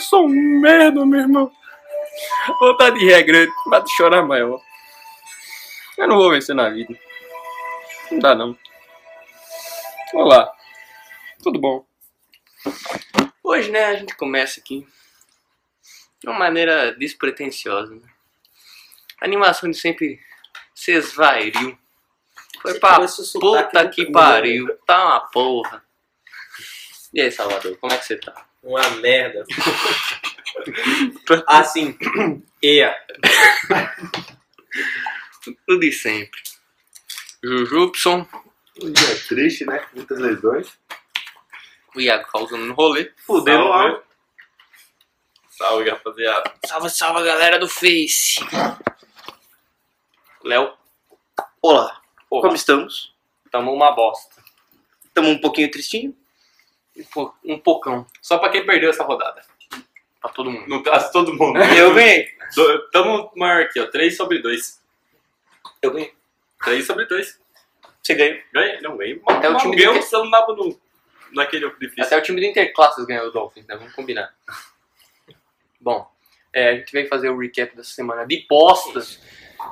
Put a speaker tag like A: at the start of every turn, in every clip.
A: sou um merda, meu irmão.
B: Vontade de regra, vai te chorar maior. Eu não vou vencer na vida. Não dá não. Olá. Tudo bom? Hoje, né, a gente começa aqui de uma maneira despretensiosa. Né? A animação de sempre se esvairiu. Foi
C: Você
B: pra
C: trouxe o sotaque
B: puta
C: do
B: que
C: primeiro.
B: pariu. Tá uma porra. E aí, Salvador, como é que você tá?
C: Uma merda. assim, é.
B: Tudo de sempre. Jujubson,
D: Um dia triste, né? Com Muitas lesões.
B: o Iago causando no rolê.
D: Fudendo
C: Salve.
D: lá. Salve, rapaziada.
B: Salve, salve, galera do Face. Léo,
E: Olá,
B: porra,
E: como estamos?
B: tamo uma bosta.
E: Estamos um pouquinho tristinho?
B: Um po- Um pocão. Só pra quem perdeu essa rodada. Pra todo mundo.
D: No caso, todo mundo.
E: Eu ganhei.
D: Do- Tamo maior aqui, ó. 3 sobre 2.
E: Eu ganhei.
D: 3 sobre 2.
E: Você ganhou.
D: Ganhei. Não, ganhei.
B: Até o time do
D: ganhou
F: um
B: Inter.
D: estamos na no, naquele
B: Até
D: orifício.
B: o time do Interclasses ganhou o Dolphins, né? Vamos combinar. Bom, é, a gente veio fazer o recap dessa semana de postas.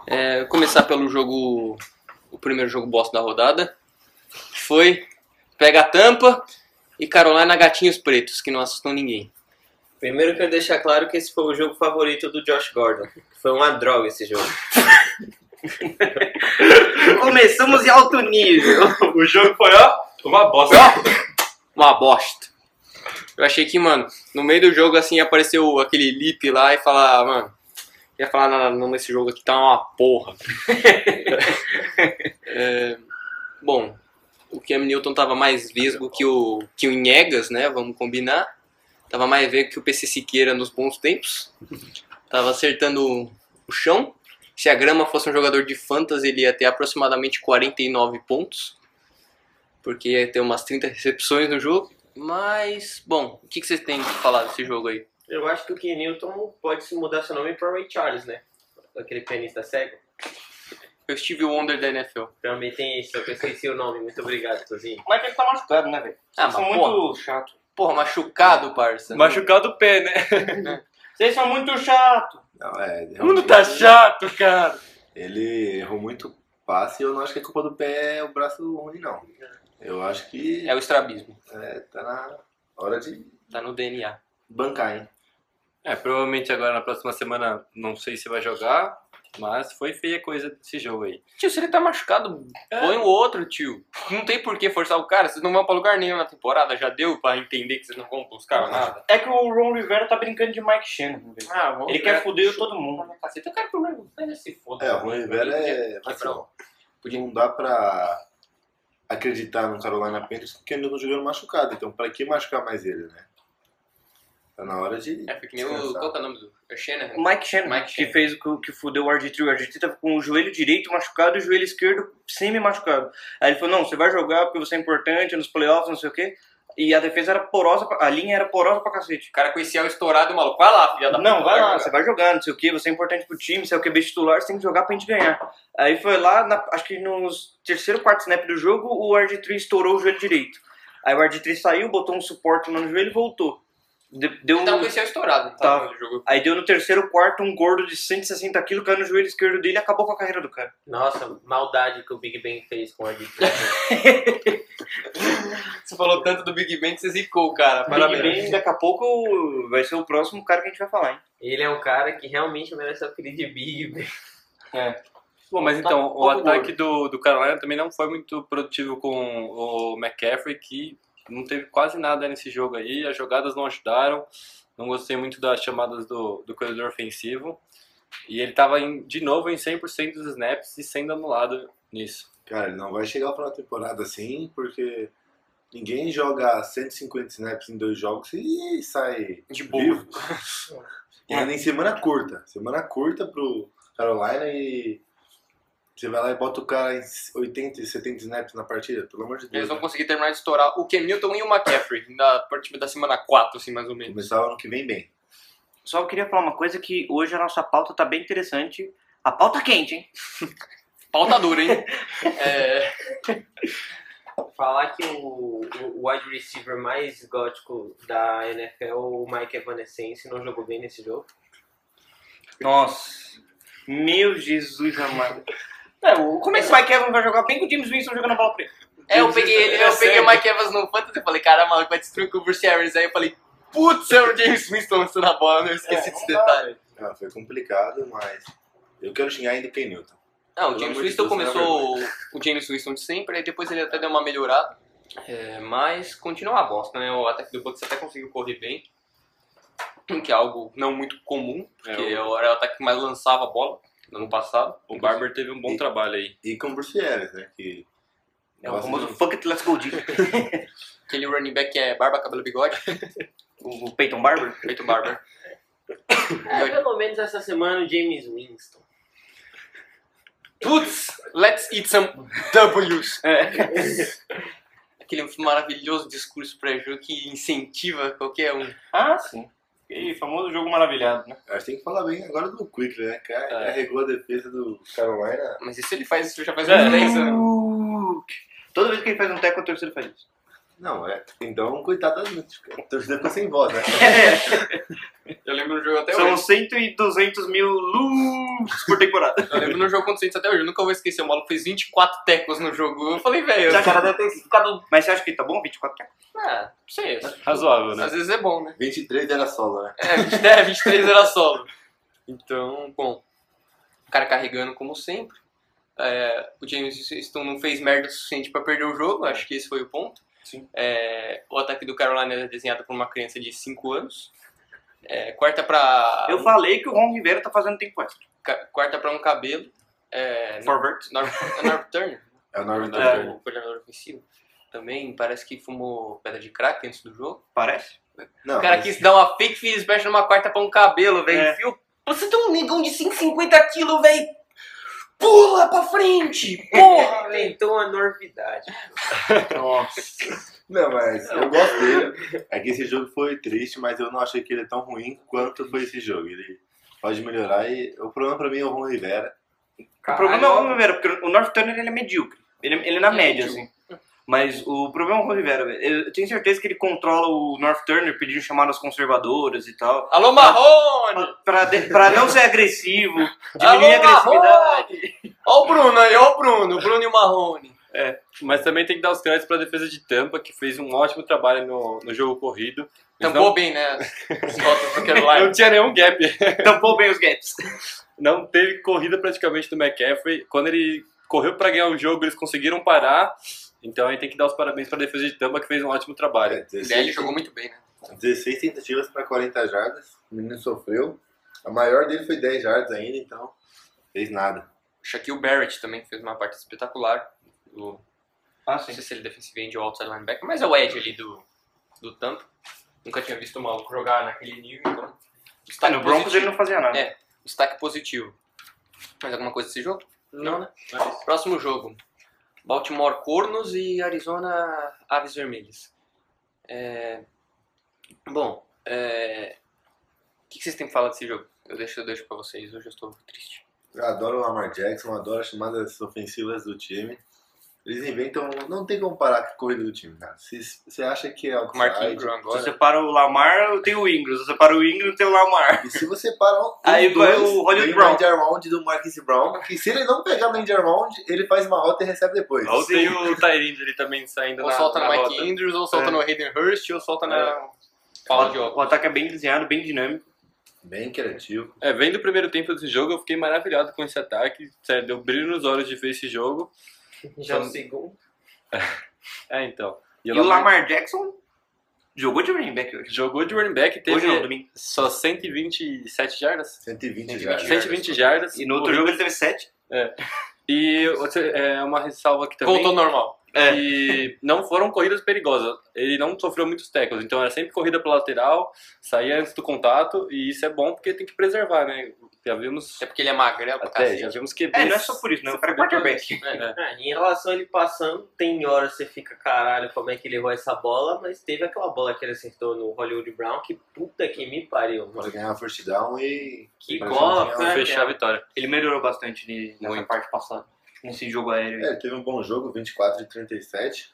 B: É, começar pelo jogo. O primeiro jogo bosta da rodada. Que foi Pega a Tampa e Carolina Gatinhos Pretos, que não assustam ninguém.
C: Primeiro eu quero deixar claro que esse foi o jogo favorito do Josh Gordon. Foi uma droga esse jogo.
E: Começamos em alto nível.
D: o jogo foi, ó, uma bosta.
B: uma bosta. Eu achei que, mano, no meio do jogo, assim, apareceu aquele lip lá e falar, mano, ia falar, não, não, não, nesse jogo aqui tá uma porra. É, bom, o Cam Newton tava mais vesgo que o, que o Inhegas, né, vamos combinar. Tava mais vesgo que o PC Siqueira nos bons tempos. Tava acertando o chão. Se a Grama fosse um jogador de fantasy, ele ia ter aproximadamente 49 pontos porque ia ter umas 30 recepções no jogo. Mas, bom, o que, que vocês têm que falar desse jogo aí?
C: Eu acho que o Ken Newton pode se mudar seu nome para Ray Charles, né? Aquele pianista cego.
B: Eu Steve Wonder da NFL.
C: Também tem isso, só que eu esqueci o nome. Muito obrigado, Tozinho.
F: é
E: Mas ele tá machucado, né, velho?
B: Ah, mas
E: Vocês são
B: porra.
E: muito chato.
B: Porra, machucado, parça.
D: Machucado o pé, né?
E: Vocês são muito chato.
D: Não, é.
B: O mundo tá
F: né?
B: chato, cara.
D: Ele errou muito passe e eu não acho que a culpa do pé é o braço ruim, não. Eu acho que
B: É o estrabismo.
D: é, tá na hora de
B: Tá no DNA.
D: bancar, hein?
F: É, provavelmente agora na próxima semana não sei se vai jogar, mas foi feia coisa desse jogo aí. É.
B: Tio, se ele tá machucado, põe o outro, tio. Não tem por que forçar o cara. Vocês não vão pra lugar nenhum na temporada. Já deu pra entender que vocês não vão buscar nada.
E: É que o Ron Rivera tá brincando de Mike Shannon, velho.
B: Ah, vamos
E: Ele quer
C: é
E: foder todo mundo.
B: Eu quero que o Ravens ganhe se foda.
D: É, o Rui Rivera é vacilão.
B: Podia-
D: Não dá pra acreditar no Carolina Panthers porque ele não jogando machucado. Então, pra que machucar mais ele, né? Tá na hora de.
B: É, porque nem o...
D: descansar.
B: Qual que é o nome do... É Shanahan?
E: O Mike Shannon,
B: Mike
E: que
B: Shanahan.
E: fez o que, que fudeu o RG3. O RG3 tava com o joelho direito machucado e o joelho esquerdo semi-machucado. Aí ele falou, não, você vai jogar porque você é importante nos playoffs, não sei o quê. E a defesa era porosa, pra- a linha era porosa pra cacete.
B: O cara com esse el estourado, maluco. Vai lá, filha da
E: Não,
B: puta,
E: vai lá,
B: jogar.
E: você vai jogar, não sei o que, você é importante pro time, você é o QB titular, você tem que jogar pra gente ganhar. Aí foi lá, na- acho que nos terceiro, quarto snap do jogo, o RG3 estourou o joelho direito. Aí o RG3 saiu, botou um suporte lá no joelho e voltou. De- deu,
B: Ele tava com esse el estourado. não
E: Tava.
B: Tava no jogo.
E: aí deu no terceiro, quarto, um gordo de 160 quilos caiu no joelho esquerdo dele e acabou com a carreira do cara.
C: Nossa, maldade que o Big Ben fez com a Big
B: Você falou tanto do Big Ben que você zicou, cara. Parabéns.
E: Big Ben, daqui a pouco vai ser o próximo cara que a gente vai falar, hein?
C: Ele é um cara que realmente merece o apelido de Big Ben.
F: Bom, mas então, o
B: pouco
F: ataque do, do Carolina também não foi muito produtivo com o McCaffrey, que não teve quase nada nesse jogo aí, as jogadas não ajudaram, não gostei muito das chamadas do, do corredor ofensivo, e ele tava em- de novo em 100% dos snaps e sendo anulado nisso.
D: Cara, ele não vai chegar pra uma temporada assim, porque ninguém joga 150 snaps em dois jogos e sai
B: De boa.
D: vivo. E ainda em semana curta. Semana curta pro Carolina e você vai lá e bota o cara em 80 e 70 snaps na partida, pelo amor de
B: Eles
D: Deus.
B: vão
D: né?
B: conseguir terminar de estourar o Ken Newton e o McCaffrey na partida da semana 4, assim, mais ou menos.
D: Começar o ano que vem bem.
E: Só eu queria falar uma coisa que hoje a nossa pauta tá bem interessante. tá A pauta quente, hein?
B: Pauta dura, hein? É.
C: Falar que o, o wide receiver mais gótico da NFL, o Mike Evanescence, não jogou bem nesse jogo.
E: Nossa. Meu Jesus amado. Não, como é que o Mike Evans vai jogar bem com o James Winston jogando a bola pra ele?
B: É, eu peguei ele, eu peguei o Mike Evans no Fantasy e falei, caramba, maluco, vai destruir o Cooper Harris. Aí eu falei, putz, é o James Winston lançando a bola, eu esqueci desse detalhe.
D: Ah, foi complicado, mas eu quero xingar ainda o Ken Newton.
B: Não, o
D: Pelo
B: James
D: amor de
B: Winston
D: Deus, não é
B: começou o, o James Winston de sempre, aí depois ele até deu uma melhorada. É, mas continua uma bosta, né? O ataque do Bucks até conseguiu correr bem, que é algo não muito comum, porque
F: É,
B: era o ataque que mais lançava a bola no ano passado.
F: O Barber teve um bom trabalho aí.
D: E com o Bruce Harris, né? Que
E: É o
D: gosta
E: famoso
D: muito.
E: fuck it, let's go, Dick.
B: Aquele running back que é barba, cabelo, bigode,
E: O o Peyton Barber.
B: feito barber.
C: É, pelo menos essa semana o James Winston.
B: Putz, let's eat some W's.
E: É.
B: Aquele maravilhoso discurso pré-jogo que incentiva qualquer um.
E: Ah, sim. E famoso jogo maravilhado, né?
D: a gente tem que falar bem agora do Quickly, né? Car-
F: É.
D: Carregou a defesa do Carolina.
B: Mas isso ele faz, isso já faz
F: É.
B: uns 10 anos.
E: Toda vez que ele faz um teco, a torcida faz isso.
D: Não, é. Então, coitado, a torcida ficou sem voz, né?
B: Eu lembro no jogo até
E: É, São
B: É, hoje.
E: 100 e 200 mil luz por temporada.
B: Eu lembro no jogo contra o Saints até hoje. Eu nunca vou esquecer. O maluco fez 24 tecos no jogo. Eu falei, velho.
E: Já, cara,
B: deve ter ficado.
E: Mas você acha que tá bom? 24 tecos?
B: Ah, não sei.
F: Razoável, né?
B: Às vezes é bom, né?
D: 23 era solo, né?
B: É, 20, é, 23 era solo. Então, bom. O cara carregando como sempre. É, o James Winston não fez merda o suficiente pra perder o jogo, acho que esse foi o ponto.
E: Sim.
B: É, o ataque do Carolina é desenhado por uma criança de 5 anos. É, quarta pra. um
E: Eu falei que o Ron Rivera tá fazendo tempo extra.
B: ca- quarta pra um cabelo. É,
E: Forvert.
B: Norv é Norv Turner,
D: É o Norman
F: É.
D: Turner.
B: o coordenador ofensivo. Também parece que fumou pedra de crack antes do jogo.
E: Parece?
D: Não,
B: O cara
D: mas-
B: quis dar uma fake fez smash numa quarta pra um cabelo, velho.
E: É.
B: Enfia o- Você tem um negão de 150 quilos, velho. Pula pra frente! Porra!
C: Ele tentou uma novidade.
E: Nossa.
D: Não, mas eu gosto dele. É que esse jogo foi triste, mas eu não achei que ele é tão ruim quanto foi esse jogo. Ele pode melhorar e o problema pra mim é o Ron Rivera.
E: O problema é o Ron Rivera, porque o North Turner ele é medíocre. Ele, ele é
B: Ele
E: na
B: é
E: média,
B: medíocre.
E: assim. Mas o problema é o Ron Rivera, velho. Eu tenho certeza que ele controla o North Turner pedindo chamadas conservadoras e tal.
B: Alô, Marrone!
E: Pra, de- pra não ser agressivo,
B: Alô,
E: diminuir a agressividade.
B: Marrone! Ó o Bruno aí, ó o Bruno. O Bruno e o Marrone.
F: Mas também tem que dar os créditos para a defesa de Tampa, que fez um ótimo trabalho no, no jogo corrido. Eles
B: Tampou bem, né? Os votos do Carolina.
F: não tinha nenhum gap.
E: Tampou bem os gaps.
F: Não teve corrida praticamente do McCaffrey. Quando ele correu para ganhar o jogo, eles conseguiram parar. Então aí tem que dar os parabéns para a defesa de Tampa, que fez um ótimo trabalho.
D: É,
B: Ele
D: 16,
B: jogou muito bem, né?
D: 16 tentativas pra 40 jardas. O menino sofreu. A maior dele foi 10 jardas ainda, então fez nada.
B: Shaquille Barrett também fez uma parte espetacular. Do,
E: Ah,
B: não sei se ele é defensive end ou outside linebacker, mas é o Edge ali do, do Tampa. Nunca tinha visto o maluco jogar naquele nível, então.
E: Tá,
B: destaque
E: no Broncos
B: positivo.
E: ele não fazia nada.
B: É. Destaque positivo. Mais alguma coisa desse jogo? Não, né?
E: é
F: Mas-
B: Próximo jogo. Baltimore Cornos e Arizona Aves Vermelhas. É, Bom, é, o que que vocês têm que falar desse jogo? Eu deixo, eu deixo pra vocês, hoje eu estou triste.
D: Eu adoro o Lamar Jackson, adoro as chamadas ofensivas do time. Eles inventam. Não tem como parar com a corrida do time, cara. Se se você acha que é o
B: Com o Mark Ingram agora.
E: Se você para o Lamar, tem o Ingram. Se você para o Ingram, tem o Lamar.
D: E se você parar um,
E: Aí vai
D: dois,
E: o Hollywood
D: vem
E: Brown.
D: end round do Marquise Brown. E se ele não pegar no end round, ele faz uma rota e recebe depois.
F: Ou tem o Tyrande ali também saindo
B: Ou
F: na,
B: solta
F: na
B: no Mike
F: rota.
B: Andrews, ou solta
E: É.
B: no Hayden Hurst, ou solta na Paula de Óculos.
E: O ataque é bem desenhado, bem dinâmico.
D: Bem criativo.
F: É, vendo o primeiro tempo desse jogo, eu fiquei maravilhado com esse ataque. Sério, deu brilho nos olhos de ver esse jogo.
C: Já o Então, segundo.
F: É, então.
E: E o Lamar Jackson jogou de running back hoje.
F: jogou de running back, teve um
E: Hoje não, domingo.
F: só 127 jardas.
D: 120 já. né?
F: 120 jardas.
E: E no outro jogo ele teve 7.
F: E outra- é uma ressalva aqui também.
B: Voltou ao normal.
F: E não foram corridas perigosas. Ele não sofreu muitos tackles, então era sempre corrida pela lateral, saía antes do contato, e isso é bom porque tem que preservar, né? Já vimos.
B: É porque ele é magrelo pra
F: Até, já
B: cacete.
F: vimos que
E: É, não é só por isso, né? O cara é quarterback.
B: É.
C: Ah, em relação a ele passando, tem hora que você fica, caralho, como é que ele errou essa bola, mas teve aquela bola que ele acertou no Hollywood Brown, que puta que me pariu, mano.
D: Pode ganhar a first down e. um
C: Que
D: pra
C: bola,
D: gente
C: foi
F: né? Fechar a vitória.
E: né, Ele melhorou bastante ne- nessa
F: Muito.
E: parte passada. Nesse jogo aéreo.
D: É, ele teve um bom jogo, 24 de 37.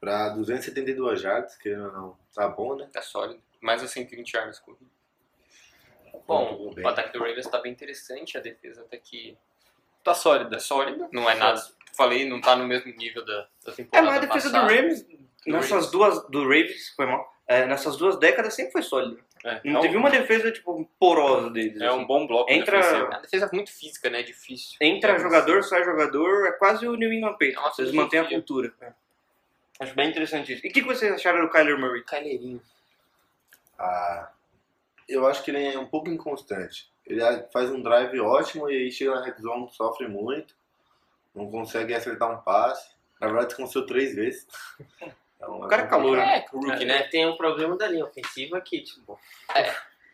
D: Pra 272 jardas, querendo ou não, tá bom, né?
B: Tá sólido. Mais assim, 20 yards corrido.
D: Muito
B: Bom,
D: Tá bem.
B: o ataque do Ravens tá bem interessante, a defesa até que
F: Tá
B: é
F: sólida.
B: sólida. Não é nada, falei, não tá no mesmo nível da, da
E: É,
B: temporada
E: mas a defesa do
B: passada.
E: Ravens,
B: Ravens.
E: nessas duas. Do Ravens, foi mal. é, nessas duas décadas sempre foi sólida.
F: É,
E: Não
F: é um-
E: teve uma defesa, tipo, porosa deles.
F: É
E: assim.
F: um bom bloco
E: Entra-
F: defensivo.
B: É uma defesa muito física, né? Difícil.
E: Entra
B: É,
E: jogador, sai jogador, é quase o New England
B: É uma
E: Patriots. Eles mantêm a
B: filosofia.
E: cultura. É. Acho bem interessante isso. E o que que vocês acharam do Kyler Murray?
B: Caleirinho.
D: Ah, eu acho que ele é um pouco inconstante. Ele faz um drive ótimo e aí chega na red zone, sofre muito, não consegue acertar um passe. Na verdade, aconteceu três vezes. Então,
E: O cara é calor,
D: complicado.
B: É, rookie, né?
C: Tem um problema da linha ofensiva que, tipo,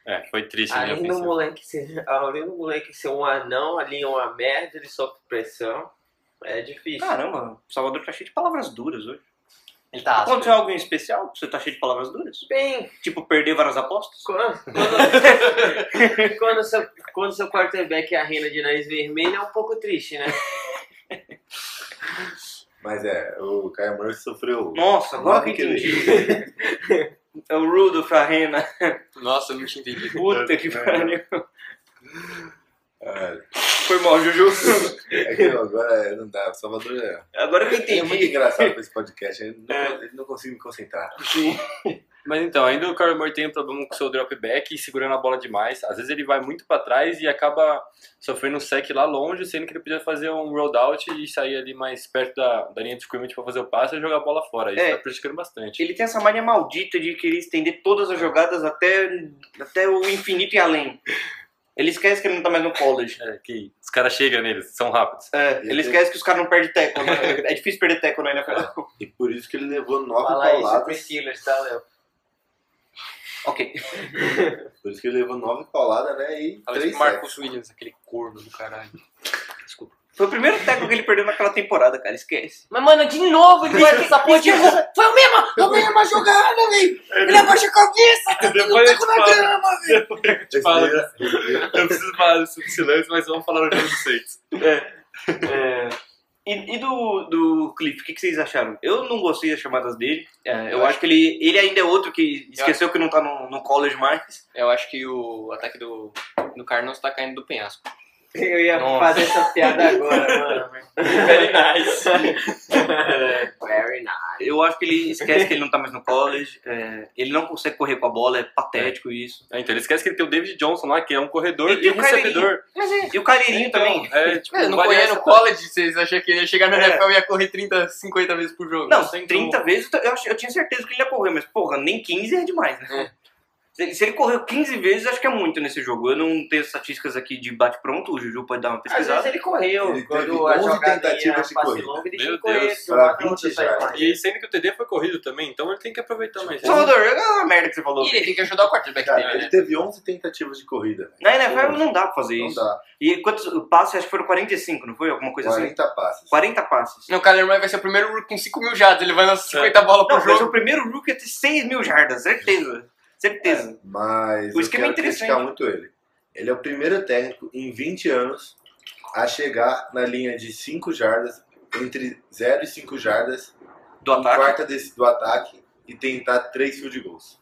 F: É, foi triste a linha
C: além do
F: ofensiva.
C: moleque ser, além do moleque ser um anão, a linha é uma merda, ele sofre pressão. É difícil.
E: Caramba, o Salvador tá cheio de palavras duras hoje.
B: Ele tá áspero.
E: Aconteceu algo em especial? que Você tá cheio de palavras duras?
C: Bem,
E: Tipo, perder várias apostas?
C: quando, quando, quando seu, quando seu quarterback é a rena de nariz vermelho, é um pouco triste, né?
D: Mas é, o Kyle Murray sofreu.
E: Nossa, agora que eu
D: Aquele-
E: entendi. É o Rudolph, a Rena.
B: Nossa, eu não tinha entendido.
E: Puta que pariu.
D: É,
E: Foi mal, Juju.
D: é que agora é, não dá. O Salvador é,
E: Agora que eu
D: é muito
E: entendi.
D: engraçado com esse podcast. Ele não, ele não consegue me concentrar.
F: Mas então, ainda o Kyler Murray tem um problema com o seu dropback e segurando a bola demais. Às vezes ele vai muito pra trás e acaba sofrendo um sec lá longe, sendo que ele podia fazer um rollout e sair ali mais perto da, da linha de scrimmage pra fazer o passe e jogar a bola fora. Isso
E: É.
F: tá prejudicando bastante.
E: Ele tem essa mania maldita de querer estender todas as jogadas até, até o infinito e além. Ele esquece que ele não tá mais no college.
F: É, que os caras chegam neles, são rápidos.
E: É,
D: Ele-
E: ele esquece que os caras não perdem teco. Né? É difícil perder teco na NFL.
D: E por isso que ele levou nove
C: Falar isso pro
D: pauladas.
C: Steelers, tá, Léo?
E: ok.
D: Por isso que ele levou nove pauladas, né? E
B: Fala isso
D: três
B: pro Marcos Williams, aquele corno do caralho.
E: Foi o primeiro teco que ele perdeu naquela temporada, cara. Esquece.
B: Mas, mano, de novo ele vai essa porra de novo. Foi o mesmo, a mesma jogada, velho.
F: É
B: Ele abaixa a cabeça,
F: Depois eu te falo,
B: grama, velho.
D: sacks.
F: fala. É
D: Esse daí-
F: eu preciso falar isso do silêncio, mas vamos falar o jogo do Saints.
E: É, E, e do, do Cliff, o que, que vocês acharam? Eu não gostei das chamadas dele. É, eu,
B: Eu
E: acho que ele, ele ainda é outro que esqueceu que não tá no, no college mais.
B: Eu acho que o ataque do, do Cardinals tá caindo do penhasco.
C: Eu ia
B: Nossa.
C: fazer essa piada agora, mano. Very nice. Very nice.
E: Eu acho que ele esquece que ele não tá mais no college. é, ele não consegue correr com a bola, é patético isso.
F: É, então ele esquece que ele tem o David Johnson lá, que é um corredor
E: E
F: e,
E: o Kyler
F: recebedor.
E: E o Careirinho
F: Então,
E: também.
F: É, tipo,
B: Eu não
F: vale
B: corria
F: essa-
B: no college, vocês acham que ele ia chegar na
E: É.
B: NFL e ia correr 30, 50 vezes por jogo?
E: Não,
F: sem
E: 30 vezes eu, ach- eu tinha certeza que ele ia correr, mas porra, nem 15 é demais, né? Se, ele- se ele correu 15 vezes, acho que é muito nesse jogo. Eu não tenho estatísticas aqui de bate-pronto, o Juju pode dar uma
C: Às vezes
E: pesquisada.
C: ele correu.
D: Ele teve
C: quando a
D: 11
C: jogada ia
D: tentativas de
C: passe
D: corrida.
C: longo, ele
F: Meu
C: tinha que correr.
F: Deus,
C: de uma
D: pra
C: pra outra,
D: 20
C: sair
D: jardas.
C: mais.
F: E sendo que o TD foi corrido também, então ele tem que aproveitar mais.
E: Salvador, é uma merda que você falou.
B: E ele tem que ajudar o quarterback
D: Cara,
B: dele,
D: ele
B: né?
D: teve 11 tentativas de corrida.
E: Na NFL não dá pra fazer
D: Não
E: isso.
D: dá.
E: E quantos passes? Acho que foram 45, não foi? Alguma coisa assim?
D: 40 passes.
E: 40 passes.
B: Não, o Kyler Murray vai ser o primeiro rookie com 5 mil jardas, ele vai lançar 50 bolas
E: É. Não,
B: por
E: foi
B: jogo.
E: o primeiro rookie a ter 6 mil jardas, certeza. Certeza.
D: Mas
E: O
D: eu
E: esquema é
D: quero
E: interessante.
D: criticar muito ele. Ele é o primeiro técnico em 20 anos a chegar na linha de 5 jardas, entre 0 e 5 jardas,
E: Do
D: em
E: ataque.
D: quarta desse, do ataque e tentar 3 field goals.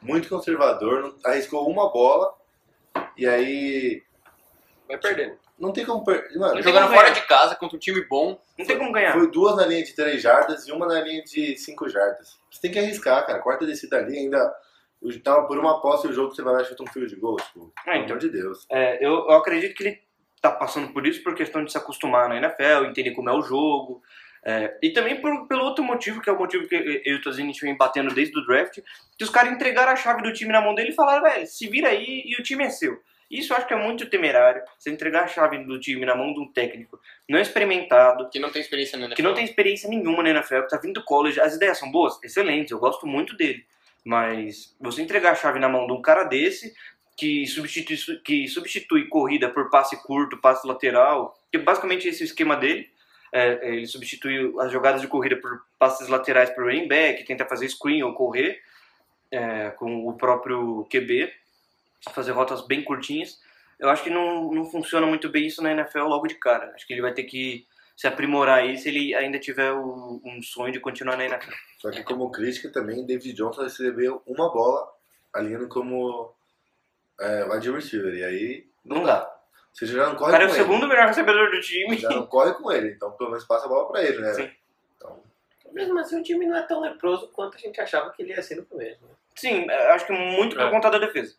D: Muito conservador, não- arriscou uma bola e aí
F: Vai perder.
D: não tem como perder. Mano,
B: Ele
E: tem
B: jogando
E: como
B: fora
E: ganhar.
B: de casa contra um time bom.
E: Não tem como ganhar.
D: Foi duas na linha de 3 jardas e uma na linha de 5 jardas. Você tem que arriscar, cara. Quarta descida ali ainda. o- Tava por uma posse o jogo você vai lá e chuta um field goal. Tipo,
E: Ah,
D: pelo
E: então.
D: amor de Deus.
E: É, eu, eu acredito que ele tá passando por isso por questão de se acostumar na NFL, entender como é o jogo. é, e também por- pelo outro motivo, que é o motivo que eu e o Tozini vem batendo desde o draft, que os caras entregaram a chave do time na mão dele e falaram, velho, se vira aí e o time é seu. Isso eu acho que é muito temerário, você entregar a chave do time na mão de um técnico não experimentado,
B: Que não tem experiência na NFL.
E: que não tem experiência nenhuma na NFL, que tá vindo do college. As ideias são boas, excelentes, eu gosto muito dele. Mas você entregar a chave na mão de um cara desse, que substitui, que substitui corrida por passe curto, passe lateral, que basicamente esse é o esquema dele. É, é, ele substitui as jogadas de corrida por passes laterais para o running back, tenta fazer screen ou correr é, com o próprio QB, fazer rotas bem curtinhas. Eu acho que não, não funciona muito bem isso na NFL logo de cara. Acho que ele vai ter que se aprimorar aí se ele ainda tiver o- um sonho de continuar na NFL.
D: Só que como crítica também, David Johnson recebeu uma bola alinhando como é, wide receiver. E aí não dá. Você já não
E: O
D: corre
E: cara é o
D: com ele.
E: segundo melhor recebedor do time.
D: Já não corre com ele. Então pelo menos passa a bola pra ele, né?
E: Sim.
D: Então,
C: Mesmo assim, o time não é tão leproso quanto a gente achava que ele ia ser no começo. Né?
E: Sim, é, acho que muito por
F: É.
E: conta da defesa.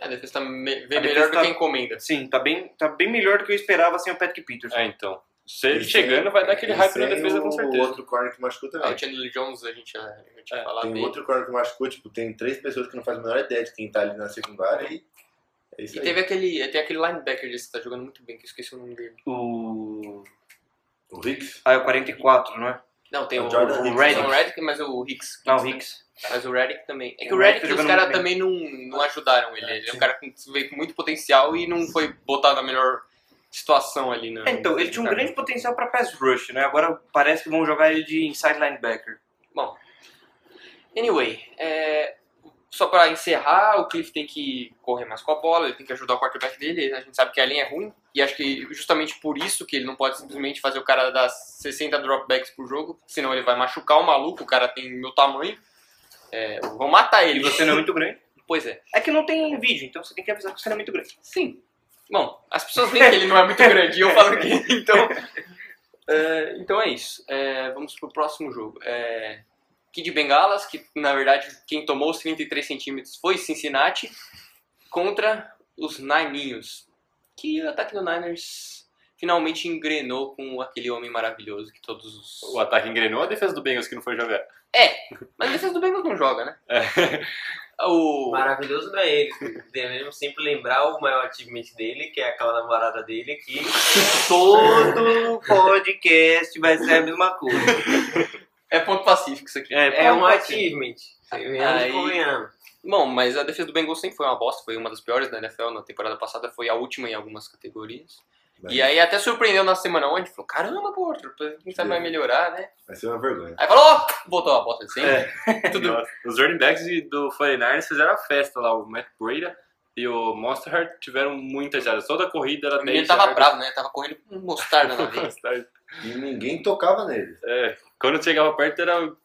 B: A defesa tá me-
E: A
B: vem
E: defesa
B: melhor do
E: tá-
B: que encomenda.
E: Sim, tá bem, tá bem melhor do que eu esperava sem o Patrick Peters.
F: É, então. Se ele
D: E
F: chegando,
D: sem-
F: vai dar aquele
D: e
F: hype na
D: sem
F: defesa com
D: O
F: certeza.
D: outro corner que machucou
B: Ah,
D: também.
E: É.
B: o Chandler Jones, a gente já já tinha
F: É,
B: falado
D: Tem
B: dele.
D: outro corner que machucou, tipo, tem três pessoas que não fazem a menor ideia de quem tá ali na secundária e é isso
B: E
D: aí.
B: teve aquele, tem aquele linebacker desse que tá jogando muito bem, que eu esqueci o nome dele.
E: É. O.
D: O Hicks?
E: Ah, é o 44, não é?
B: Não, tem
D: O
B: o,
D: Jordan
B: o
D: Hicks.
B: Redick, Redick, mas o Hicks.
E: Não, o Hicks.
B: Mas o Redick também. É que
E: O
B: o
E: Redick
B: Redick, os
E: jogando
B: caras
E: muito
B: também não, não ajudaram ele. Ele é um cara que veio com muito potencial e não foi botado na melhor situação ali. né? Na,
E: É, então, ele tinha um grande potencial pra pass rush, né? Agora parece que vão jogar ele de inside linebacker.
B: Anyway, é, só pra encerrar, o Cliff tem que correr mais com a bola, ele tem que ajudar o quarterback dele. A gente sabe que a linha é ruim e acho que justamente por isso que ele não pode simplesmente fazer o cara dar 60 dropbacks por jogo, senão ele vai machucar o maluco. O cara tem meu tamanho, é, vão matar
E: E
B: ele.
E: você não é muito grande.
B: Pois é.
E: É que não tem vídeo, então você tem que avisar que você não é muito grande.
B: Sim. Bom, as pessoas veem que ele não é muito grande e eu falo que. Então, é, então é isso. É, vamos pro próximo jogo. É, Kid Bengalas, que na verdade quem tomou os 33 centímetros foi Cincinnati, contra os Nininhos. Que o ataque do Niners finalmente engrenou com aquele homem maravilhoso que todos os.
F: O ataque engrenou a defesa do Bengals que não foi jogar.
B: Mas vocês do Bengals não joga, né? O...
C: Maravilhoso não é ele. Devemos sempre lembrar o maior achievement dele, que é aquela namorada dele, que
E: Todo podcast vai ser a mesma coisa.
B: É ponto pacífico isso aqui.
E: É,
C: é um
E: pode ser.
C: achievement. Venhamos
B: Aí-
C: e convenhamos.
B: Bom, mas a defesa do Bengals sempre foi uma bosta, foi uma das piores da NFL na temporada passada, foi a última em algumas categorias.
E: É.
D: né?
B: E aí até surpreendeu na semana onde falou, caramba, pô, quem sabe
E: É.
B: vai melhorar, né?
D: Vai ser uma vergonha.
B: Aí falou, ó, voltou a bosta de sempre.
E: É,
B: Tudo.
F: Nossa, Os running backs de- do 49ers fizeram a festa lá. O Matt Breda e o Monster tiveram muitas jardas. Toda a corrida
E: é
F: era
B: O menino
F: 10
B: tava
F: jardas.
B: bravo, né? Tava correndo com mostarda na vez.
D: E ninguém tocava nele.
F: É, quando chegava perto era o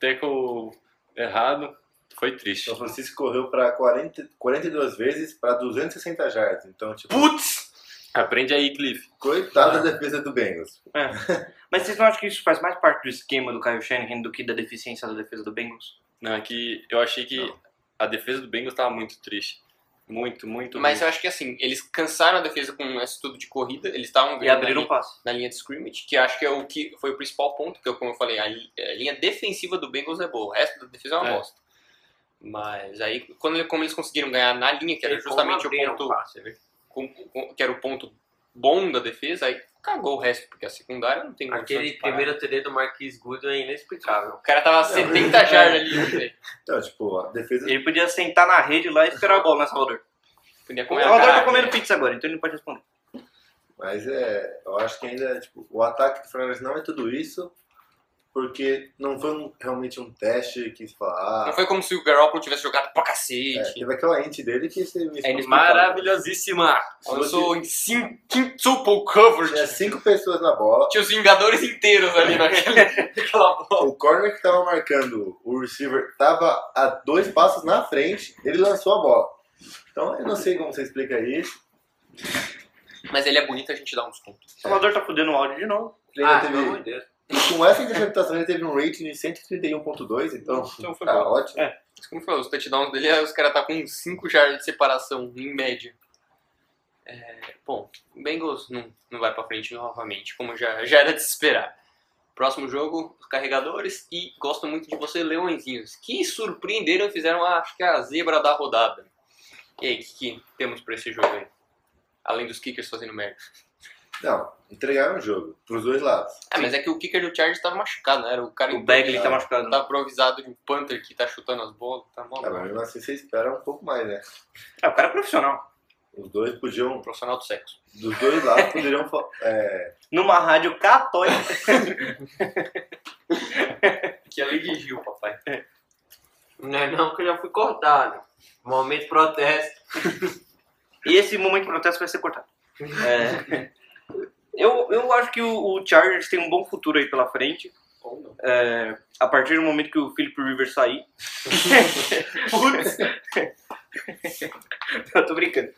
F: teco errado. Foi triste.
D: São Francisco correu pra 40, 42 vezes pra 260 jardas. Então, tipo,
B: Putz!
F: Aprende aí, Cliff.
D: coitada da defesa do Bengals.
E: Mas vocês não acham que isso faz mais parte do esquema do Kyle Shanahan do que da deficiência da defesa do Bengals?
F: Não, é que eu achei que a defesa do Bengals tava muito triste. Muito, muito.
B: Mas
F: muito.
B: eu acho que assim, eles cansaram a defesa com esse estudo de corrida, eles estavam
E: E
B: ganhando
E: abriram o passe.
B: na linha de scrimmage, que acho que é o que foi o principal ponto, que eu, como eu falei, a, li- é, a linha defensiva do Bengals é boa, o resto da defesa é uma
F: É.
B: bosta. Mas aí, quando, ele- como eles conseguiram ganhar na linha, que era
C: E como
B: justamente o
C: abriram
B: ponto,
C: fácil, né?
B: com- com- que era o ponto bom da defesa, aí cagou o resto, porque a secundária não tem condição
C: Aquele
B: de parar.
C: primeiro TD do Marquis Goodwin é inexplicável.
B: O cara tava 70 jardas ali, né? velho.
D: Então, tipo, a defesa...
E: Ele podia sentar na rede lá e esperar a bola, né, Salvador?
B: Podia
E: O
B: comer a
E: Salvador tá
B: carne.
E: comendo pizza agora, então ele não pode responder.
D: Mas é, eu acho que ainda, tipo, o ataque do Fernandes não é tudo isso, porque não foi um- realmente um teste que se fala,
B: Não
D: ah,
B: foi como se o Garoppolo tivesse jogado pra
D: é,
B: cacete.
D: teve aquela ente dele que você me
B: inexplicável.
F: Maravilhosíssima!
B: Eu sou em cin- quintuple coverage.
D: Tinha cinco pessoas na bola,
B: Tinha os Vingadores inteiros ali naquele, naquela bola.
D: o corner que tava marcando o receiver tava a dois passos na frente, ele lançou a bola. Então eu não sei como você explica isso.
B: Mas ele é bonito, a gente dá uns pontos.
E: O Salvador tá fudendo o áudio de novo.
D: Ele
C: Ah,
D: ainda
C: pelo amor de
D: teve,
C: Deus.
D: e com essa interceptação ele teve um rating de 131.2, então
B: Então foi
D: tá
B: bom.
D: ótimo.
B: Mas como eu falei, os touchdowns dele, os caras tá com 5 jardas de separação, em média. É, bom, o Bengals não, não vai pra frente novamente, como já, já era de se esperar. Próximo jogo, os carregadores. E gosto muito de você, Leõezinhos, que surpreenderam e fizeram, acho que, a zebra da rodada. E aí, o que, que temos pra esse jogo aí? Além dos kickers fazendo merda.
D: Não, entregaram o jogo, pros dois lados.
B: Ah, mas é que o kicker do Chargers tava machucado, né? Era o cara
E: O Bagley tá machucado.
B: tá improvisado de um Panther que tá chutando as bolas, tá mal.
D: Ah, mas mesmo assim você espera um pouco mais, né?
E: É, o cara é profissional.
D: Os dois podiam
B: Um profissional do sexo.
D: dos dois lados poderiam fa- é,
E: Numa rádio católica.
B: Que é lei de Gil, papai.
C: Não é não que eu já fui cortado. Momento de protesto.
E: E esse momento de protesto vai ser cortado. É. Eu, eu acho que o, o Chargers tem um bom futuro aí pela frente.
C: Ou não.
E: É, a partir do momento que o Philip Rivers sair. eu tô brincando.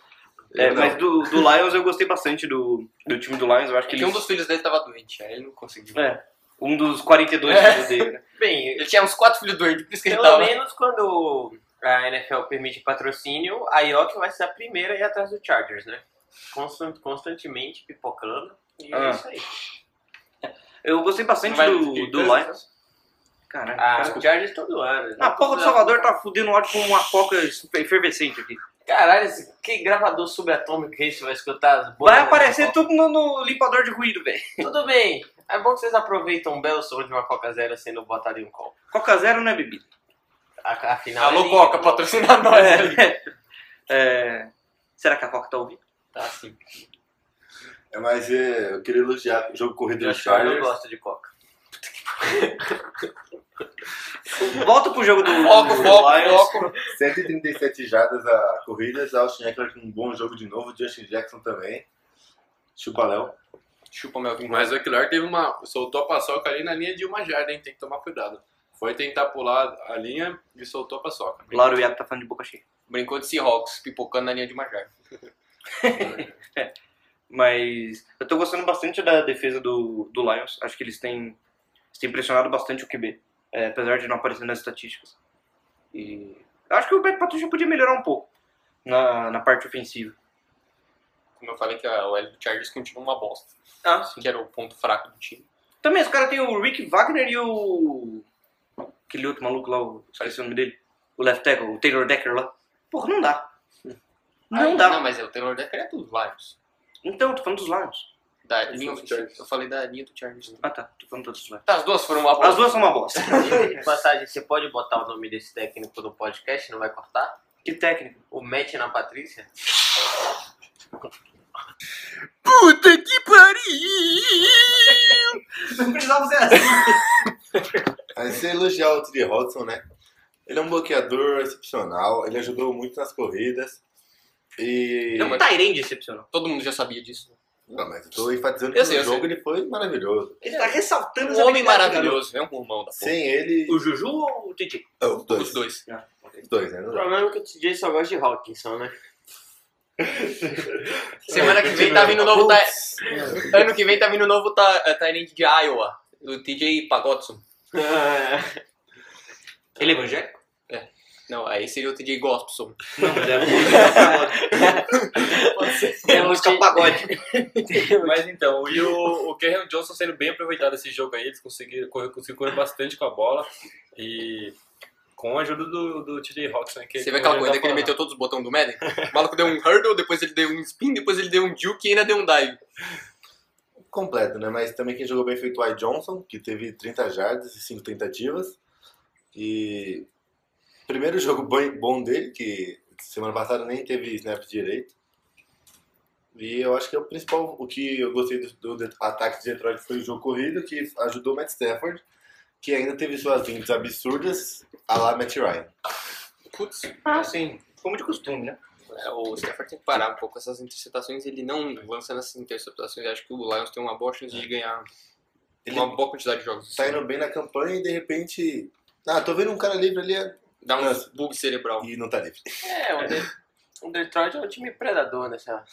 E: É,
F: Eu não.
E: mas do, do Lions eu gostei bastante do, do time do Lions. Eu acho que
B: Porque
E: eles,
B: um dos filhos dele tava doente, aí ele não conseguiu.
E: é, um dos 42 filhos dele. né?
C: Bem,
B: Ele tinha uns quatro filhos doentes, por isso que ele
C: Pelo
B: tava.
C: menos quando a NFL permite patrocínio, a IOC vai ser a primeira a ir atrás do Chargers, né? Constant- constantemente pipocando. E
E: Ah.
C: é isso aí.
E: Eu gostei bastante
B: Não vai
E: do,
B: discutir,
E: do
B: né?
E: Lions. Caralho.
C: Ah,
E: cara.
C: o Chargers todo ano. né?
E: a porra do Salvador tá fudendo o áudio com uma coca efervescente aqui.
C: Caralho, esse- que gravador subatômico que esse vai escutar? As
E: Vai
C: bolhas
E: aparecer
C: da
E: tudo no, no limpador de ruído, velho.
C: Coca? Tudo bem. É bom que vocês aproveitam um belo som de uma Coca Zero sendo botado em um copo.
E: Coca zero não é bebida.
C: A- Afinal, é
B: Alô,
C: líquido.
B: Coca, patrocina nós. velho.
E: É, será que a Coca tá ouvindo?
C: Tá sim.
D: É, mas é, eu queria elogiar o jogo corrido do
C: Eu não
D: Chargers.
C: gosto de Coca.
E: Volta pro jogo do,
B: Foco,
E: do
B: foco,
E: Lions.
B: foco.
D: 137 jardas a corrida. Austin Eckler com um bom jogo de novo. Justin Jackson também. Chupa Léo.
B: Chupa meu vinho.
F: Mas o Aquilar teve uma. soltou a paçoca ali na linha de uma jarda, hein? Tem que tomar cuidado. Foi tentar pular a linha e soltou a paçoca.
E: Lauro Iago tá falando de boca cheia.
B: Brincou de Seahawks, pipocando na linha de uma jarda.
E: Mas eu tô gostando bastante da defesa do, do Lions. Acho que eles têm, eles têm pressionado bastante o QB. é, apesar de não aparecer nas estatísticas. E eu acho que o Beto Patrícia podia melhorar um pouco na, na parte ofensiva.
B: Como eu falei que a OL do Chargers continua uma bosta,
E: Ah,
B: que era o ponto fraco do time.
E: Também, os caras têm o Rick Wagner e o. Aquele outro maluco lá, o... esqueci o nome dele. O left tackle, o Taylor Decker lá. Porra, não dá. Não
B: Aí-
E: dá.
B: Não, mas é, o Taylor Decker é do Lions.
E: Então, tô falando dos Lions.
B: Da
F: Eu
B: linha
F: sou do
B: ofensiva.
F: Chargers.
B: Eu falei da linha do Chargers.
E: Ah tá, tô falando todos os Lions.
B: Tá, as duas foram uma bosta.
E: As duas são uma bosta.
C: E, de passagem, você pode botar o nome desse técnico no podcast, não vai cortar?
E: que técnico.
C: O match na Patrícia?
A: Puta que pariu!
E: Não precisava ser assim.
D: Aí você elogiar o Tri Hodgson, né? Ele é um bloqueador excepcional. Ele ajudou muito nas corridas. E.
C: é
B: Não,
E: Não,
B: mas-
E: Tyrande excepcional.
B: Todo mundo já sabia disso.
D: Não, mas eu tô enfatizando que
B: Eu sei,
D: no
B: eu
D: jogo ele foi maravilhoso.
E: Ele tá ressaltando as
B: Um homem
E: habilidades do
B: maravilhoso, é um pulmão da porra.
D: Sem ele.
E: garoto. O Juju ou o Titi?
D: É, Os dois.
B: Os dois.
D: Os dois, né? Não
C: O
D: dá.
C: problema é que o TJ só gosta de Hawkinson, né?
B: Semana que vem tá vindo novo. Ty... Ano que vem tá vindo novo Ty- eh, Tyrande de Iowa. Do TJ Pagotson.
C: Ele é evangélico?
B: Não, aí seria o TJ Gospelson.
E: Não, mas é
C: um
E: É música pagode.
F: Mas então, e o, o Kerrion Johnson sendo bem aproveitado esse jogo aí, eles conseguiram correr, conseguiram correr bastante com a bola e com a ajuda do, do TJ Hawkson. né, Que
B: Você vê aquela
F: como
B: corrida
F: já
B: que ele
F: falou.
B: meteu todos os botões do Madden? O maluco deu um hurdle, depois ele deu um spin, depois ele deu um juke e ainda deu um dive.
D: completo, né? Mas também quem jogou bem foi o Dwight Johnson, que teve 30 jardas e 5 tentativas. E primeiro jogo bom- bom dele, que semana passada nem teve snap direito. E eu acho que é o principal, o que eu gostei do, do ataque de Detroit foi o jogo corrido, que ajudou o Matt Stafford, que ainda teve suas vindas absurdas, a lá Matt Ryan.
B: Putz,
E: Ah, sim. Como de costume, né?
B: é, o Stafford tem que parar um pouco com essas interceptações. Ele não lança nessas interceptações. Eu Acho que o Lions tem uma boa chance de ganhar
D: Ele
B: uma boa quantidade de jogos.
D: tá indo bem na campanha e de repente... Ah, tô vendo um cara livre ali é-
B: Dá uns bug cerebral.
D: e não tá livre.
C: É, o, De- o Detroit é um time predador nessa.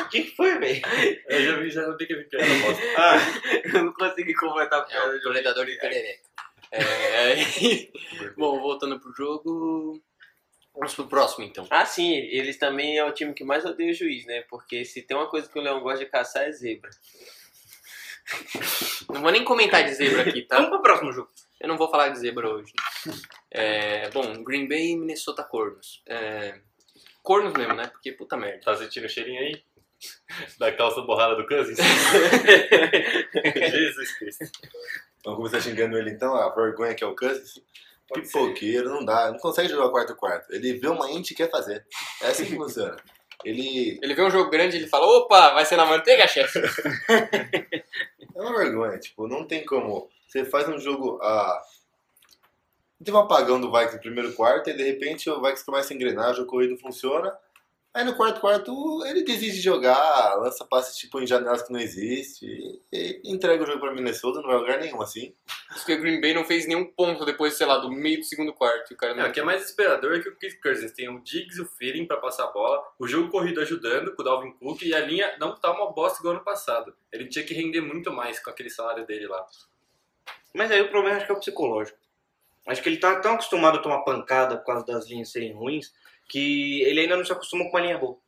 E: O que foi, velho?
F: Eu já vi, já sabia que ele piada. bosta.
C: Eu não consegui completar a
B: É
C: piada.
B: o predador de perereca. É, aí- Bom, voltando pro jogo. Vamos pro próximo então.
C: Ah, sim, eles também é o time que mais odeia o juiz, né? Porque se tem uma coisa que o Leão gosta de caçar é zebra.
B: Não vou nem comentar de zebra aqui, tá?
E: Vamos pro próximo jogo.
B: Eu não vou falar de zebra hoje. É, bom, Green Bay e Minnesota Cornos. É, cornos mesmo, né? Porque puta merda.
F: Tá sentindo o cheirinho aí? Da calça borrada do Cousins? Jesus Cristo.
D: Vamos começar xingando ele então, a vergonha que é o Cousins. Pipoqueiro, não dá, não consegue jogar quarto quarto. Ele vê uma ente e quer fazer. É assim que funciona. Ele
B: Ele vê um jogo grande e ele fala, opa, vai ser na manteiga, chefe?
D: é uma vergonha, tipo, não tem como. Você faz um jogo a. Teve um apagão do Vikings no primeiro quarto e de repente o Vikings começa a engrenar, o jogo corrido funciona. Aí no quarto quarto ele desiste de jogar, lança passes tipo em janelas que não existe, e, e entrega o jogo pra Minnesota, não vai a lugar nenhum assim.
B: Porque o Green Bay não fez nenhum ponto depois, sei lá, do meio do segundo quarto. e O cara
F: É,
B: não...
F: o que é mais esperador é que o Kirk Cousins tem o Diggs e o Feeling pra passar a bola, o jogo corrido ajudando com o Dalvin Cook e a linha não tá uma bosta igual ano passado. Ele tinha que render muito mais com aquele salário dele lá.
E: Mas aí o problema acho que é o psicológico. Acho que ele tá tão acostumado a tomar pancada por causa das linhas serem ruins que ele ainda não se acostumou com uma linha boa.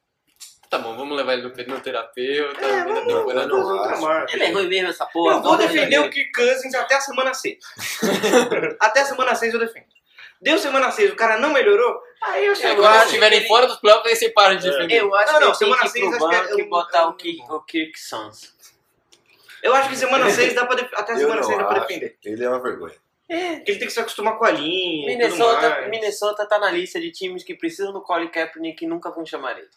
B: Tá bom, vamos levar ele no hipnoterapeuta.
E: É,
B: vida
E: vamos-
B: boa, né?
D: Eu não acho.
C: Ele é ruim mesmo essa porra.
E: Eu tá vou
C: não,
E: defender o
C: ele-
E: Kirk Cousins até a semana 6. até a semana 6 eu defendo. Deu semana 6, o cara não melhorou, aí eu sei
B: É,
E: eu
B: Quando eles
E: acho
B: estiverem
E: que ele-
B: fora dos playoffs, aí você para
C: É.
B: de defender.
C: Eu acho
E: Não,
C: que
E: não,
C: ele tem
E: semana
C: que ir
E: seis, acho
C: pro
E: que é
C: banco e
E: um-
C: botar
E: um-
C: o Kirk, o Kirk Sans.
E: Eu acho que semana 6 dá pra def- até a
D: Eu
E: semana
D: não
E: 6 dá pra
D: acho.
E: defender.
D: Ele é uma vergonha.
E: Porque ele tem que se acostumar com a linha. e tudo
C: Minnesota,
E: mais.
C: Minnesota tá na lista de times que precisam do Colin Kaepernick e nunca vão chamar ele.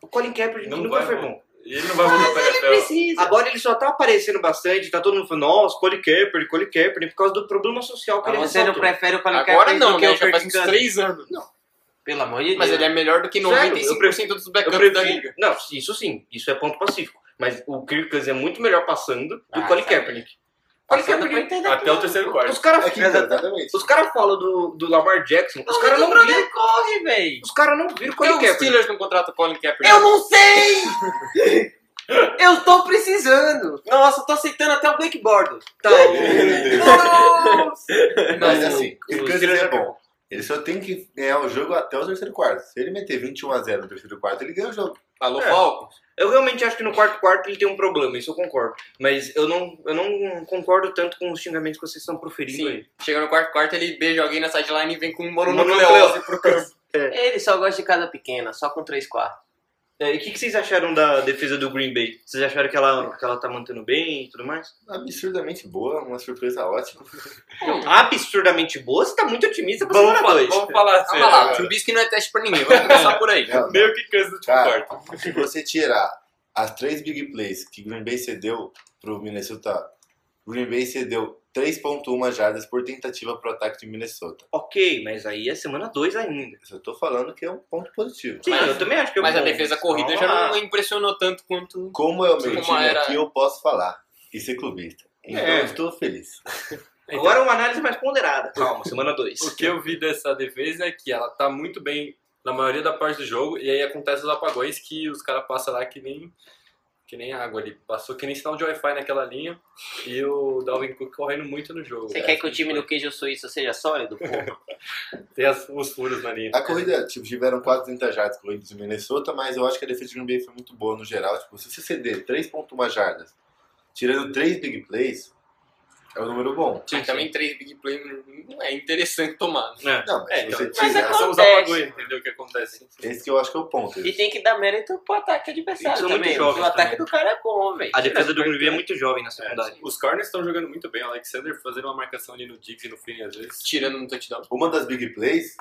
E: O Colin Kaepernick
F: Não
E: nunca
F: vai
E: foi
F: voltar.
E: bom.
F: E ele não vai voltar pra
B: Então,
F: NFL.
C: precisa.
E: Agora ele só tá aparecendo bastante, tá todo mundo falando, nossa, Colin Kaepernick, Colin Kaepernick, por causa do problema social que
C: Mas
E: ele
C: Tá você não
E: ressaltou.
C: prefere o Colin
B: Agora
C: Kaepernick
B: não,
C: do que
B: né?
C: o
B: Já faz
C: Kirk
B: uns
C: Cousins?
B: três anos.
C: Pelo amor de Deus.
B: Mas ele é melhor do que
E: Sério, eu
B: 95% dos
E: Eu
B: backups da liga.
E: prefiro... Não, isso sim, isso é ponto pacífico. Mas o Kirk Cousins é muito melhor passando do que
C: Ah,
E: o Colin
C: sabe.
E: Kaepernick. Colin
C: Passando pra
E: Kaepernick,
C: internet.
F: Até o terceiro
E: os
F: quarto.
D: É
E: caras
D: que, exatamente.
E: os cara falam do, do Lamar Jackson, os caras não
C: Bruno
E: viram.
C: corre, velho.
E: Os caras não viram
B: Por
E: Colin
C: É um
B: que os
E: Kaepernick.
B: Steelers não contratam Colin Kaepernick?
C: Eu não sei! Eu tô precisando. Nossa, eu tô aceitando até o Blake Bortles.
E: Tá,
C: Nossa!
D: Mas
B: Não,
D: assim,
E: o-
D: o
E: o
D: Kansas
E: Steelers
D: é
E: é
D: bom. Ele só tem que ganhar o jogo até o terceiro quarto. Se ele meter 21 a 0 no terceiro quarto, ele ganha o jogo.
B: Alô,
E: É.
B: Falco?
E: Eu realmente acho que no quarto quarto ele tem um problema, isso eu concordo. Mas eu não, eu não concordo tanto com os xingamentos que vocês estão proferindo aí.
B: Sim. Chega no quarto quarto, ele beija alguém na sideline e vem com um
E: Mononucleose.
B: mononucleose pro campo.
C: Ele só gosta de casa pequena, só com 3 quartos.
E: É, e o que, que vocês acharam da defesa do Green Bay? Vocês acharam que ela, que ela tá mantendo bem e tudo mais?
D: Absurdamente boa, uma surpresa ótima.
E: Absurdamente boa, você tá muito otimista pra semana 2.
F: Vamos falar assim.
B: Calma lá, o Trubisky não é teste pra ninguém. Vamos começar por aí.
D: Não,
F: Meio que cansa do último
D: Cara,
F: quarto.
D: Se você tirar as três big plays que Green Bay cedeu pro Minnesota, Green Bay cedeu 3.1 jardas por tentativa pro ataque de Minnesota.
E: Ok, mas aí é semana 2 ainda.
D: Eu só tô falando que é um ponto positivo.
E: Sim,
B: Mas-
E: eu também acho que é
B: Mas a
E: bom.
B: defesa corrida
E: Vamos
B: já
E: lá.
B: não impressionou tanto quanto...
D: Como é o
B: Como
D: meu time
B: era-
D: aqui, eu posso falar e ser clubista. Então
E: É.
D: eu estou feliz.
E: Agora é uma análise mais ponderada. Calma, semana 2.
F: O que eu vi dessa defesa é que ela tá muito bem na maioria da parte do jogo, e aí acontece os apagões que os caras passam lá que nem, que nem água ali. Passou que nem sinal de Wi-Fi naquela linha, e o Dalvin Cook correndo muito no jogo. É,
C: Você
F: cara.
C: quer que o time do queijo suíço seja sólido? Porra.
F: Tem as- os furos na linha.
D: A corrida, tipo, tiveram quase 30 jardas corridas em Minnesota, mas eu acho que a defesa de Green Bay foi muito boa no geral. Tipo, se você ceder 3.1 jardas, tirando três big plays, é um número bom.
B: Tinha também três big play, não é interessante tomar. né?
D: Não, mas
F: É,
D: se
F: então,
D: você
C: Mas
D: tirar...
C: acontece.
F: são os apagões, entendeu o que acontece.
D: Esse que eu acho que é o ponto.
C: E tem que dar mérito pro ataque adversário
E: Eles são muito
C: também.
E: jovens
C: o ataque
E: também.
C: do cara é bom, velho.
E: A defesa do Green Bay é muito jovem na secundária.
F: Os corners estão jogando muito bem, o Alexander fazendo uma marcação ali no Diggs e no Finney às vezes.
B: Tirando no touchdown.
D: Uma das big plays,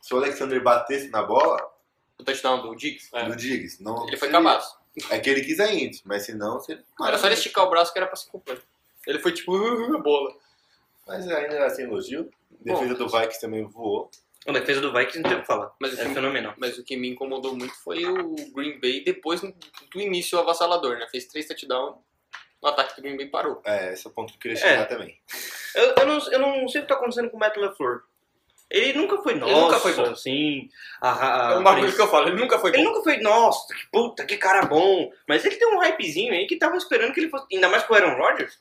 D: se o Alexander batesse na bola,
B: O touchdown do Diggs.
F: É.
D: do Diggs, não.
B: Ele foi
D: seria-
B: camaço.
D: É que ele quis a índice, mas se não, você.
B: Era só ele esticar o braço que era pra se cumprir. Ele foi tipo, uh, uh, bola.
D: Mas ainda era sem elogio. Defesa do Vikings também voou.
E: A defesa do Vikings não tem o que falar.
B: Mas
E: É
B: assim,
E: fenomenal.
B: Mas o que me incomodou muito foi o Green Bay depois do início avassalador, né? Fez três touchdowns, o ataque do Green Bay parou.
D: É, esse é o ponto que eu queria chegar também.
E: Eu, eu, não, eu não sei o que tá acontecendo com o Matt LaFleur. Ele nunca foi nosso.
B: nunca foi bom.
E: Assim, a, a-
B: é um bagulho que eu falo, ele nunca foi
E: Ele
B: bom.
E: nunca foi, nossa, que puta, que cara bom. Mas ele tem um hypezinho aí que tava esperando que ele fosse. Ainda mais com o Aaron Rodgers.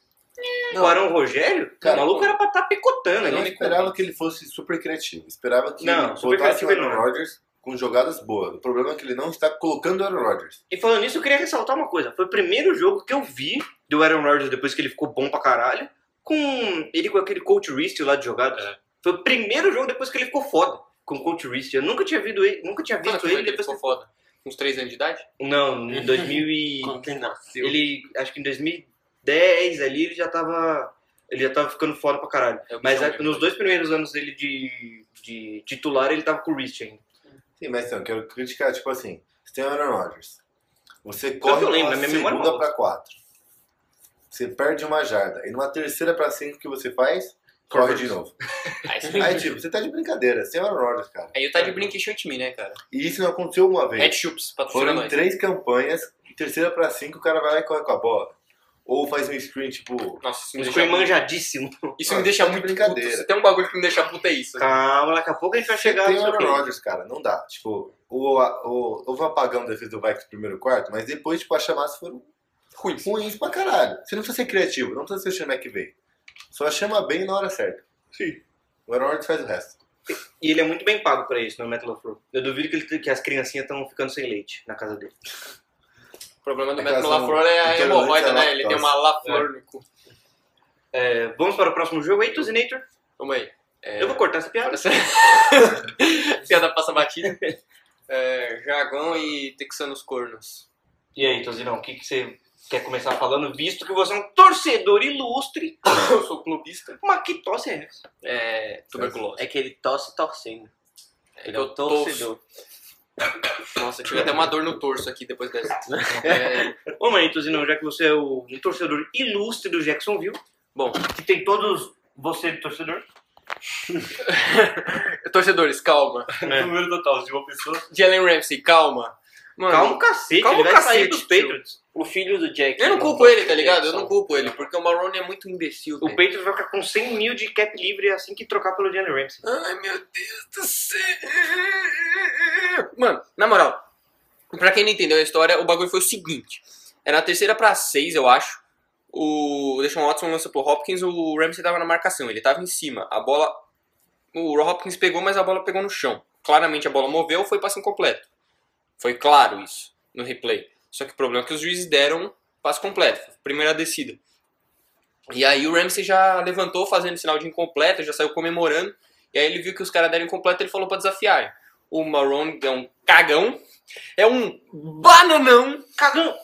E: Com o Aaron Rogério,
D: Cara,
E: o maluco era pra estar picotando
D: Eu não né?
E: ali.
D: esperava que ele fosse super criativo. Esperava que
E: Não,
D: ele
E: super
D: botasse o
E: criativo ele
D: Aaron
E: não é.
D: Rodgers com jogadas boas. O problema é que ele não está colocando o Aaron Rodgers.
E: E falando nisso, eu queria ressaltar uma coisa. Foi o primeiro jogo que eu vi do Aaron Rodgers depois que ele ficou bom pra caralho. Com ele com aquele coach Rist lá de jogadas. Foi o primeiro jogo depois que ele ficou foda com o coach Rist. Eu nunca tinha, visto ele, nunca tinha
B: Quando
E: visto
B: foi é que
E: ele
B: ele
E: depois que
B: ficou foda? Uns três anos de idade?
E: Não, em 2000 e...
C: Quando ele nasceu.
E: Ele, acho que em 2010 ali, ele já tava... Ele já tava ficando fora pra caralho.
B: É o bichão
E: Mas a-
B: mesmo.
E: nos dois primeiros anos dele de, de titular, ele tava com o Rist ainda.
D: Sim, mas então, eu quero criticar, tipo assim, você tem o Aaron Rodgers. Você
E: que
D: corre
E: eu lembro,
D: uma
E: minha memória é uma
D: segunda pra quatro. Você perde uma jarda. E numa terceira pra cinco o que você faz?
E: é
D: corre de novo.
B: Aí, você
D: Aí, tipo, você tá de brincadeira, sem Rodgers, cara.
B: aí o Tade Brinca e chute me, né, cara?
D: E isso não aconteceu uma
E: É
D: vez.
B: Pet Chups,
E: tipo,
B: patrocina
D: Foram
B: nós.
D: três campanhas, em terceira pra cinco, o cara vai lá e corre com a bola. Ou faz um screen, tipo.
B: Nossa, isso me
E: Isso
B: deixa
E: foi
B: muito,
E: manjadíssimo.
B: isso me
D: Nossa,
B: deixa
D: tá de
B: muito puto.
D: brincadeira.
B: Se tem um bagulho que me deixa puto é isso.
E: Calma, daqui a pouco a gente vai chegar.
D: tem
E: no
D: o
E: seu
D: Aaron
E: ponto.
D: Rodgers, cara, não dá. Tipo, o, o, houve um apagão da defesa do Vikings no primeiro quarto, mas depois, tipo, as chamadas foram
B: Ruim.
D: ruins pra caralho. Você não precisa ser criativo, não precisa ser o Sean McVay. Só chama bem na hora certa. Sim. O Aaron Rodgers faz o resto.
E: E ele é muito bem pago pra isso, no Metal of Row. Eu duvido que, ele- que as criancinhas estão ficando sem leite na casa dele.
B: O problema do
D: É
B: Beto
D: que elas
B: Laflor é a
D: são
B: hemorroida,
D: intolerantes à
B: né? Ele tem uma Laflor no cu.
E: É, vamos para o próximo jogo aí, Tuzinator?
B: Vamos aí. É,
E: Eu vou cortar essa piada.
B: Parece... Piada passa batida. É, Jagão e Texanos Cornos.
E: E aí, Tuzinão, o que, que você quer começar falando, visto que você é um torcedor ilustre?
B: Eu sou clubista.
E: Mas que tosse é essa?
B: É, tuberculose.
C: É que ele tosse torcendo.
B: É,
C: Ele
B: que
C: é um
B: eu torço.
C: torcedor.
B: Nossa, eu tive até uma dor no torso aqui depois dessa. É,
E: Ô, mãe, Tuzinão, já que você é o, um torcedor ilustre do Jacksonville,
B: bom,
E: que tem todos você de torcedor,
B: É, torcedores, calma.
E: né?
F: Número total de uma pessoa.
B: Jalen Ramsey, calma. Mano,
E: Calma o cacete,
B: calma
E: ele vai
B: o cacete,
E: sair dos
B: tio.
E: Patriots.
C: O filho do Jack. é
B: eu não culpo ele, tá ligado? Eu não culpo ele, porque o Marrone é muito imbecil.
E: O
B: velho.
E: Patriots vai ficar com 100 mil de cap livre assim que trocar pelo Jalen Ramsey.
B: Ai, meu Deus do céu! Mano, na moral, pra quem não entendeu a história, o bagulho foi o seguinte. Era a terceira pra seis, eu acho. O Deshaun Watson lançou pro Hopkins, o Ramsey tava na marcação, ele tava em cima. A bola... O Hopkins pegou, mas a bola pegou no chão. Claramente a bola moveu, foi passe incompleto. Foi claro isso no replay. Só que o problema é que os juízes deram passe completo. Primeira descida. E aí o Ramsey já levantou fazendo sinal de incompleto, já saiu comemorando. E aí ele viu que os caras deram incompleto, ele falou pra desafiar. O Marrone é um cagão, é um bananão.
E: Cagão!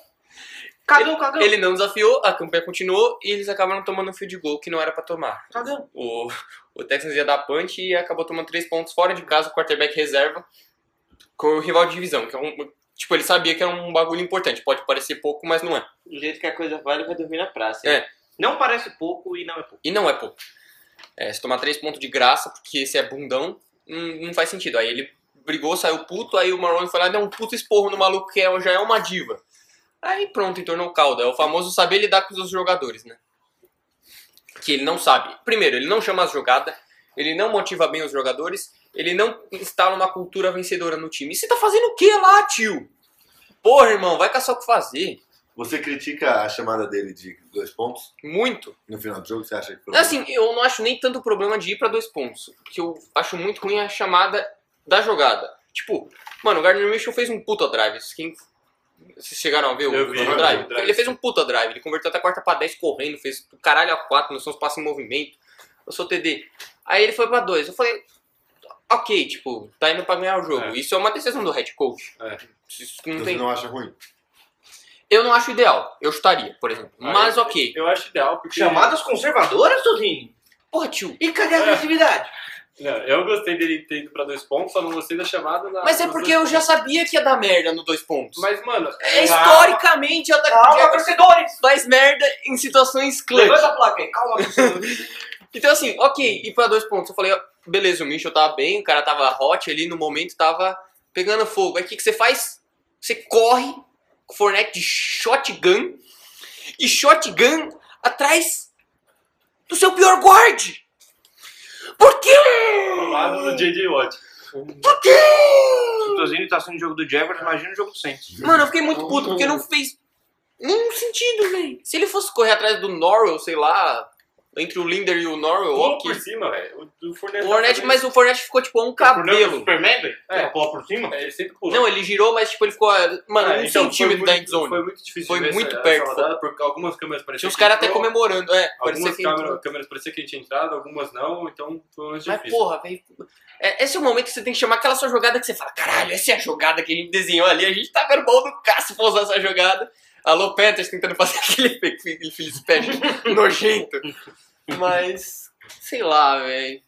E: Cagão, cagão!
B: Ele não desafiou, a campanha continuou e eles acabaram tomando um field goal que não era pra tomar.
E: Cagão!
B: O, o Texans ia dar punch e acabou tomando três pontos fora de casa, o quarterback reserva, com o rival de divisão, que é um... Tipo, ele sabia que era um bagulho importante. Pode parecer pouco, mas não é.
C: Do jeito que a coisa vai, ele vai dormir na praça.
B: É.
E: Não parece pouco e não é pouco.
B: E não é pouco. É, se tomar três pontos de graça, porque esse é bundão, não, não faz sentido. Aí ele brigou, saiu puto, aí o Marrone foi lá e deu um puto esporro no maluco que é- já é uma diva. Aí pronto, entornou calda. É o famoso saber lidar com os outros jogadores, né? Que ele não sabe. Primeiro, ele não chama as jogadas, ele não motiva bem os jogadores, ele não instala uma cultura vencedora no time. E você tá fazendo o que lá, tio? Porra, irmão, vai caçar o que fazer.
D: Você critica a chamada dele de dois pontos
B: Muito.
D: no final do jogo? Você acha que foi.
B: Assim, eu não acho nem tanto problema de ir pra dois pontos. O que eu acho muito ruim é a chamada da jogada. Tipo, mano, o Gardner Mitchell fez um puta drive. Quem... Vocês chegaram a ver o,
F: Eu vi,
B: o
F: eu
B: drive?
F: vi o drive,
B: Ele fez um puta drive. Ele converteu até a quarta pra 10 correndo, fez o caralho a 4, não são os passos em movimento. Eu sou TD. Aí ele foi pra dois. Eu falei, ok, tipo, tá indo pra ganhar o jogo.
F: É.
B: Isso é uma decisão do head coach.
F: É.
B: Isso
D: Você
B: não tem...
D: não acha ruim? É
B: Eu não acho ideal. Eu chutaria, por exemplo.
F: Aí-
B: Mas ok.
F: Eu acho ideal porque.
E: Chamadas conservadoras, Tuzinho?
B: Porra, tio.
E: E cadê a agressividade?
F: Não, eu gostei dele ter ido pra dois pontos, só não gostei da chamada. Na,
B: Mas é
F: nos
B: porque
F: dois
B: eu já
F: pontos.
B: sabia que ia dar merda no dois pontos.
F: Mas, mano.
B: É historicamente o ataque do
E: Calma,
B: Jaguars
E: torcedores!
B: faz merda em situações clutch.
E: Levanta a placa aí, calma, torcedores.
B: Então assim, ok, e pra dois pontos. Eu falei, ó, beleza, o Mitchell tava bem, o cara tava hot ali, no momento tava pegando fogo. Aí o que, que você faz? Você corre com o Fournette de shotgun e shotgun atrás do seu pior guard. Por quê?
F: Do lado do J.J. Watt.
B: Por quê?
E: O Tuzinho tá sendo o jogo do Jaguars, imagina o jogo do Saints.
B: Mano, eu fiquei muito puto porque não fez nenhum sentido, velho. Se ele fosse correr atrás do Norwell, sei lá, entre o Linder e o Norwell,
F: Pula
B: ok.
F: por cima, velho. O, o Fournette. tá
B: O Fournette, mas o Fournette ficou tipo a um cabelo.
E: Superman, velho?
F: É.
E: Ela pula por cima?
F: É, ele sempre pula.
B: Não, ele girou, mas tipo, ele ficou, ah, mano,
F: É,
B: um
F: então, foi
B: centímetro da
F: muito-
B: endzone.
F: Foi muito difícil.
B: Foi
F: de ver
B: muito
F: essa,
B: perto,
F: Essa rodada, porque algumas câmeras pareciam.
B: Tinha os caras
F: que
B: até
F: entrou,
B: comemorando, é. Parecia
F: Algumas
B: que.
F: câmeras, câmeras parecia que tinha entrado, algumas não, então foi um lance
B: Mas
F: difícil.
B: porra, velho. é- Esse é o momento que você tem que chamar aquela sua jogada que você fala: caralho, essa é a jogada que a gente desenhou ali. A gente tá vendo o bom do Cássio pra usar essa jogada. Alô, Panthers tentando fazer aquele, aquele Felipe nojento. Mas, sei lá, velho.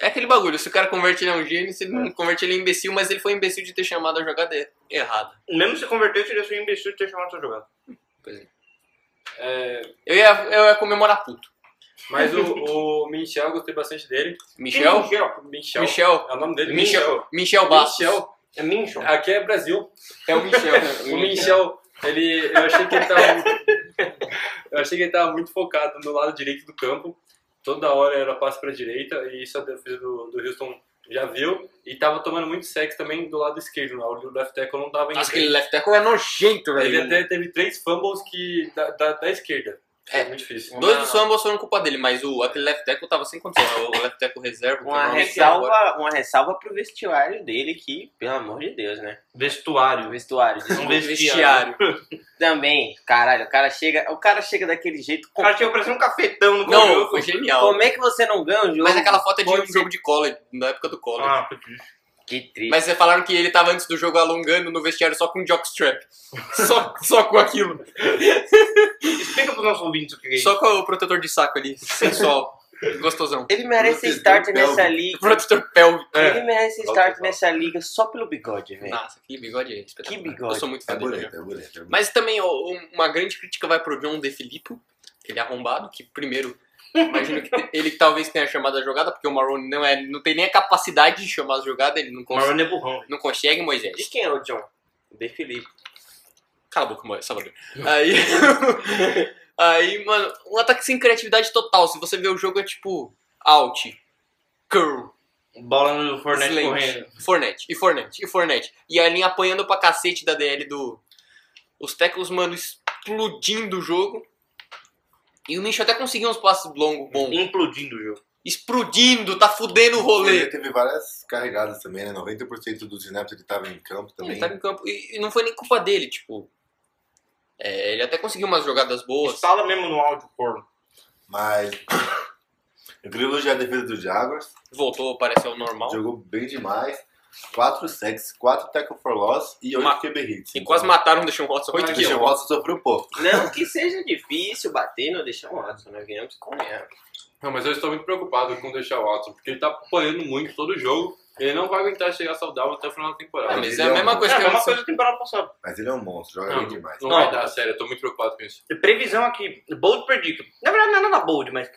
B: É aquele bagulho: se o cara converte ele é um gênio, se ele não converte ele é um imbecil, mas ele foi imbecil de ter chamado a jogada er- errada.
E: Mesmo se converter, seria um seu imbecil de ter chamado sua jogada.
B: Eu ia, eu ia comemorar puto.
F: É, Mas o, o Michel, eu gostei bastante dele.
B: Michel?
F: Michel.
B: Michel.
F: É o nome dele?
B: Michel. Michel Bastos.
F: Michel.
E: É Minchon.
F: Aqui é Brasil.
B: É o Michel.
F: O Michel, ele, eu achei que ele tava, eu achei que ele tava muito focado no lado direito do campo. Toda hora era passe para direita e isso a defesa do, do Houston já viu. E tava tomando muito sexo também do lado esquerdo. né? O left tackle não tava indo
B: Nossa,
F: bem.
B: aquele left tackle é nojento,
F: Ele
B: velho.
F: até teve três fumbles que da, da, da esquerda. É
B: É.
F: muito difícil.
B: Dois dos fumbles foram culpa dele, mas o, aquele left tackle tava sem condição. né? O left tackle reserva. que eu
C: Uma
B: não sei agora.
C: ressalva, uma ressalva pro vestiário dele que, pelo amor de Deus, né?
E: Vestuário.
C: Vestuário.
B: Um
C: desculpa.
B: vestiário.
C: Também, caralho, o cara chega, o cara chega daquele jeito.
E: O
C: com-
E: cara chegou parecendo um cafetão no
B: Não,
E: jogo.
B: foi genial.
C: Como é que você não ganha o jogo?
B: Mas aquela foto é de um
C: Pode ser.
B: jogo de college, na época do college.
E: Ah,
C: Que triste.
B: Mas vocês falaram que ele tava antes do jogo alongando no vestiário só com jockstrap. Só, só com aquilo.
E: explica pros nossos ouvintes o que é isso.
B: Só com o protetor de saco ali, sensual. Gostosão.
C: Ele merece
D: Protetor
C: start
D: pélvico.
C: nessa liga.
B: Protetor pélvico.
C: Ele merece start
D: Volta,
C: nessa liga só pelo bigode, velho.
B: Nossa, aquele bigode é espetacular.
C: Que bigode.
B: Eu sou muito
D: É
B: fã dele. né?
D: bonito, é bonito. é bonito.
B: Mas também ó, um- uma grande crítica vai pro John De Filippo, ele é arrombado, que primeiro, imagino que te- ele talvez tenha chamado a jogada, porque o Marrone não, é, não tem nem a capacidade de chamar a jogada, ele não,
E: O
B: cons
E: Marone é burrão.
B: não consegue, Moisés.
C: De quem é o John? De Felipe.
B: Cala a boca, Moisés, Salvador. Aí, aí, mano, um ataque sem criatividade total. Se você vê o jogo, é tipo out, curl,
E: Bola no Fornette
B: Slate.
E: correndo.
B: Fornette, e Fornette, e Fornette. E a linha apanhando pra cacete da DL do. Os tackles, mano, explodindo o jogo. E o Mincho até conseguiu uns passes longos bons.
E: Implodindo o jogo.
B: Explodindo, tá fudendo o
D: Ele
B: rolê.
D: teve várias carregadas também, né? 90% dos snaps ele tava em campo também.
B: Ele tá- tava em campo. E e não foi nem culpa dele, tipo. É, ele até conseguiu umas jogadas boas.
E: Estala mesmo no áudio, porno.
D: Mas. Eu queria elogiar a defesa do Jaguars.
B: Voltou, parece ao normal.
D: Jogou bem demais. 4 sacks, 4 tackle for loss e 8
B: Ma-
D: QB hits.
B: E quase mataram o Deshaun Watson.
D: Então,
B: Oito
D: o
B: quilos.
D: Deshaun Watson sofreu pouco.
C: Não que seja difícil bater no Deixar Watson, né? Viemos com ela.
F: Não, mas eu estou muito preocupado com deixar o Watson, porque ele tá apanhando muito todo jogo. Ele não vai aguentar chegar saudável até o final da temporada.
B: Ah, mas é a mesma
E: É
B: coisa
E: a
B: que
E: mesma
B: aconteceu.
E: coisa da temporada passada.
D: Mas ele é um monstro, joga
F: Não,
D: bem demais.
F: não,
E: Não.
F: vai dar, sério, eu tô muito preocupado com isso.
E: Previsão aqui. Bold prediction. Na verdade, não é nada bold, mas...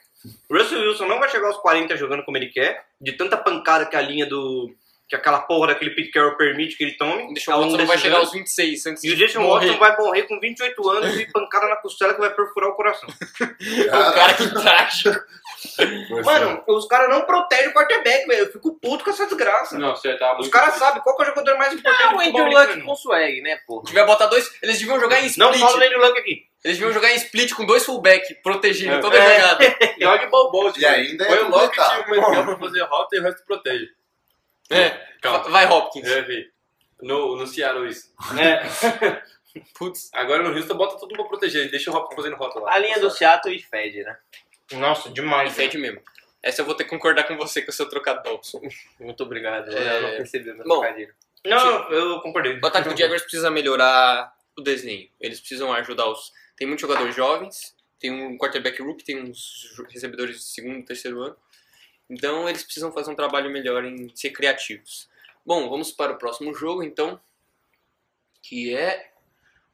E: Russell Wilson não vai chegar aos 40 jogando como ele quer. De tanta pancada que a linha do... Que aquela porra daquele Pete Carroll permite que ele tome.
B: O
E: ao
B: Deshaun
E: longo
B: Watson não vai
E: desses
B: chegar
E: anos.
B: aos 26 antes
E: E
B: de
E: o Jason
B: morrer.
E: Watson vai morrer com 28 anos e pancada na costela que vai perfurar o coração.
B: O cara que trágico.
E: Mano, os caras não protegem o quarterback, velho. Eu fico puto com essa desgraça.
F: Não, sério, tá
E: Os
F: muito
E: caras sabem qual que é o jogador mais importante
C: Ah, O
E: do
C: Andrew
E: futebol
C: Luck
E: americano.
C: com swag, né, pô?
B: Tiver botar dois, eles deviam jogar em split.
E: Não fala do Andrew Luck aqui.
B: Eles deviam jogar em split com dois fullback protegido
F: É.
B: toda
E: É.
B: jogada.
F: Jogue bobol,
D: E
F: tipo,
D: ainda
F: põe
D: é
F: o Loki e
D: complicado.
F: o Metcalf pra fazer rota e o resto protege.
B: É.
F: Calma, É.
B: Vai, Hopkins.
F: eu errei. No, no Seattle isso.
B: Putz.
F: Agora no Houston bota tudo pra proteger, deixa o Hopkins fazendo rota lá.
C: A linha do Seattle e Fed, né?
E: Nossa,
B: E
E: demais.
B: fede É mesmo. Essa eu vou ter que concordar com você com o seu trocado Dawson.
C: Muito obrigado. né?
B: É.
C: Eu não percebi o meu
B: Bom,
C: trocadilho.
E: Não, eu concordei.
B: O ataque do Jaguars precisa melhorar o desenho. Eles precisam ajudar os. Tem muitos jogadores jovens, tem um quarterback rookie, tem uns jo- recebedores de segundo, terceiro ano. Então eles precisam fazer um trabalho melhor em ser criativos. Bom, vamos para o próximo jogo então. Que é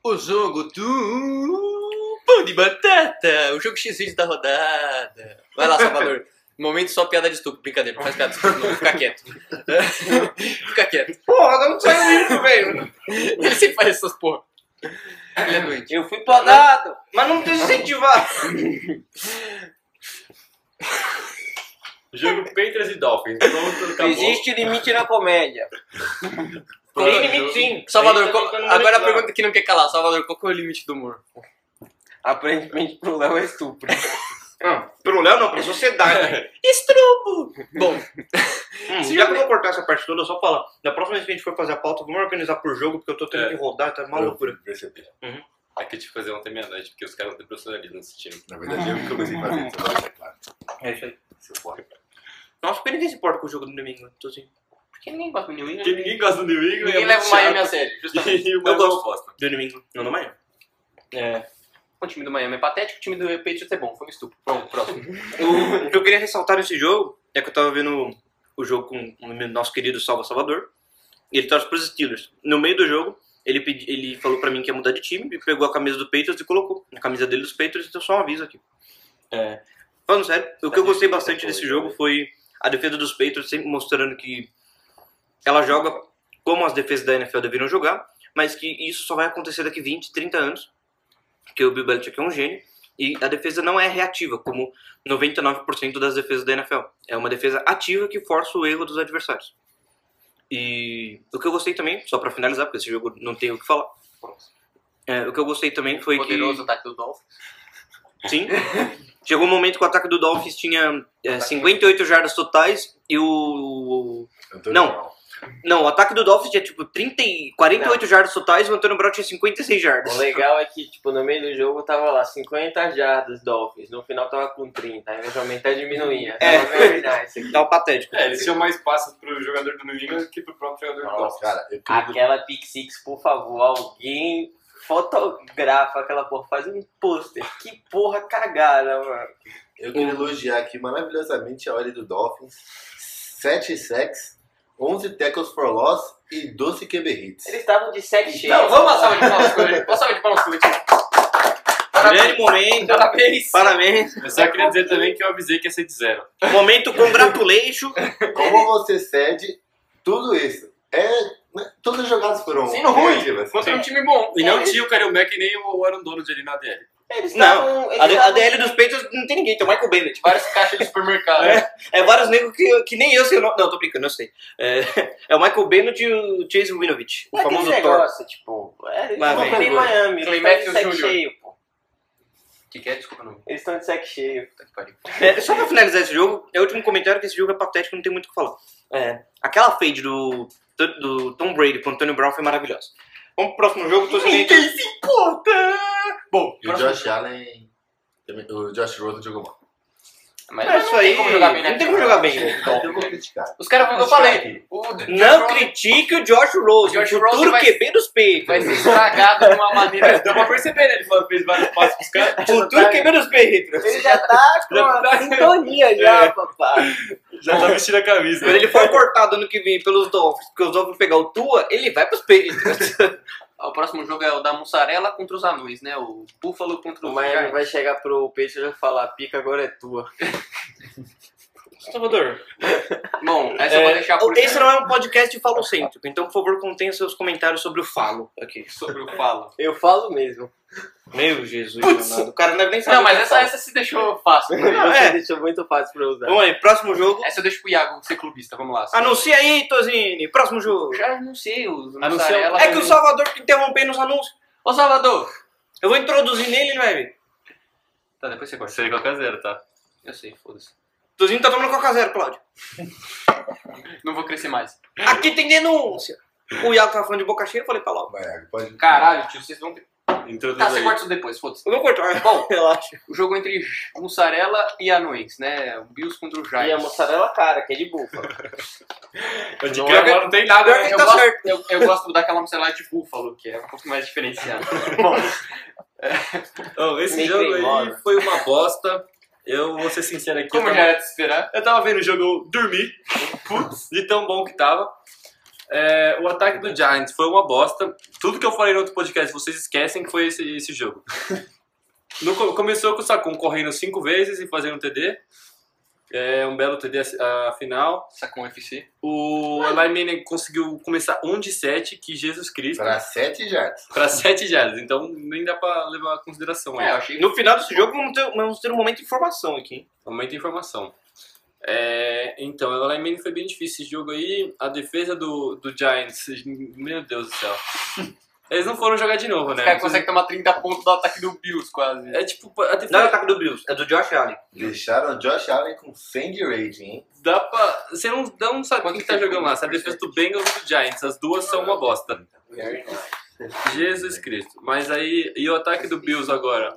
B: o jogo do Pão de Batata! O jogo X-Vídeos da rodada! Vai lá, Salvador. Momento só piada de estupro, brincadeira, não faz piada de estupro, não. Fica quieto. Fica quieto.
E: Porra, não saiu isso, velho.
B: Ele sempre faz essas porra. Ele é doente.
C: Eu fui podado!
E: Mas não precisa incentivar.
F: Jogo Panthers e Dolphins. Pronto, acabou.
C: Existe limite na comédia.
E: Tem limite sim.
B: Salvador,
E: Aí
B: qual-
E: tá tentando
B: agora a
E: manipular.
B: pergunta que não quer calar. Salvador, qual que é o limite do humor?
C: Aparentemente pro Léo é estupro.
E: Ah, pelo Léo não, pra sociedade.
B: Estrubo! Bom,
E: Hum,
B: Sim,
E: já que
B: né?
E: eu vou cortar essa parte toda, eu só falar. Da próxima vez que a gente for fazer a pauta, vamos organizar por jogo, porque eu tô tendo
F: É.
E: que rodar, tá uma loucura.
D: Eu percebi.
F: Aqui eu tive que fazer ontem meia-noite, porque os caras não têm profissionalismo nesse time.
D: Na verdade, eu que comecei a fazer isso. agora, claro.
E: É isso aí.
D: Seu porra.
E: Nossa, porque ninguém se importa com o jogo do domingo. Tô assim.
B: porque ninguém gosta do New
F: Porque ninguém gosta do New England,
B: Ninguém
F: é
B: leva o
F: muito
B: Miami a
F: chato.
B: sério, justamente.
F: E o Miami é uma bosta.
E: Do domingo. Não, do manhã. É.
B: O time do Miami é patético, o time do Patriots é bom. Foi um estupro. Pronto, próximo.
E: O, o que eu queria ressaltar nesse jogo é que eu tava vendo o jogo com o meu- nosso querido Salva Salvador. E ele torce pros Steelers. No meio do jogo, ele, pedi, ele falou pra mim que ia mudar de time, e pegou a camisa do Patriots e colocou. A camisa dele dos Patriots, então só um aviso aqui. É. Falando sério, o que eu gostei bastante desse jogo foi a defesa dos Patriots sempre mostrando que ela joga como as defesas da NFL deveriam jogar, mas que isso só vai acontecer daqui 20, 30 anos, que o Bill Belichick é um gênio, e a defesa não é reativa, como 99% das defesas da NFL. É uma defesa ativa que força o erro dos adversários. E o que eu gostei também, só pra finalizar, porque esse jogo não tem o que falar, é, o que eu gostei também foi que...
B: Poderoso ataque do Dolphins.
E: Sim. Chegou um momento que o ataque do Dolphins tinha é, 58 jardas totais e o.
D: Antônio
E: Não.
D: Brown.
E: Não, o ataque do Dolphins tinha tipo 30 e 48 jardas totais e o Antônio Brown tinha 56
C: O
E: jardas.
C: legal é que, tipo, no meio do jogo tava lá 50 jardas Dolphins, no final tava com 30, aí eventualmente até diminuía.
E: É.
C: Tava very nice aqui.
E: Tava Tá patético.
F: É, eles tinham mais passes pro jogador do New England que pro próprio jogador do
D: Nossa,
F: Dolphins.
D: cara, eu
B: Ah,
D: queria...
C: Aquela Pick Six, por favor, alguém fotografa aquela porra, faz um pôster. Que porra cagada, mano.
D: Eu queria elogiar aqui maravilhosamente a OL do Dolphins. 7 sacks, 11 tackles for loss e 12 QB hits.
C: Eles estavam de sete cheios.
B: Não, vamos passar de palmas pro Vamos passar de palmas pro
E: Grande momento.
B: Parabéns.
E: Parabéns.
F: Eu só queria dizer também que eu avisei que ia ser de zero.
E: Momento congratulation.
D: Como você cede tudo isso? É, né, todas as jogadas foram
B: Sendo ruim.
D: criativas.
B: Contra um time bom.
F: E não tinha o Karel Mack e nem o Aaron Donald ali na DL.
C: Eles
E: Não,
C: estavam. eles
E: A, D- a
C: estavam-
E: DL dos Peitos não tem ninguém, tem o Michael Bennett.
B: Várias caixas de supermercado.
E: É. É vários negros que, que nem eu sei o nome. Não, tô brincando, eu sei. É, é o Michael Bennett e o Chase Winovich, o
C: Mas aquele
E: famoso Thor.
C: negócio, tipo, é, eles
E: Lá
C: estão
E: vem.
C: em Miami,
B: Clay
C: eles
B: Matthews
C: estão de sec
B: Jr.
C: cheio, pô.
B: Que que é? Desculpa, não.
C: Eles estão de sec cheio.
B: Puta que pariu.
E: É, só pra finalizar esse jogo, é o último comentário que esse jogo é patético, não tem muito o que falar. É, aquela fade do, do Tom Brady com o Antonio Brown foi maravilhosa. Vamos pro próximo jogo, tô sentindo.
B: se importa? Bom,
D: E o Josh Allen. também- O Josh Rosen jogou mal.
B: Mas,
E: É isso aí,
B: não tem como jogar bem, né?
E: não tem como jogar bem.
D: Então, eu vou criticar.
B: Os caras, eu falei, o
E: Não
B: Josh Rosen
E: critique o Josh Rose,
B: Josh
E: o
B: Rosen
E: futuro
B: vai-
E: QB dos
B: vai
E: Patriots.
B: ser estragado de uma maneira...
F: Dá pra perceber, né? Ele falou que fez vários passos pros caras.
E: Futuro QB dos Patriots.
C: tá Ele já tá com
F: Já
C: a sintonia já, papai.
F: Já tá vestindo a camisa.
E: Quando ele for cortado ano que vem pelos Dolphins, porque os Dolphins pegar o Tua, ele vai pros Patriots.
B: O próximo jogo é o da Mussarela contra os Anões, né? O Buffalo contra
C: O
B: os
C: Miami
B: Giants.
C: vai chegar pro Peixe e vai falar, pica agora é tua.
E: Salvador.
B: Bom, essa eu vou deixar por
E: Esse não é um podcast de falocêntrico, então por favor contenha seus comentários sobre o falo aqui.
B: sobre o falo.
C: Eu falo mesmo.
E: Meu Jesus, amado. o cara não deve nem saber.
B: Não,
E: o
B: mas
E: que
B: essa,
E: fala.
B: essa se deixou fácil.
E: Ah,
C: Você
E: é.
C: deixou muito fácil pra eu usar.
E: Vamos aí, próximo jogo.
B: Essa eu deixo pro Iago ser clubista, vamos lá.
E: Anuncia aí, Tozini. Próximo jogo.
B: Eu já anunciei os
F: Anuncia-
B: Mussarela.
E: É que o Salvador fica interrompendo os anúncios.
B: Ô, Salvador!
E: Eu vou introduzir nele, não é? velho?
B: Tá, depois você corta.
F: Sei qual que é zero, tá?
B: Eu sei, foda-se.
E: Tozini tá tomando Coca Zero, Cláudio.
B: Não vou crescer mais.
E: Aqui tem denúncia. O Iago tava falando de boca cheia, eu falei pra lá.
D: Vai, pode...
B: Caralho, tio, vocês vão ter...
F: Introduz
B: Tá, você
F: aí.
B: corta isso depois, foda-se.
E: Eu vou cortar.
B: Bom.
E: relaxa.
B: O jogo é entre Mussarela e Anões, né? O Bills contra o Giants.
C: E a mussarela cara, que é de bufa.
F: Eu de
B: Não
F: que
B: é-
F: agora não tem nada,
E: Pior
F: né?
E: que
B: Eu
E: tá
B: gosto-
E: certo.
B: Eu, eu gosto daquela mussarela de búfalo, que é um pouco mais diferenciada.
F: Ô, esse
C: Meio
F: jogo aí
C: cremosa.
F: foi uma bosta. Eu vou ser sincero aqui. tá
B: Como
F: eu
B: já
F: tava,
B: era de se esperar.
F: eu tava vendo o jogo, eu dormi. Putz, de tão bom que tava. É, o ataque do Giants foi uma bosta. Tudo que eu falei no outro podcast, vocês esquecem que foi esse, esse jogo. No co- começou com o Sacon correndo cinco vezes e fazendo TD. É um belo TD a, a final.
B: Sacou um FC.
F: O Eli Manning conseguiu começar 1 de 7, que Jesus Cristo,
D: Pra 7 jardas.
F: pra 7 jardas. Então nem dá pra levar em consideração
B: É, eu
F: aí.
B: achei.
E: No final desse jogo vamos ter, vamos ter um momento de informação aqui. hein?
F: Aumenta a informação. É, então, o Eli Manning foi bem difícil esse jogo aí. A defesa do, do Giants, meu Deus do céu. Eles não foram jogar de novo,
B: Os
F: né?
B: caras conseguem tomar 30 pontos do ataque do Bills, quase.
F: É tipo, a defesa...
E: Não é o ataque do Bills, é do Josh Allen.
D: Deixaram o Josh Allen com 100 de rating, hein?
F: Dá pra... Você não, não sabe
B: Quanto
F: quem que
B: que
F: tá
B: foi?
F: jogando lá. Se é a defesa do Bengals ou do Giants. As duas são uma bosta. Jesus Cristo. Mas aí... E o ataque do Bills agora?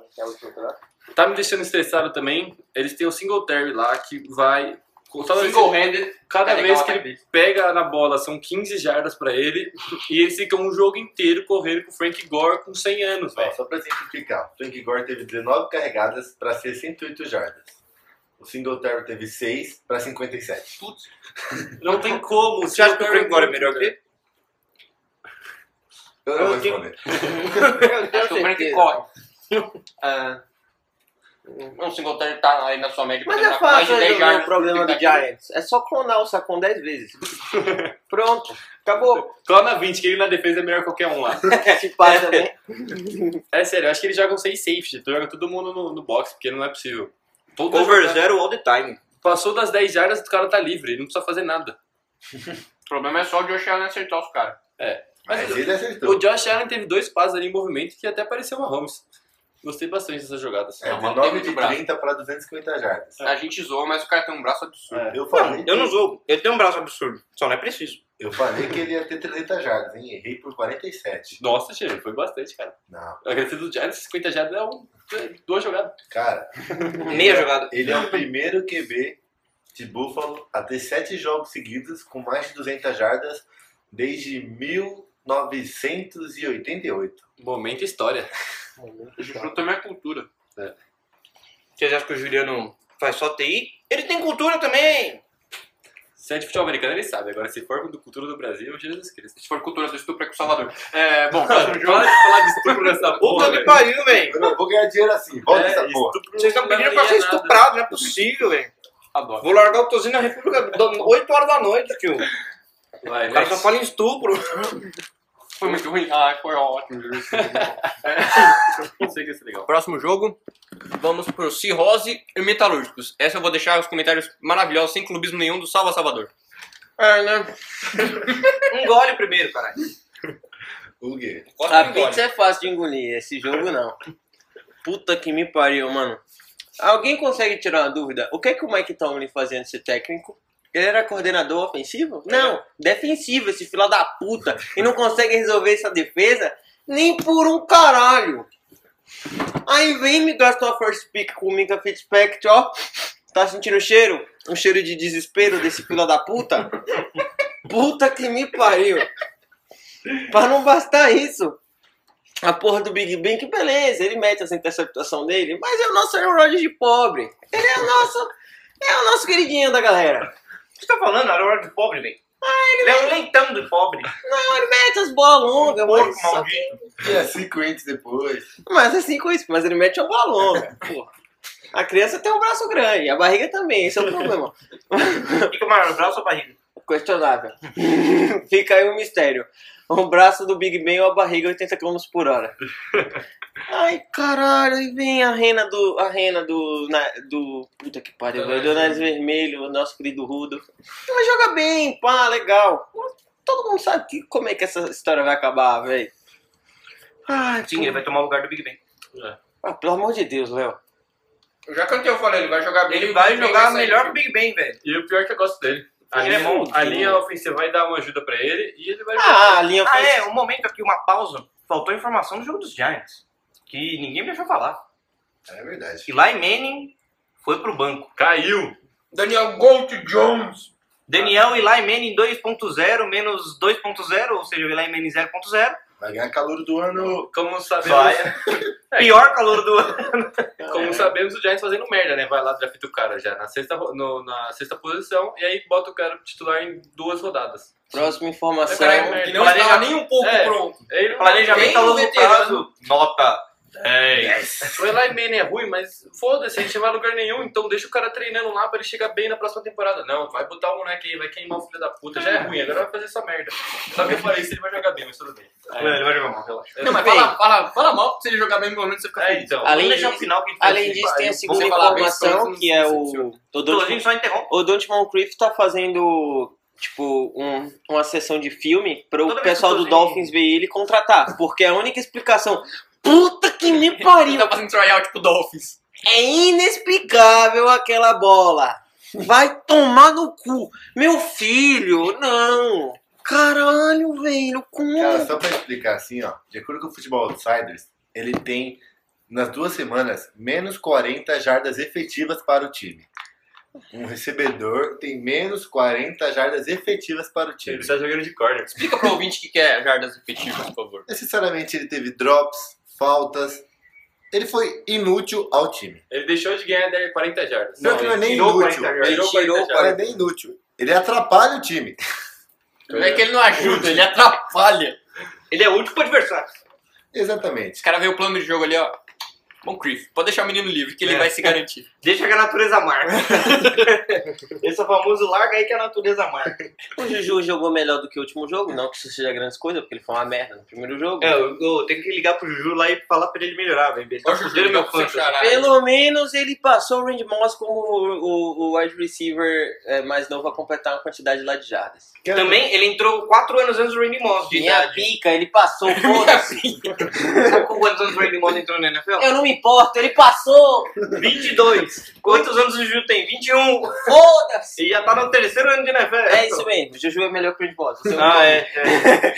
F: Tá me deixando estressado também. Eles têm o Singletary lá que vai... Toda vez-
B: Single-handed. Tá
F: Cada vez
B: legal,
F: que
B: né?
F: ele pega na bola, são 15 jardas pra ele. E eles ficam um jogo inteiro correndo com o Frank Gore com 100 anos,
D: Ó,
F: velho.
D: só pra simplificar, o Frank Gore teve 19 carregadas pra ser 108 jardas. O Singletary teve 6 pra 57.
F: Não tem como.
E: Você acha que o Frank Gore é melhor que ele?
D: Eu não vou
E: Eu digo-
D: responder.
C: Eu tenho
B: Acho que o Frank
C: certeza.
B: corre. Ah, O Singletary tá aí na sua média pra
C: Mas é
B: terminar com mais
C: fácil
B: de 10
C: resolver o
B: jardas.
C: problema do
B: Tem que dar-
C: Giants. É só clonar o Sacon 10 vezes. Pronto. Acabou.
F: Clona 20, que ele na defesa é melhor que qualquer um lá.
C: Se né? pá também.
F: É sério, eu acho que eles jogam sem safety. Tu joga todo mundo no, no box, porque não é possível. Toda
E: Over
F: jogada-
E: zero all the time.
F: Passou das 10 jardas, o cara tá livre, ele não precisa fazer nada.
B: O problema é só o Josh Allen acertar os caras.
D: Mas ele
F: O
D: acertou.
F: Josh Allen teve dois passes ali em movimento que até pareceu uma Holmes. Gostei bastante dessas jogadas.
D: É,
B: Não, mas não tem
D: 19
B: muito
D: de
B: braço. É.
D: 30 para 250 jardas.
B: A gente zoa, mas o cara tem um braço absurdo.
F: É.
D: Eu falei,
E: É. Eu não zoo. Ele tem um braço absurdo. Só não é preciso.
D: eu falei que ele ia ter 300 jardas, hein? Errei por 47.
F: Nossa, cheiro, foi bastante, cara.
D: Não,
F: A defesa do Giants, 50 jardas é um, é duas jogadas.
D: cara,
E: Meia jogada.
D: ele é o primeiro QB de Buffalo a ter 7 jogos seguidos com mais de 200 jardas desde 1988.
F: Momento história.
B: Juju também é cultura.
E: Vocês acham que o Juliano faz só TI? Ele tem cultura também.
F: Se é de futebol americano, ele sabe. Agora, se for do cultura do Brasil, Jesus Cristo.
B: Se for cultura do estupro, é com o Salvador. É, bom, próximo jogo.
F: Para de falar de estupro nessa porra,
E: Puta que
F: velho.
E: pariu, velho.
D: Eu não vou ganhar dinheiro assim, volta essa porra.
F: estupro
E: Vocês estão
F: não
E: pedindo pra
F: valia
E: ser
F: nada.
E: estuprado, não é possível, velho.
B: Adoro.
E: Vou largar o Tozinho na República 8 horas da noite, tio.
F: Vai,
E: O cara só
F: next.
E: fala em estupro.
B: Foi muito ruim? Ah, foi ótimo.
F: Não É, sei que ia ser legal.
B: Próximo jogo, vamos pro Cirrose e Metalúrgicos. Essa eu vou deixar os comentários maravilhosos, sem clubismo nenhum, do Salva Salvador. É, né?
E: Um gole primeiro, caralho.
D: O quê?
C: A pizza é fácil de engolir. Esse jogo não. Puta que me pariu, mano. Alguém consegue tirar uma dúvida? O que é que o Mike Tomlin fazia antes de ser técnico? Ele era coordenador ofensivo? Não, defensivo, esse fila da puta. E não consegue resolver essa defesa nem por um caralho. Aí vem me gastar uma first pick com o Minka Fitzpatrick, ó. Tá sentindo o cheiro? Um cheiro de desespero desse fila da puta? Puta que me pariu. Pra não bastar isso. A porra do Big Ben, que beleza, ele mete essa interceptação dele, mas é o nosso Aaron Rodgers de pobre. Ele é o nosso. É o nosso queridinho da galera.
E: Você tá falando? Era hora de pobre, velho. Ele é um leitão de pobre.
C: Não, ele mete as bolas longas, mas, só-
D: E é 50 depois.
C: mas assim com isso, mas ele mete a bola longa. porra. A criança tem um braço grande, a barriga também, esse é o problema.
E: Fica maior o braço ou a barriga?
C: Questionável. Fica aí o mistério. O braço do Big Ben ou a barriga 80 km por hora. Ai, caralho, aí vem a rena do. A rena do. na- do puta que pariu, velho. Do nariz vermelho, o nosso querido Rudo. Ela joga bem, pá, legal. Todo mundo sabe que, como é que essa história vai acabar, velho. Ai,
E: Sim, ele vai tomar o lugar do Big Ben.
C: ah, pelo amor de Deus, Léo.
B: Eu já cantei, eu falei, ele vai jogar bem.
E: Ele vai
B: bem,
E: jogar
B: sair
E: melhor que
B: do
E: o Big Ben, velho.
F: E o pior é que eu gosto dele. A
E: Ele é
F: linha,
E: bom,
F: a
E: sim.
F: linha ofensiva vai dar uma ajuda pra ele e ele vai
C: Ah, a linha
E: Ah,
C: foi.
E: é, um momento aqui, uma pausa. Faltou informação do jogo dos Giants. Que ninguém me deixou falar.
D: É verdade.
E: Que Eli Manning foi pro banco.
F: Caiu!
B: Daniel Gold Jones.
E: Daniel Eli Manning 2.0 menos 2.0, ou seja, o Eli Manning 0.0.
D: Vai ganhar calor do ano.
F: Como sabemos,
E: Vai. Pior calor do ano.
F: como sabemos, o Giants fazendo merda, né? Vai lá, drafta o cara já na sexta, ro- no- na sexta posição e aí bota o cara titular em duas rodadas.
C: Próxima
F: Tá
B: O
C: informação.
B: cara que não
E: Planeja-
B: estava nem um pouco
F: É.
B: pronto.
F: Ele não-
E: Planejamento
B: Bem
E: a longo
B: um veterano.
E: prazo. Nota 10.
F: O Eli Manning é ruim, mas foda-se, ele não vai a lugar nenhum, então deixa o cara treinando lá pra ele chegar bem na próxima temporada. Não, vai botar o moleque aí, vai queimar o filho da puta, já é ruim, agora vai fazer essa merda. Só que eu falei isso, ele vai jogar bem, mas tudo bem.
E: É. Não, Ele vai jogar mal, relaxa.
B: Não, mas
C: Bem.
B: fala, fala, fala mal, se ele jogar bem, pelo menos você fica
F: É,
B: feliz.
F: então.
C: Além
E: Vamos deixar um
C: disso-
E: final que a gente
C: Além
E: vai-
C: disso, tem a segunda
B: Você falar bem, pelo
C: informação,
B: menos
C: que é
B: você
C: o. o
E: Então, a
C: Dodge-
E: gente só interrompe.
C: O Don't Moncrief tá fazendo, tipo, um- uma sessão de filme para
E: Toda
C: o
E: vez
C: pessoal
E: que eu
C: do
E: tô vendo-
C: Dolphins ver ele e contratar. Porque a única explicação. Puta que me pariu!
B: Tá fazendo tryout pro Dolphins.
C: É inexplicável aquela bola. Vai tomar no cu. Meu filho, não. Caralho, velho,
D: Cara,
C: como?
D: só pra explicar assim, ó. De acordo com o Futebol Outsiders, ele tem, nas duas semanas, menos 40 jardas efetivas para o time. Um recebedor tem menos 40 jardas efetivas para o
F: Ele
D: time.
F: está jogando de corner.
B: Explica pro ouvinte que quer jardas efetivas, por favor.
D: Necessariamente ele teve drops, faltas. Ele foi inútil ao time.
F: Ele deixou de ganhar 10, 40 jardas.
D: Não, que não é nem
F: tirou
D: inútil.
F: 40
D: Ele
F: jardas. Tirou
B: tirou
F: 40
D: Não
F: jardas.
D: é nem inútil. Ele atrapalha o time.
B: Não é que ele não ajuda, ele atrapalha.
E: Ele é útil pro adversário.
D: Exatamente.
B: Esse cara vê o plano de jogo ali, ó. Bom, Creef, pode deixar o menino livre, que ele
E: É.
B: vai se garantir.
E: Deixa que a natureza marca. Esse é o famoso larga aí que a natureza marca.
C: O Juju jogou melhor do que o último jogo, não que isso seja grandes coisas, porque ele foi uma merda no primeiro jogo.
E: É, eu, eu tenho que ligar pro Juju lá e falar pra ele melhorar, velho. Ele
B: Ó,
E: tá
B: Juju,
E: fudendo
B: liga
E: meu
B: pro seu
E: fantasy.
B: xará.
C: Pelo menos ele passou o Randy Moss como o, o, o wide receiver é, mais novo a completar uma quantidade lá de jardas.
D: é
E: Também, ele entrou 4 anos antes do Randy Moss de
C: Minha
E: idade.
C: pica, ele passou, foda-se.
E: Sabe quantos anos o Randy Moss entrou na NFL?
C: Eu não me importo, ele passou,
E: 22. Quantos anos o Juju tem? 21.
C: foda-se.
E: E já tá no terceiro ano de NFL.
C: É isso mesmo, o Juju é melhor que o Randy Moss. você não
E: Ah, é.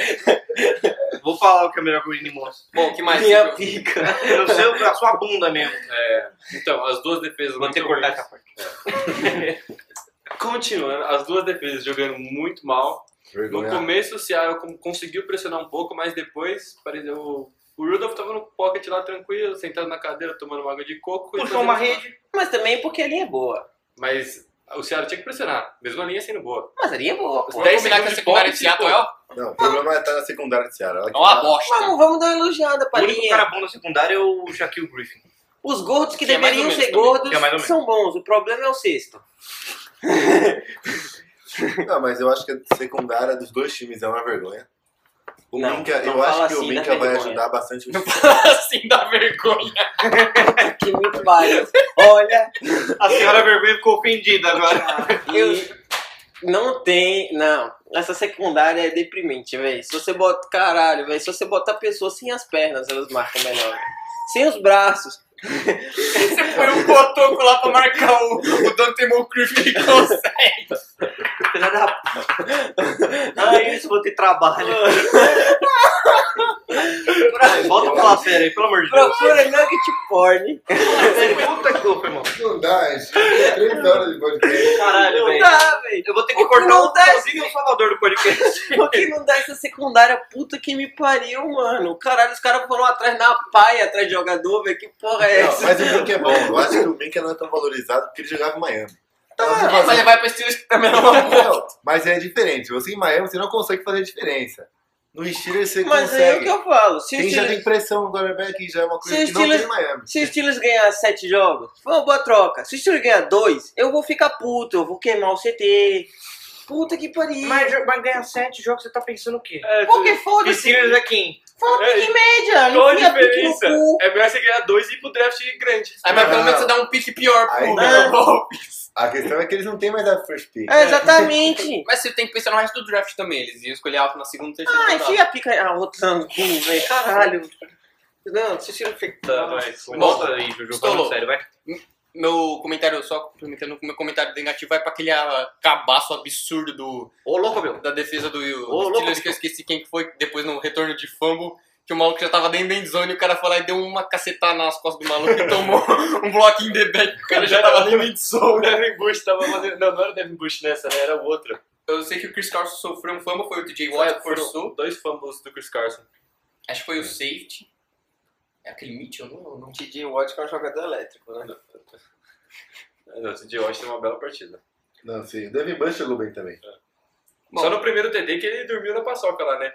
E: é. Vou falar o que é melhor pro Randy Moss.
B: Bom, o que é mais?
C: Minha
B: Silvio?
C: pica.
E: No seu, na sua bunda mesmo.
F: É, então, as duas defesas.
E: Vou ter que
F: muito
E: cortar
F: ruins.
E: essa parte.
F: É. Continuando, as duas defesas jogando muito mal. No
D: Vergonha.
F: começo, o Seattle com- conseguiu pressionar um pouco, mas depois pareceu. O, o Rudolph tava no pocket lá tranquilo, sentado na cadeira, tomando uma água de coco. e
E: Puxou
F: fazendo-
E: uma rede.
C: Mas também porque a linha é boa.
F: Mas o Seattle tinha que pressionar, mesmo a linha sendo boa.
C: Mas a linha é boa, pô.
F: Pô,
B: Dez segundos de
F: secundária
B: pobre,
F: de
B: esse ato é ó,
D: Não, o problema é estar na secundária de Ceará. Ela que
B: é uma
D: tá-
B: bosta.
C: Vamos, vamos dar uma elogiada
E: O
C: pra
E: único
C: linha.
E: cara bom no secundário é o Shaquille Griffin.
C: Os gordos que,
B: Que é mais
C: deveriam
B: ou menos
C: ser
B: também.
C: gordos
E: Que é mais ou menos.
C: são bons. O problema é o sexto.
D: Não, mas eu acho que a secundária dos dois times é uma vergonha. O
C: Não,
D: Minka,
C: não
D: eu
C: fala
D: acho que o
C: assim, dá
D: Minka vai
C: vergonha.
D: ajudar bastante o time.
B: assim, dá vergonha.
C: Que muito mais. Olha,
E: A senhora vergonha ficou ofendida agora.
C: eu não tem. Não. Essa secundária é deprimente, velho. Se você bota. Caralho, velho. Se você botar pessoas sem as pernas, elas marcam melhor. Sem os braços.
B: Você põe um cotoco lá pra marcar o, o Dante Moncrief ele consegue.
E: Filha da p. Ah, isso, vou ter trabalho. Ai, Volta pra falar sério aí, pelo amor de Deus.
C: Procura nugget porn.
E: Puta que pariu, irmão.
D: Não dá, gente. Três horas de podcast.
E: Caralho,
C: Não
E: velho.
C: dá, velho.
E: Eu vou ter
C: O
E: que
C: que
E: cortar
C: não
E: o
C: dá,
E: sozinho o salvador do podcast.
C: Por que não dá é essa secundária puta que me pariu, mano? Caralho, os caras foram atrás na paia, atrás de jogador, velho. Que porra é
D: Não,
C: essa?
D: mas o Minka é bom. Eu acho que o Minka não é tão valorizado porque ele jogava em Miami.
C: É,
D: Então, você fala
B: Mas ele vai pra Steelers que também não vai.
D: Não, mas é diferente. Você em Miami, você não consegue fazer diferença. No Steelers, você
C: Mas é o
D: consegue.
C: que eu falo. Se
D: Tem, já
C: o Steelers,
D: tem pressão no quarterback, já é uma coisa
C: Se o
D: que não tem em
C: Steelers-
D: Miami.
C: se o Steelers ganhar sete jogos, foi uma boa troca. Se o Steelers ganhar dois, eu vou ficar puto, eu vou queimar o CT. Puta que pariu.
E: ganhar sete jogos, você tá pensando o quê?
F: É,
C: Porque foda-se.
E: Piscinas é quem?
C: Foi uma pique média.
F: Qual
C: Não
F: a
C: tinha pique no
F: diferença?
C: cu.
F: É melhor você ganhar dois e ir pro draft grande.
E: É,
B: Aí, mas pelo menos você dá um pique pior pro
D: Aí
C: dá.
B: Dolphins.
D: A questão é que eles não têm mais a first pick.
C: É, exatamente.
B: Mas você tem que pensar no resto do draft também. Eles iam escolher alto na segunda, terceira
C: Ah,
B: rodada.
C: enfia a pica ah, rotando o cu, velho. Caralho. Não, se o Steelers
E: Tá, vai.
B: Volta
E: aí, Juju,
B: falando
E: sério, vai.
B: Meu comentário, só complementando, meu comentário negativo vai pra aquele ah, cabaço absurdo do,
E: Ô, louco, meu.
B: da defesa do
E: Ô, louco,
B: Steelers, que eu esqueci quem que foi, depois no retorno de fumble, que o maluco já tava dentro da endzone, e o cara foi lá e deu uma cacetada nas costas do maluco e tomou um bloquinho de back, o cara já tava dentro da
F: O
B: endzone.
F: Devin Bush tava fazendo. Não, não era o Devin Bush nessa, né? Era o outro.
B: Eu sei que o Chris Carson sofreu um fumble, foi o TJ Watt que forçou,
F: dois fumbles do Chris Carson.
B: acho que foi o safety. É aquele Mitchell, não, não.
C: TJ Watt que é um jogador elétrico, né?
F: Não, o TJ Watt tem uma bela partida.
D: Não, sim. O Devin Bush jogou bem também.
B: Bom.
F: Só no primeiro TD que ele dormiu na paçoca lá, né?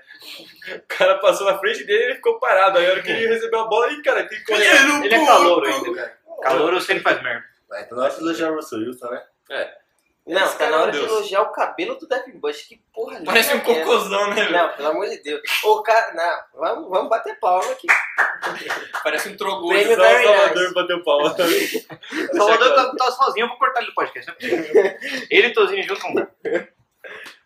F: O cara passou na frente dele e ele ficou parado. Aí a hora que ele recebeu a bola, e cara, tem que correr.
E: Ele é calor ainda, cara. Calor
F: assim,
E: eu sei que faz merda.
D: Ah, então nós elogiamos o Russell Wilson, né?
C: Não,
F: Esse
C: tá
F: cara é
C: na
F: um
C: hora
F: deus.
C: de elogiar o cabelo do Devin Bush. Que porra linda
B: Parece um
C: que é.
B: cocôzão, né? velho?
C: Não, pelo amor de Deus. O cara. Não, vamos, vamos bater palma aqui.
B: Parece um
C: Prêmio
B: trogoso.
F: Só o
C: Very
F: Salvador
C: nice.
F: bateu palma.
E: O Salvador tá, tá sozinho, eu vou cortar ele do podcast. não é possível. Ele e Tozinho junto com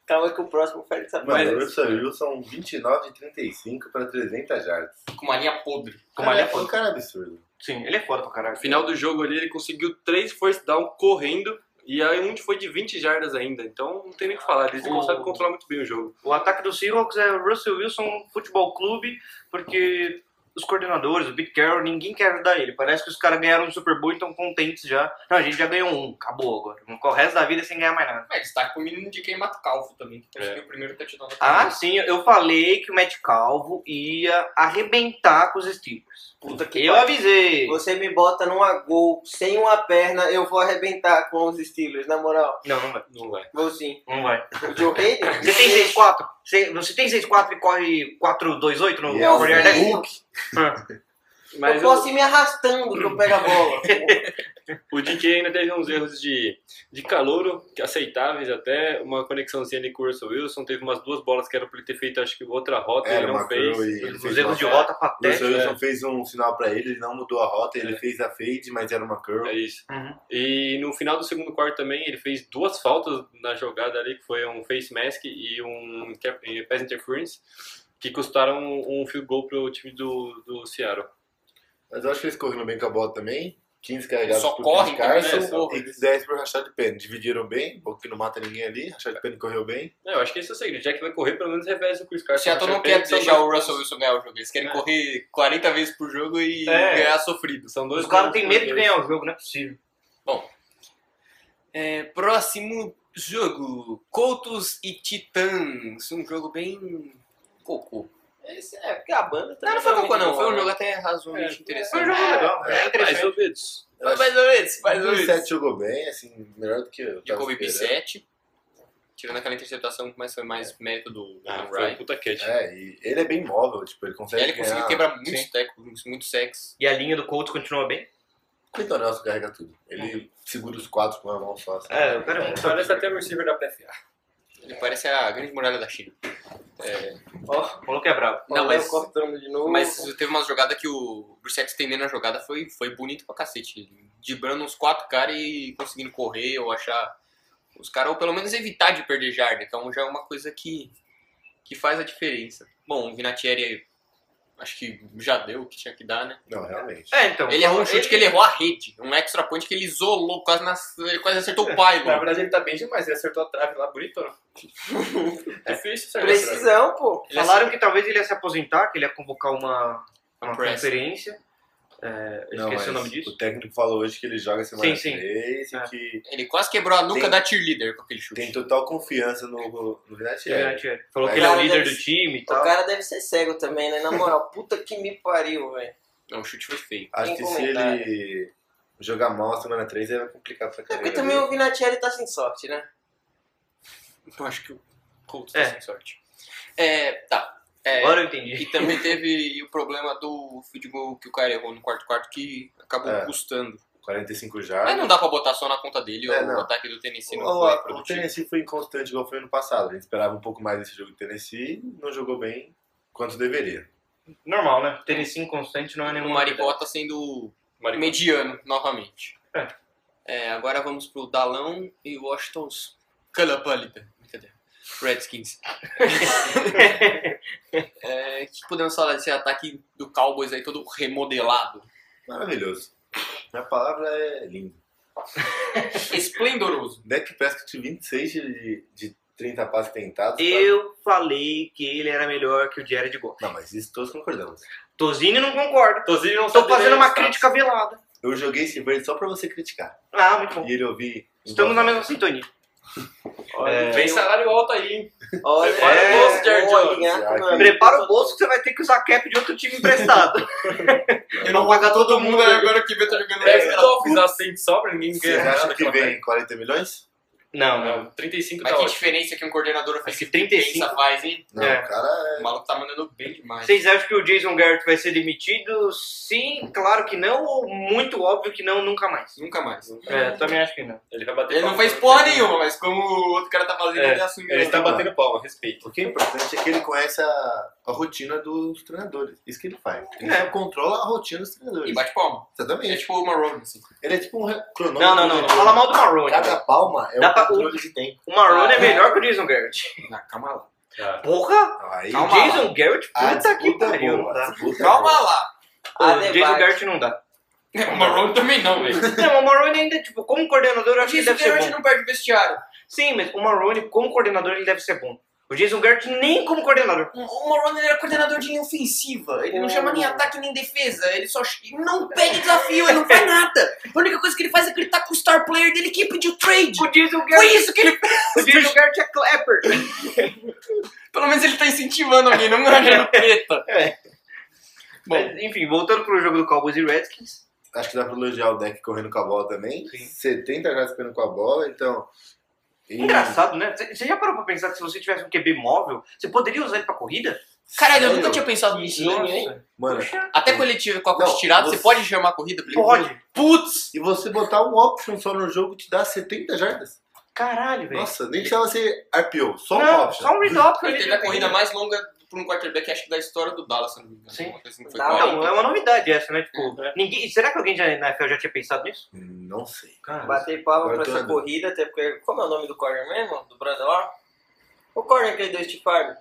C: Calma que o próximo Félix
D: Mano, o Russell Wilson 29 de 35 para 300 jardas.
B: Com uma linha podre.
E: Como ele é
D: Cara,
E: foda.
D: o cara é absurdo.
E: Sim, ele é foda pra caralho.
F: No final do jogo ali, ele conseguiu três force down correndo. E aí um foi de 20 jardas ainda. Então não tem nem o que falar. Eles
E: O-
F: conseguem controlar muito bem o jogo.
E: O ataque do Seahawks é o Russell Wilson Futebol Clube, porque os coordenadores, o Pete Carroll, ninguém quer ajudar ele. Parece que os caras ganharam um Super Bowl e estão contentes já. Não, a gente já ganhou um, acabou agora. Vamos correr o resto da vida sem ganhar mais nada.
B: É, destaque pro menino de quem mata o calvo também, que conseguiu o primeiro touchdown da
E: Ah,
B: carreira.
E: sim, eu falei que o Matt Calvo ia arrebentar com os Steelers.
C: Puta que
E: Eu
C: pariu.
E: avisei.
C: Você me bota numa gol sem uma perna, eu vou arrebentar com os Steelers, na moral.
E: Não, não vai.
F: Não é. vai.
C: Vou sim.
E: Não vai.
C: O Joe Hayden?
E: Você tem 6-4? Você- Você tem 6-4 e corre 4-2-8 no
B: né?
D: E é um
E: Warrior Deck?
D: Hulk.
F: Mas
C: eu
F: o,
C: posso ir me arrastando que eu pego a bola.
F: o DK ainda teve uns erros de, de calouro, que aceitáveis até, uma conexãozinha ali com o Russell Wilson, teve umas duas bolas que era pra ele ter feito, acho que outra rota, e
D: Era
F: ele não
D: uma
F: fez.
D: curl e ele
E: Os
D: fez
E: erros
D: uma-
E: de rota
D: O Russell
B: né?
E: patéticos.
D: Wilson fez um sinal pra ele, ele não mudou a rota, ele fez a fade, mas era uma curl.
F: É isso.
E: Uhum.
F: E no final do segundo quarto também ele fez duas faltas na jogada ali, que foi um face mask e um cap- eh, pass interference, que custaram um um field goal pro time do, do Seattle.
D: Mas eu acho que eles correram bem com a bola também. 15 carregados
B: Só
D: por
B: correm
D: Chris
B: também,
D: Carson
B: né? Só-
D: e 10 pro Rachad Penny. Dividiram bem, o que não mata ninguém ali. Rachad Penny correu bem.
F: É, eu acho que esse é o segredo. Já que vai correr, pelo menos revés o Chris
B: O
F: Carson.
B: Seattle não
F: Acho que
B: quer
F: são
B: deixar
F: dois-
B: o Russell Wilson ganhar o jogo. Eles querem
F: É.
B: correr 40 vezes por jogo e
E: É.
B: ganhar sofrido.
F: São dois
E: Os caras
F: gols
E: têm
F: por
E: medo de
F: dois.
E: ganhar o jogo, não é possível.
B: É, próximo jogo: Colts e Titãs. Um jogo bem. cocô.
C: Esse é, porque a banda
B: Não,
C: também
B: não foi cocô, não.
C: muito
B: Foi um
C: boa,
B: jogo
C: né?
B: até razoavelmente
E: Foi um
B: interessante.
E: jogo legal.
F: É, mais ou menos.
B: Mas mais ou menos, mais ou
D: o
B: menos.
D: Bissett jogou bem, assim, melhor do que eu.
B: de
D: tava
F: Tá,
B: Kobe
D: esperando.
B: P7. Tirando aquela interceptação, mas foi mais mérito do
F: Ah,
B: Ryan
F: foi um
B: Wright.
F: puta catch.
D: É, e ele é bem móvel, tipo, ele consegue
B: Ele conseguiu
F: Ah,
D: ganhar-
B: quebrar muitos tecos, muitos sex.
E: E a linha do Colts continua bem?
D: Então, né, O Quinton Nelson carrega tudo. Ele segura os quatro com uma mão só. assim.
E: É, o cara é muito
F: Parece até o receiver da PFA.
B: Ele parece a grande muralha da China.
E: Ó, o maluco é brabo.
B: Não, mas,
C: cortando de novo.
B: mas teve uma jogada que o Brissette estendendo a jogada foi, foi bonito pra cacete. Dibrando uns quatro caras e conseguindo correr ou achar os caras, ou pelo menos evitar de perder jarda. Então já é uma coisa que, que faz a diferença. Bom, o Vinatieri acho que já deu o que tinha que dar, né?
D: Não, realmente.
E: É, então.
B: Ele errou um chute que ele errou a rede. Um extra point que ele isolou, quase, nas- ele quase acertou o pai,
G: Na verdade ele tá bem demais, ele acertou a trave lá, bonito, não?
F: né? Difícil, certo?
C: Precisão, pô.
F: é
E: Falaram que talvez ele ia se aposentar, que ele ia convocar uma, uma conferência. É, eu
D: Não,
E: esqueci o
D: mas
E: nome disso.
D: O técnico falou hoje que ele joga semana
E: Sim, sim.
D: 3 e
E: É.
D: que
B: Ele quase quebrou a nuca
D: Tem-
B: da cheerleader com aquele chute.
D: tem total confiança no, no Vinatieri.
E: Ele Falou
D: Mas-
E: que ele é o
C: Cara,
E: líder
C: deve-
E: do time e
C: O
F: então.
E: tal.
C: cara deve ser cego também, né? Na moral, puta que me pariu, velho.
B: Não, Então, o chute foi feio.
D: Acho que
C: Tem
D: se
C: comentário.
D: ele jogar mal a semana 3, ele vai complicar pra
C: É
D: carreira.
C: porque também
D: dele.
C: o Vinatieri tá sem sorte, né?
B: Eu Então, acho que o Colts
E: É.
B: tá sem sorte. É, tá. É,
E: Agora eu entendi.
B: e também teve o problema do field goal que o cara errou no quarto-quarto que acabou
D: É.
B: custando.
D: 45
B: Mas
D: já.
B: não dá pra botar só na conta dele.
D: É,
B: o
D: não.
B: ataque do Tennessee não
D: O,
B: foi
D: o
B: produtivo.
D: Tennessee foi inconstante igual foi ano passado. A gente esperava um pouco mais desse jogo do Tennessee, não jogou bem quanto deveria.
E: Normal, né? Tênis inconstante não é
B: O
E: nenhuma novidade.
B: Maricota sendo
F: Maricota.
B: mediano novamente. É, agora vamos pro Dalão e Washington's Calapalita. Brincadeira. Redskins. é, que podemos falar desse ataque do Cowboys aí todo remodelado?
D: Maravilhoso. Minha palavra é linda.
B: Esplendoroso.
D: Deck Prescott 26 de, de 30 passes tentados.
E: Eu falei que ele era melhor que o Jared Goff.
D: Não, mas isso todos concordamos.
E: Tozini não concorda.
F: Tozinho não
E: Tô
F: sabe tá.
E: fazendo
F: nem
E: uma
F: os status.
E: crítica velada.
D: Eu joguei esse verde só pra você criticar.
E: Ah, muito bom.
D: E ele ouvir.
E: Estamos na mesma sintonia. É,
F: Vem salário alto aí, hein?
C: Olha,
F: Prepara
E: o bolso,
F: Jared
C: olha,
F: Jones.
C: hein,
D: Jared.
C: mano.
E: Prepara o bolso que você vai ter que usar cap de outro time emprestado.
B: Eu não pagar todo mundo aí agora que vê tá jogando
F: É,
B: extra.
F: os Dolphins assim, sobra, ninguém
D: Você
F: ganha nada
D: acha que
F: daquela
D: vem 40 milhões?
E: Não,
F: Ah, Não, 35
B: Mas
F: tá
B: que
F: ótimo.
B: diferença que um coordenador
E: Acho que
B: ofensivo
E: 35.
B: pensa faz, hein?
D: Não,
E: É.
D: o cara
B: O maluco tá mandando bem demais.
E: Vocês acham que o Jason Garrett vai ser demitido? Sim, claro que não, ou muito óbvio que não, nunca mais.
B: Nunca mais.
E: É, eu também acho que não.
F: Ele vai bater
B: Ele não
F: palma.
B: fez porra nenhuma, mas como o outro cara tá fazendo,
E: É,
B: ele assumiu.
F: Ele está batendo palma, respeito.
D: O que é importante é que ele conhece a, a rotina dos treinadores. Isso que ele faz. Ele
E: É.
D: só controla a rotina dos
B: E
D: treinadores.
B: bate palma. É
D: Exatamente.
B: tipo o Marrone, assim.
D: Ele é tipo um re- cronômetro.
E: Não, não, não. não. Fala mal do Marrone.
D: Cada palma é
E: Dá
D: um
E: pra-
D: controle de tempo.
E: O Marrone é melhor que o Jason Garrett.
B: Ah, calma lá.
F: Tá.
E: Porra!
D: Aí,
E: o
B: Calma lá.
E: Jason Garrett,
D: a
E: puta que
D: disputa é
E: pariu, tá? não
D: boa, a
E: dá.
D: disputa é boa.
B: Calma lá.
E: O
C: debate.
E: Jason Garrett não dá.
B: É, O Marrone também não, velho.
E: Não, o Marrone ainda, tipo, como coordenador, eu
B: O
E: acho que ele deve ser
B: Jason
E: bom.
B: não perde vestiário.
E: Sim, mas o Marrone, como coordenador, ele deve ser bom. O Jason Garrett nem como coordenador.
B: O Marrone ele era coordenador de linha ofensiva. Ele não
C: Oh.
B: chama nem ataque nem defesa. Ele só ch- ele não pede desafio, ele não faz nada. A única coisa que ele faz é gritar com o star player dele que pediu trade.
E: O Jason
B: Foi
E: Garrett,
B: isso que ele.
E: o Jason Garrett é clapper.
B: Pelo menos ele tá incentivando alguém, não é? arranjando
E: É.
B: treta. Bom,
E: Mas, enfim, voltando pro jogo do Cowboys e Redskins.
D: Acho que dá pra elogiar o deck correndo com a bola também.
E: Sim.
D: 70 jardas correndo com a bola, então. e-
E: Engraçado, né? Você já parou pra pensar que se você tivesse um QB móvel, você poderia usar ele pra corrida?
B: Caralho, eu nunca
D: Sério?
B: tinha pensado nisso. né?
D: Mano,
B: Até coletiva com a
D: Não,
B: coxa tirada,
D: você-
B: você pode chamar a corrida? pra ele?
E: Pode.
B: Putz!
D: e você botar um option só no jogo te dá 70 jardas?
E: Caralho, velho.
D: Nossa, nem precisava ser RPO, só um
E: Não,
D: option.
E: só um redop.
B: Ele teve a corrida mais longa por um quarterback, acho que da história do Dallas, se eu não me engano.
E: Sim.
B: Uma coisa assim, foi
E: Não,
B: 40.
E: é uma novidade essa, né? Tipo, ninguém... será que alguém já, na NFL já tinha pensado nisso?
D: Não sei.
C: Batei palma pra
D: Agora
C: essa
D: tudo.
C: corrida, até porque. Como é o nome do corner mesmo? Do Brandon? O corner que ele deu Steve Farm.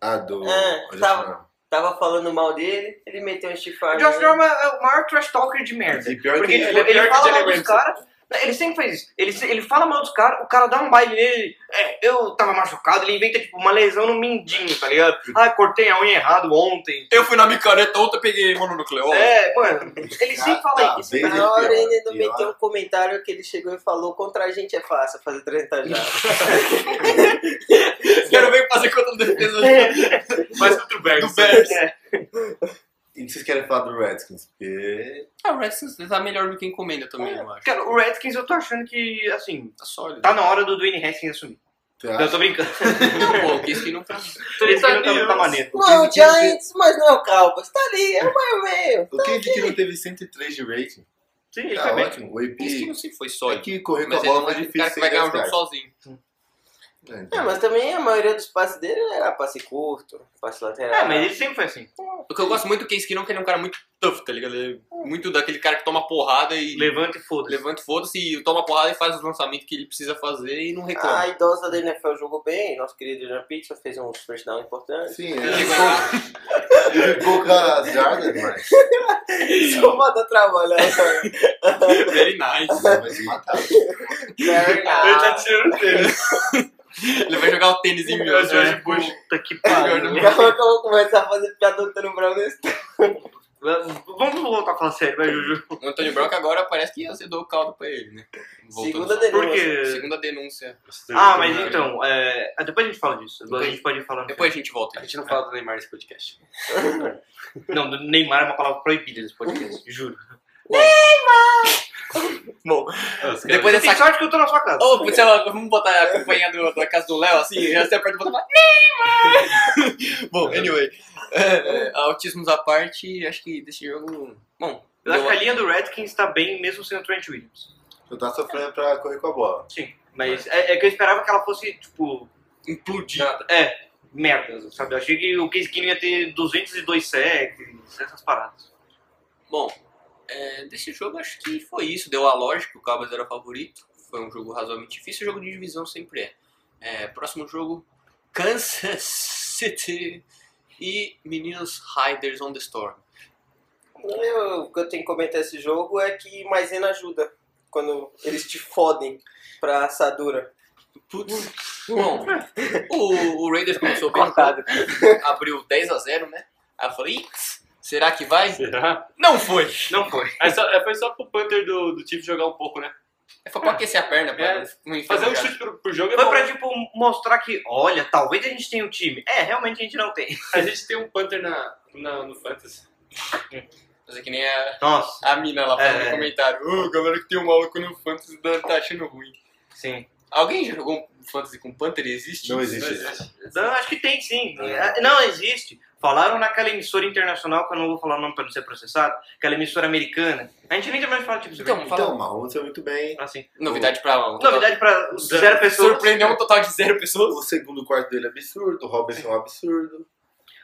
D: Ah, do.
C: É,
D: Olha
C: tava-
E: tá.
D: só.
C: Tava falando mal dele, ele meteu um Steve
E: O
C: Farm.
E: Josh Norman é o maior trash talker de merda.
D: E é pior
E: Porque
D: que
E: tipo, ele, fala mal dos caras. Ele sempre faz isso. Ele, se- ele fala mal dos caras, o cara dá um baile nele. É, eu tava machucado, ele inventa tipo uma lesão no mindinho, tá ligado? Ah, cortei a unha errado ontem.
B: Eu fui na micareta, outra peguei mononucleol.
E: É, mano, ele sempre fala
D: Cada
E: isso.
D: vez
C: tá? Na hora
D: pior,
C: ele não
D: pior.
C: meteu um comentário que ele chegou e falou: contra a gente é fácil fazer 30 já.
B: Quero ver fazer contra a defesa do
E: Mas contra o
B: do Bears.
D: E o que vocês querem falar do Redskins? Porque.
B: Ah, o Redskins tá melhor do que encomenda também, eu acho.
E: Cara, o Redskins eu tô achando que, assim,
B: Tá sólido.
E: tá na hora do Dwayne Haskins assumir.
D: Você
E: Não, eu tô brincando.
B: Não, pô, que isso que não tá.
E: Tô brincando, tá, tá maneiro.
C: Não, o Giants, mas não é o Calvas. Tá ali, é o meio meio.
D: O Case que não teve 103 de rating.
E: Sim, ele
D: Tá
E: foi bem.
D: ótimo. O
B: Isso que
D: EP.
B: não se foi
D: É
B: sólido.
D: que correr com a
B: Mas ele
D: bola
B: não
D: foi
B: é um
D: difícil.
B: cara que vai
D: sem
B: ganhar o jogo
D: gastar.
B: sozinho.
D: É, então.
C: É, mas também a maioria dos passes dele era passe curto, passe lateral.
E: É, mas ele sempre foi assim.
B: O que eu gosto muito do Case Keenum é que ele é um cara muito tough, tá ligado? Ele é muito daquele cara que toma porrada e
E: Levanta e foda-se.
B: levanta e foda-se, e toma porrada e faz os lançamentos que ele precisa fazer e não reclama.
C: A idosa da NFL jogou bem, nosso querido Jean Pizza fez um first down importante.
D: Sim,
B: Ele
D: é.
B: ganhar-
D: Ficou com as jardas, mas.
C: Só né? manda trabalhar.
B: Very nice.
D: Vai se matar.
C: Very
E: Ele tá
C: nice.
E: tirando dele.
B: Ele vai jogar o tênis em
E: É,
B: mim hoje.
E: George Bush. Puta que pariu.
C: Daqui a pouco Então eu vou começar a fazer piada do Antônio Brown nesse
E: Vamos vamos voltar a falar sério, vai, Juju.
B: O Antônio Brock agora parece que azedou o caldo pra ele, né? Voltou
C: Segunda
B: no-
C: denúncia.
E: Por quê?
B: Segunda denúncia.
E: Ah, mas então, é, depois a gente fala disso. Depois a
B: Depois-
E: gente pode falar. no
B: Depois a gente volta.
F: A gente não fala do Neymar nesse podcast.
E: final. Não, do Neymar é uma palavra proibida nesse podcast,
B: Uhum.
E: juro.
F: Ah,
B: Depois
E: Você tem
B: dessa.
E: sorte que eu tô na sua casa.
B: Ô, oh, sei lá, vamos botar a companhia do, da casa do Léo, assim, já se aperta e bota lá, Neymar! Bom, anyway. É, é, autismos à parte, acho que desse jogo. Bom,
E: Eu acho que a linha do Redskins tá bem, mesmo sem o Trent Williams.
D: Eu tava Então tá sofrendo pra correr com a bola.
E: Sim. Mas é, é que eu esperava que ela fosse, tipo, é,
B: implodiu.
E: merda, sabe? Eu achei que o Case Keenum ia ter 202 sacks, essas paradas.
B: Bom, é, desse jogo acho que foi isso. Deu a lógica, o Cowboys era favorito. Foi um jogo razoavelmente difícil. Jogo de divisão sempre é. É, próximo jogo, Kansas City e Meninos Riders on the Storm.
C: Eu- o que eu tenho que comentar esse jogo é que Maisena ajuda quando eles te fodem pra assadura.
B: Putz. Bom, o, o Raiders começou bem, no jogo, abriu 10 a 0 né? Aí eu falei, "Itz, será que vai?
F: Será?
B: Não foi!
E: Não foi.
F: Aí só- é, foi só pro Panther do, do time jogar um pouco, né?
B: Foi É pra aquecer a perna, pra
F: É,
B: não enfiar
F: Fazer
B: no
F: um
B: gato.
F: chute pro, pro jogo é
E: Foi
F: bom.
E: pra, tipo, mostrar que, olha, talvez a gente tenha um time. É, realmente a gente não tem.
F: A gente tem um Panther na, na- no Fantasy.
B: Fazer que nem a,
E: Nossa.
B: a mina lá falando
E: É.
B: no comentário. Ô, galera que tem um maluco no fantasy tá achando ruim.
E: Sim.
B: Alguém já jogou um fantasy com Panther? Existe?
D: Não
B: isso?
D: existe
E: Não, acho que tem sim. É, Não existe. Falaram naquela emissora internacional, que eu não vou falar o nome pra não ser processado, aquela emissora americana. A gente nem tem mais falar tipo sobre
B: Então,
E: isso.
B: fala.
D: Então, Mahomes foi muito bem.
E: assim.
B: Novidade pra. um
E: Novidade pra zero pessoas.
B: Surpreendeu um total de zero pessoas.
D: O segundo quarto dele é absurdo, o Robinson é um absurdo.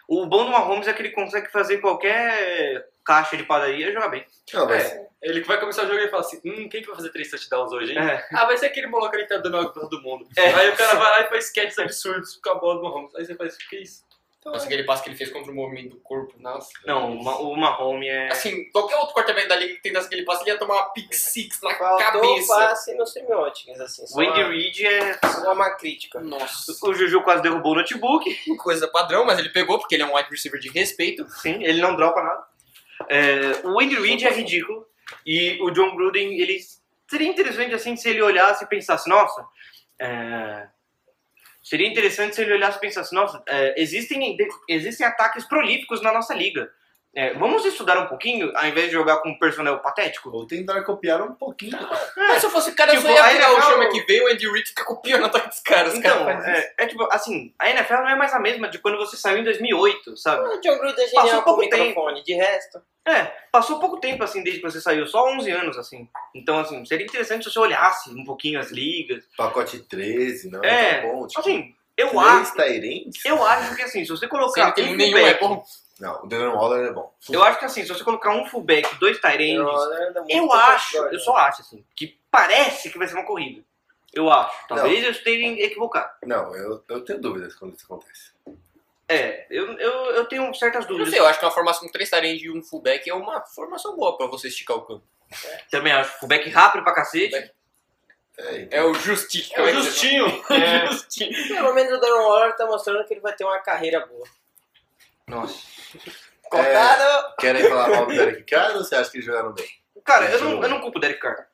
E: O bom do Mahomes é que ele consegue fazer qualquer caixa de padaria e jogar bem.
D: Não, mas
B: É.
F: Ele vai começar o jogo e fala assim: hum, quem que vai fazer três touchdowns hoje, hein?
E: É.
F: Ah, vai ser aquele maluco ali que tá dando água pra todo mundo.
E: É.
F: Aí o cara vai lá e faz sketches absurdos com a bola do Mahomes. Aí você faz, o que é isso?
B: Nossa, aquele passo que ele fez contra o movimento do corpo, nossa.
E: Não, o Ma- o Mahomes é.
B: Assim, qualquer outro quarterback da liga que tentasse aquele passo, ele ia tomar uma pick six na
C: Faltou o
B: cabeça.
C: passe no semióticas, assim. Só
E: O Andy Reid é.
C: só uma crítica.
B: Nossa,
E: O Juju quase derrubou o notebook.
B: coisa padrão, mas ele pegou porque ele é um wide receiver de respeito.
E: Sim, ele não dropa nada. É, o Andy Reid é ridículo. E o John Gruden, ele. Seria interessante assim se ele olhasse e pensasse, nossa. é, Seria interessante se ele olhasse e pensasse, nossa, é, existem, de- existem ataques prolíficos na nossa liga. É, vamos estudar um pouquinho, ao invés de jogar com um personal patético?
D: Vou tentar copiar um pouquinho.
B: Mas se eu fosse o cara,
E: Tipo,
B: eu só ia
E: aí
B: virar o
E: legal-
B: chama que veio, o Andy Reid fica copiando o ataque dos caras. Os
E: Então,
B: caras fazem isso.
E: é, é tipo, assim, a NFL não é mais a mesma de quando você saiu em 2008, sabe?
C: O John Gruden é
E: Passou
C: genial com o
E: pouco tempo.
C: microfone, de resto.
E: É, passou pouco tempo, assim, desde que você saiu, só 11 anos, assim. Então, assim, seria interessante se você olhasse um pouquinho as ligas.
D: Pacote 13, não.
E: É,
D: tá bom, tipo,
E: Assim, eu
D: três
E: acho,
D: Tyrants?
E: eu acho que, assim, se você
B: Sendo
E: colocar
B: que
E: um
B: nenhum é
E: fullback...
B: bom.
D: Não, o Daniel Waller é bom.
E: Eu acho que, assim, se você colocar um fullback, dois tight ends,
C: anda muito
E: Eu
C: com
E: acho,
C: essa
E: eu só acho, assim, que parece que vai ser uma corrida. Eu acho. Talvez eu esteja equivocado.
D: Não, eu, eu tenho dúvidas quando isso acontece.
E: É, eu, eu, eu tenho certas
B: Eu Não
E: dúvidas.
B: sei, eu acho que uma formação com três tarens e um fullback é uma formação boa pra você esticar o campo.
E: Também acho. Fullback rápido pra cacete.
B: Fullback. É o Justi.
E: É o Justinho. É.
C: Pelo menos o Darren Waller tá mostrando que ele vai ter uma carreira boa.
E: Nossa.
C: É. Cortado!
D: Querem falar mal do Derek Carr ou você acha que eles jogaram bem?
E: Cara, eu não, eu não culpo o Derek Carr.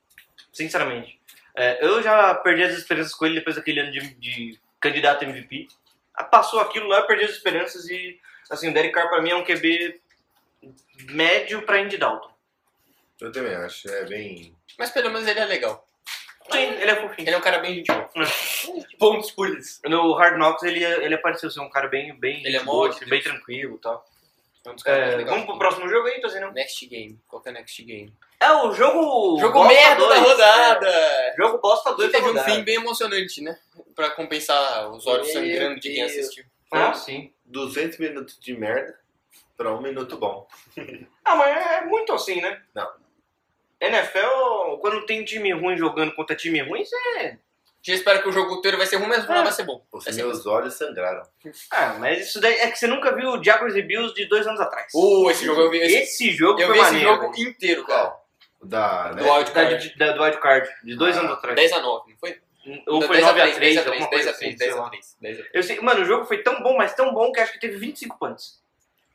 E: Sinceramente. É, eu já perdi as esperanças com ele depois daquele ano de, de candidato MVP. Ah, Passou aquilo lá, eu perdi as esperanças e, assim, o Derek Carr pra mim é um QB médio pra Andy Dalton.
D: Eu também acho, é bem.
B: Mas pelo menos ele é legal.
E: Sim, ele é fofinho.
B: Ele é um cara bem gentil. Pontos por isso.
E: No Hard Knocks ele, ele apareceu ser um cara bem, bem,
B: Ele é
E: de boa, assim,
B: mó de
E: bem tranquilo e tal.
B: É um dos caras mais
E: É,
B: legais.
E: vamos pro próximo jogo aí, tô dizendo.
B: Next game. Qual que é o next game?
E: É o jogo.
B: Jogo
E: bosta
B: merda
E: dois.
B: da rodada!
E: É, jogo bosta 2 da
B: Teve um
E: rodada.
B: fim bem emocionante, né? Pra compensar os olhos
C: Meu
B: sangrando de quem
C: Deus.
B: assistiu.
E: Ah, sim.
D: 200 minutos de merda pra um minuto bom.
E: Ah, mas é muito assim, né?
D: Não.
E: NFL, quando tem time ruim jogando contra time ruim, é- você.
B: Já espero que o jogo inteiro vai ser ruim, mas não
E: É.
B: vai ser bom.
D: Os
B: Vai ser
D: meus olhos sangraram.
E: Ah, mas isso daí é que você nunca viu o Jaguars e Bills de dois anos atrás.
B: Uh, esse jogo eu vi. Esse,
E: esse jogo
B: eu
E: foi
B: vi esse
E: maneiro.
B: jogo inteiro, cara.
D: Qual? O Da.
B: Do
D: né?
E: Da,
B: wildcard.
E: de- da- do wild card, de dois
D: Ah,
E: anos atrás.
B: 10 a 9, não foi?
E: Ou
B: Não,
E: foi
B: 10 a
E: 9 a 3,
B: 10 a 3,
E: alguma
B: 10
E: coisa
B: a
E: assim,
B: 3,
E: sei
B: 10
E: lá.
B: a 3. 10 a 3.
E: Eu sei, mano, o jogo foi tão bom, mas tão bom que acho que teve 25 punts.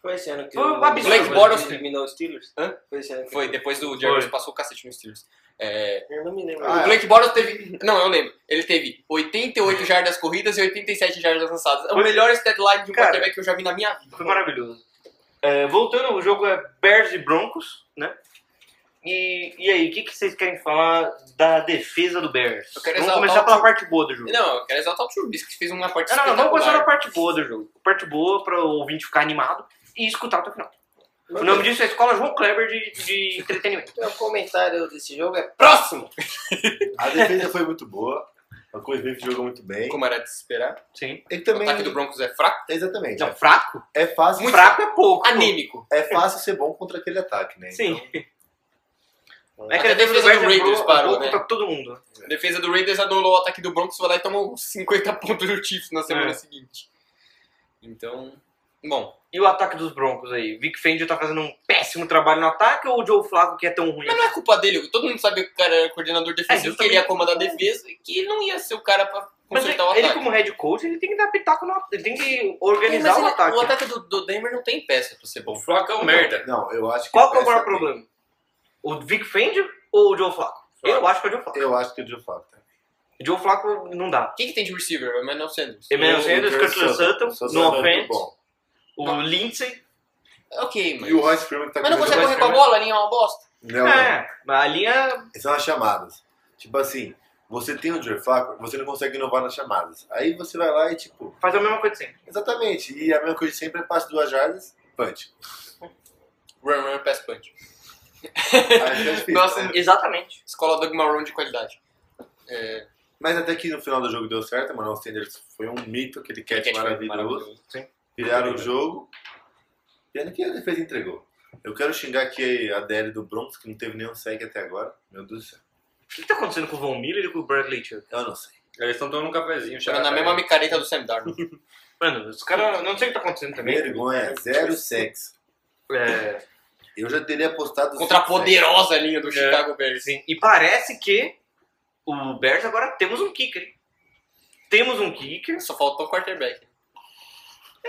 C: Foi esse ano que
E: Foi um
C: o
E: absurdo.
B: Blake Bortles
C: eliminou os Steelers?
B: Hã?
C: Foi esse ano que
B: Foi, depois do Jaguars
E: Foi.
B: passou o cacete no Steelers. É,
C: Eu não me lembro.
D: Ah,
B: o
D: é.
B: Blake Bortles teve... Não, eu lembro. Ele teve 88 jardas corridas e 87 jardas lançadas. É O
E: Foi-
B: melhor stat line de um
E: Cara,
B: quarterback que eu já vi na minha vida.
E: Foi maravilhoso. É, voltando, o jogo é Bears e Broncos, né? E, e aí, o que, que vocês querem falar da defesa do Bears?
B: Eu quero
E: vamos
B: exaltar
E: começar
B: o
E: pela
B: Tru-
E: parte boa do jogo.
B: Não, eu quero exaltar o é Trubisky, que fez uma parte
E: Ah, não, não, vamos começar
B: espetacular.
E: da parte boa do jogo. Parte boa para o ouvinte ficar animado e escutar até o final. O nome disso é Escola João Kleber de, de Entretenimento.
C: Meu um comentário desse jogo é
B: Próximo!
D: A defesa foi muito boa. A Cool Smith jogou muito bem.
B: Como era de se esperar.
E: Sim.
D: E
B: O
D: também.
B: ataque do Broncos é fraco,
D: Exatamente.
E: Não, fraco?
D: É fácil.
B: Muito
E: fraco é pouco.
B: anêmico.
D: É fácil ser bom contra aquele ataque, né?
E: Sim.
D: Então,
E: É que a
B: É, Até
E: defesa do
B: defesa do
E: Bears é
B: Raiders
E: boa,
B: parou,
E: boa
B: né?
E: pra todo mundo.
B: A defesa do Raiders anulou o ataque do Broncos, foi lá e tomou 50 pontos do Chiefs na semana
E: É.
B: seguinte. Então, bom.
E: E o ataque dos Broncos aí? Vic Fangio tá fazendo um péssimo trabalho no ataque ou o Joe Flacco que é tão ruim?
B: Mas não é culpa dele, todo mundo sabe que o cara era coordenador defensivo, que ele ia
E: É, justamente.
B: comandar a defesa e que ele não ia ser o cara pra
E: Mas ele,
B: consertar o
E: ele
B: ataque.
E: como head coach, ele tem que dar pitaco no Ele tem que
B: Mas
E: organizar
B: ele-
E: o ataque.
B: o ataque é do, do Denver não tem peça pra ser bom.
F: Flaco é um merda.
D: Então, Não, eu acho que.
E: Qual que é o maior
D: essa-
E: problema? O Vic Fangio ou o Joe Flacco?
F: Flacco.
E: Eu acho que é o Joe Flacco.
D: Eu acho que é o Joe Flacco.
E: O Joe Flacco não dá.
B: Quem que tem de receiver? O Emmanuel Sanders.
E: Emmanuel
D: O
E: Sanders,
D: Curtis
E: Curtis
D: Sutton.
E: Sutton,
D: Sutton é
E: no
D: muito
E: offense,
D: bom.
E: o Lindsay.
B: Ok, mas...
D: E o Royce Freeman que tá
B: Mas não
D: comendo
B: consegue
E: Royce
B: correr com a
E: Freeman.
B: bola, a linha é uma bosta.
D: Não, não.
E: É, mas a linha...
D: São as chamadas. Tipo assim, você tem o Joe Flacco, você não consegue inovar nas chamadas. Aí você vai lá e tipo.
E: Faz a mesma coisa sempre.
D: Exatamente. E a mesma coisa de sempre é passe duas jardas, punch.
B: Run, run, é pass, punch.
D: Aí fica difícil.
B: Nossa,
D: né?
E: Exatamente.
B: Escola Doug Marrone de qualidade. É,
D: Mas até que no final do jogo deu certo, mano. O Sanders foi um mito, aquele catch,
B: Catch foi
D: maravilhoso.
B: maravilhoso.
E: Sim.
D: Viraram o jogo. Pena que a defesa entregou. Eu quero xingar aqui a DL do Broncos, que não teve nenhum sec até agora. Meu Deus do céu.
E: O que tá acontecendo com o Von Miller e com o Bradley Chubb?
D: Eu não sei.
F: Eles estão tomando um cafezinho.
B: Chegando na
F: cara.
B: mesma micareta do Sam Darnold.
E: Mano, os caras... Não sei o que tá acontecendo também.
D: Vergonha, zero sex.
E: É,
D: Eu já teria apostado.
B: Contra a
D: cinco
B: poderosa linha do
E: É.
B: Chicago Bears.
E: sim. E parece que o Bears agora temos um kicker. hein? Temos um kicker.
B: Só faltou o quarterback.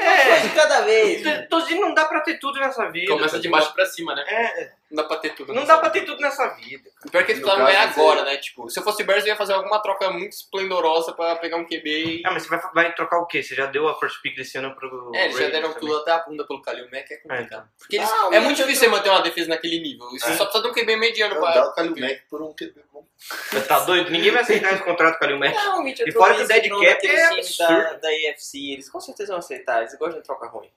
C: Uma coisa de cada
E: Tô
C: vez.
E: dizendo, Então, assim, não dá pra ter tudo nessa vida.
B: Começa
E: tá
B: de
E: ligado?
B: baixo pra cima, né?
E: É,
B: Não dá pra ter tudo.
E: não
B: nessa
E: dá pra
B: vida.
E: ter tudo nessa vida.
B: Pior que eles
D: No
B: precisavam ganhar
D: caso,
B: agora, né? Tipo, se eu fosse o Bears, eu ia fazer alguma troca muito esplendorosa pra pegar um QB e...
E: Ah, mas você vai, vai trocar o quê? Você já deu a first pick desse ano pro.
B: É, eles já deram
E: Ravens também? então.
B: tudo até a bunda pelo Kalil Mack, é complicado. Porque eles-
C: Ah, o
B: é
C: Mack
B: muito
C: é
B: difícil você
C: outro-
B: manter uma defesa naquele nível. Isso só precisa de um QB mediano
D: Eu
B: pra...
D: É, dá o Kalil Mack por um QB bom.
E: Você tá doido? Ninguém vai aceitar esse contrato com a Lil Mac.
C: Não, Mitch, eu
E: E
C: tô
E: fora que o
C: pensando
E: dead
C: no
E: cap
C: daquele
E: é
C: time da,
E: absurdo.
C: da EFC, eles com certeza vão aceitar, eles gostam de troca ruim.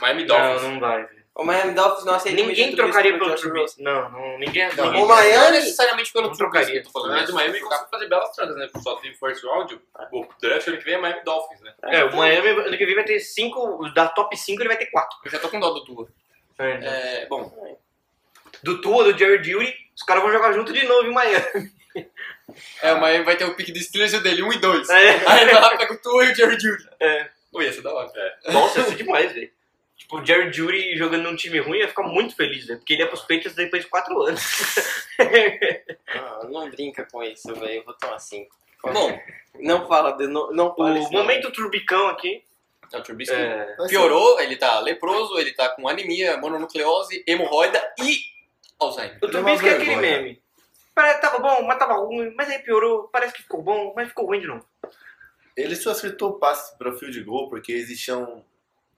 B: Miami
E: Não,
B: Dolphins.
E: não vai. velho.
C: O Miami Dolphins não aceita muito
E: Ninguém
C: Trubisky
E: trocaria
C: por
E: pelo
C: Josh Rosen.
E: Trubisky. Não, não, ninguém. é
B: Não,
E: ninguém-
C: O Miami-
B: Não necessariamente pelo
E: Não
B: Trubisky,
E: trocaria.
B: eu tô falando. Tá,
F: Mas o Miami consegue fazer belas trocas, né? Só tem first round, o draft ano que vem é Miami Dolphins, né?
E: É, o Miami ano que vem vai ter cinco. Da top 5 ele vai ter quatro.
B: Eu já tô com dó do Tua. É, bom,
E: Do Tua, do Jerry Judy, os caras vão jogar junto de novo em Miami.
B: é, o Miami vai ter o pick do Steelers e o dele, 1 e 2.
E: É.
B: Aí ele vai lá, pega o Tua e o Jerry Judy.
E: É.
B: Ui, essa é da hora.
E: Nossa, isso é demais, velho. Tipo, o Jerry Judy jogando num time ruim ia ficar muito feliz, velho. Porque ele é pros Patriots depois de quatro anos.
C: Ah, não brinca com isso, velho, eu vou tomar cinco.
B: Bom,
C: Não fala, de, não, não fala
E: O momento turbicão aqui.
B: então, o Trubisky
E: né? É,
D: Vai ser-
B: piorou, ele tá leproso, ele tá com anemia, mononucleose, hemorroida e Alzheimer.
E: o
D: Ele é uma
E: Trubisky é aquele
D: vergonha.
E: meme. Parece, tava bom, mas tava ruim, mas aí piorou, parece que ficou bom, mas ficou ruim de novo.
D: Ele só acertou passe para field goal porque existiam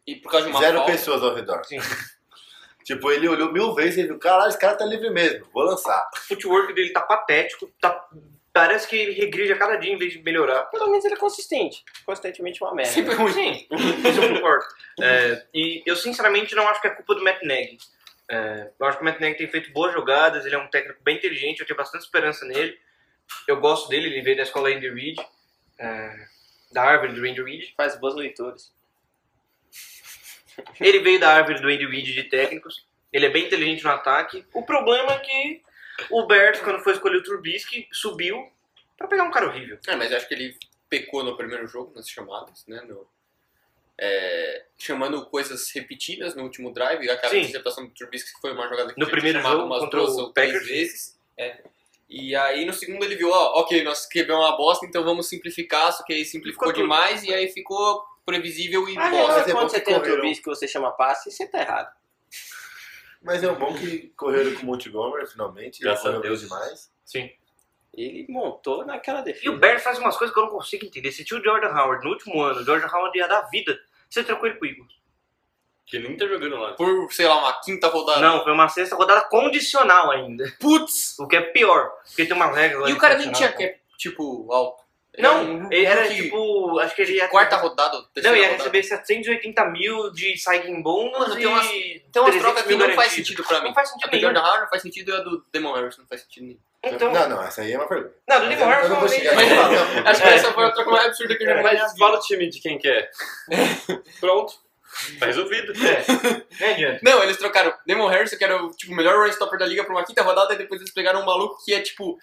B: E por causa de uma
D: zero
B: falta...
D: pessoas ao redor.
E: Sim.
D: tipo, ele olhou mil vezes e viu, caralho, esse cara tá livre mesmo, vou lançar.
E: O footwork dele tá patético, tá- parece que ele regride a cada dia em vez de melhorar.
C: Pelo menos ele é consistente. Consistentemente uma merda.
B: Sempre ruim.
E: Sim, isso eu concordo. É, e eu sinceramente não acho que é culpa do Matt Nagy. É, eu acho que o Matt Nagy tem feito boas jogadas, ele é um técnico bem inteligente, eu tenho bastante esperança nele. Eu gosto dele, ele veio da escola Andy Reid, é, da árvore do Andy Reid.
C: Faz boas leituras.
E: Ele veio da árvore do Andy Reid de técnicos. Ele é bem inteligente no ataque. O problema é que o Bert, quando foi escolher o Trubisky, subiu pra pegar um cara horrível.
B: É, mas eu acho que ele pecou no primeiro jogo, nas chamadas, né? no- é, chamando coisas repetidas no último drive, aquela
E: Sim.
B: interceptação do Trubisky que foi uma jogada que
E: No
B: foi
E: primeiro
B: chamada
E: jogo
B: umas
E: contra
B: duas
E: o
B: ou três
E: Packers.
B: vezes. é. E aí no segundo ele viu, ó, ok, nosso QB é uma bosta, então vamos simplificar, só que aí simplificou
E: Ficou tudo. Ah,
B: demais e aí ficou previsível e bosta.
C: A real é
D: mas é bom
C: quando você
D: que
C: tem um
D: correram.
C: Trubisky que você chama passe, você tá errado.
D: Mas é bom que correram com o Montgomery finalmente, ele
F: Graças a
D: correu
F: Deus.
D: demais.
E: Sim.
C: Ele montou naquela defesa.
E: E o Bert faz umas coisas que eu não consigo entender. Se tinha o Jordan Howard no último ano, o Jordan Howard ia dar vida. Você trocou ele pro Eagles.
F: Que nem tá jogando lá.
B: Por, sei lá, uma quinta rodada.
E: Não, foi uma sexta rodada condicional ainda.
B: Putz!
E: O que é pior, porque tem uma regra lá
B: E
E: de
B: o cara nem tinha
E: condicional.
B: cap, tipo, alto. Ele era um
E: Não, ele era
B: rookie
E: tipo. Acho que ele ia.
B: de quarta rodada,
E: Não, tipo
B: terceira
E: ia
B: rodada.
E: receber 780 mil de signing bônus
B: Mano,
E: e...
B: tem umas- Então as
E: 300
B: trocas que
E: mil
B: não faz
E: garantidos.
B: sentido pra mim.
E: Não faz sentido
B: A do
E: nenhum.
B: Jordan Howard não faz sentido e a do Demon Harris não faz sentido nenhum.
E: Então,
D: Não, não, essa aí é uma pergunta.
E: Não, do Nico Harris
D: eu não
E: foi
D: vou chegar nesse
B: Mas- é.
D: papo.
B: Acho que essa foi a troca mais absurda que eu já vi.
F: Mas fala o time de quem é. quer. Pronto. Tá resolvido.
E: Não adianta.
B: Não, eles trocaram Demon Harris, que era o tipo, o melhor run stopper da liga, pra uma quinta rodada, e depois eles pegaram um maluco que é, tipo,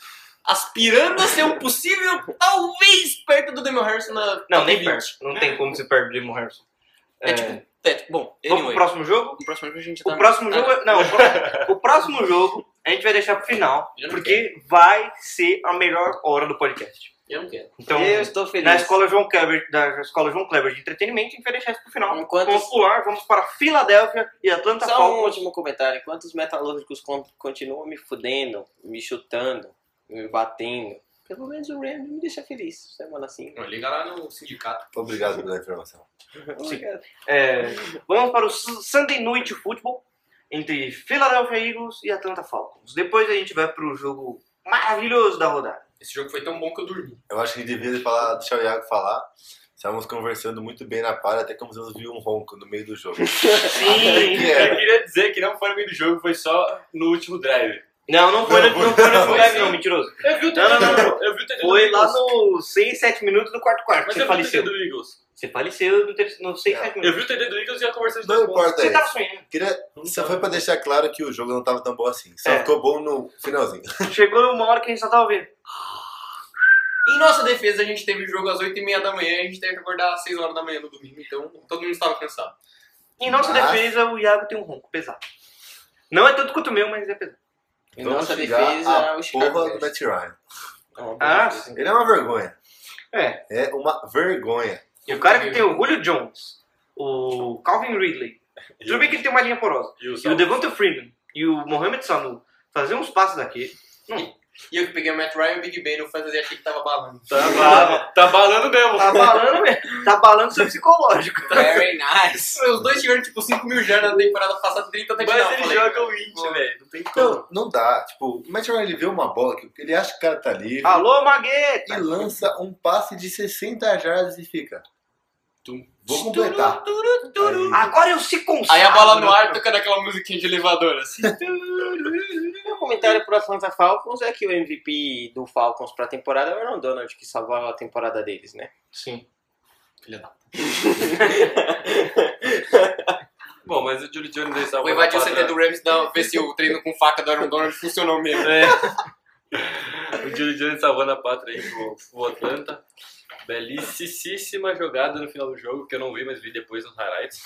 B: aspirando a ser um possível, talvez, perto do Demon Harris na...
E: Não,
B: top
E: nem
B: 20.
E: perde. Não tem como se perde o Demon Harrison.
B: É, tipo, é, tipo, bom,
E: Vamos pro
B: anyway.
E: próximo jogo?
B: No próximo jogo a gente tá...
E: O próximo
B: Ah,
E: jogo. é- Não, o pró- o próximo jogo a gente vai deixar pro final.
B: Eu não
E: Porque vai ser a melhor hora do podcast.
B: Eu não quero.
E: Então,
C: Eu estou feliz.
E: na escola João Kleber, da escola João Kleber de entretenimento, a gente vai deixar isso pro final.
C: Enquanto-
E: Vamos pular, vamos para Filadélfia e Atlanta
C: Só um
E: Falcons.
C: último comentário. Enquanto os metalúrgicos con- continuam me fudendo, me chutando, me batendo, pelo menos o Rams me deixa feliz semana assim.
B: Liga lá no sindicato.
D: Obrigado pela informação.
C: Obrigado.
E: É, vamos para o Su- Sunday Night Football entre Philadelphia Eagles e Atlanta Falcons. Depois a gente vai para o jogo maravilhoso da rodada.
B: Esse jogo foi tão bom que eu dormi.
D: Eu acho que devia falar, deixar o Iago falar. Estávamos conversando muito bem na para, até que vamos ouvir um ronco no meio do jogo.
E: Sim!
F: Eu queria dizer que não foi no meio do jogo, foi só no último drive.
E: Não, não foi, no- não foi no
D: Foi
E: drive,
D: sim.
E: não, mentiroso.
F: Eu vi o
E: Não, não, não, não.
F: Eu vi o TD do
E: Foi
F: Eagles.
E: lá no 6, 7 minutos do quarto quarto.
F: Mas
E: Você
F: eu vi o TD
E: faleceu.
F: do Eagles.
E: Você faleceu no, ter... no 6, 7
F: Eu
E: minutos.
F: vi o TD do Eagles e a conversa de
D: Não
F: dois pontos.
D: importa
E: Você é tá- tava
D: isso.
E: sonhando.
D: Queria... Só foi pra deixar claro que o jogo não tava tão bom assim. Só
E: É.
D: ficou bom no finalzinho.
E: Chegou uma hora que a gente só tava ouvindo.
B: Em nossa defesa, a gente teve o jogo às 8h30 da manhã e a gente teve que acordar às 6 horas da manhã no domingo, então todo mundo estava cansado.
E: Em nossa
D: Mas-
E: defesa, o Iago tem um ronco pesado. Não é tanto quanto o meu, mas é pesado.
C: Em
D: Vamos
C: nossa
D: xingar
C: defesa,
B: é
D: a
C: o Chicago
D: porra do
C: Bears.
D: Matt Ryan.
C: É uma boa
E: Ah,
C: defesa.
D: Ele é uma vergonha.
E: É.
D: É uma vergonha.
E: E o cara que tem orgulho, Jones. o Calvin Ridley. Tudo bem que ele tem uma linha porosa.
F: E
E: E o Devonta Freeman e o Mohamed Sanu fazer uns passes aqui.
B: E eu que peguei o Matt Ryan e o Big Ben no fantasy achei que tava balando.
F: Tá, ba- tá balando mesmo.
E: Tá balando mesmo. Tá balando seu psicológico.
B: Very nice. Os dois tiveram tipo 5 mil já na temporada passada, 30 até final. falei,
F: o índio, velho. Não tem
D: Não, Então, não dá. Tipo, o Matt Ryan ele vê uma bola que ele acha que o cara tá livre
E: Alô, Maguete!
D: e lança um passe de 60 jardas e fica. Vou completar. Aí,
E: Agora eu se consagro.
B: Aí a bola no ar tocando aquela musiquinha de elevador, assim.
C: Meu comentário pro Atlanta Falcons é que o MVP do Falcons pra temporada é o Aaron Donald, que salvou a temporada deles, né?
B: Sim. Filha da
F: Bom, mas o Julio Jones aí
B: Eu
F: salvou
B: Vou invadir o
F: na
B: CT
F: quadra-
B: do Rams dar, ver se o treino com faca do Aaron Donald funcionou mesmo.
F: É. O Julio Jones salvando a pátria aí pro, pro Atlanta. Belíssima jogada no final do jogo, que eu não vi, mas vi depois nos highlights.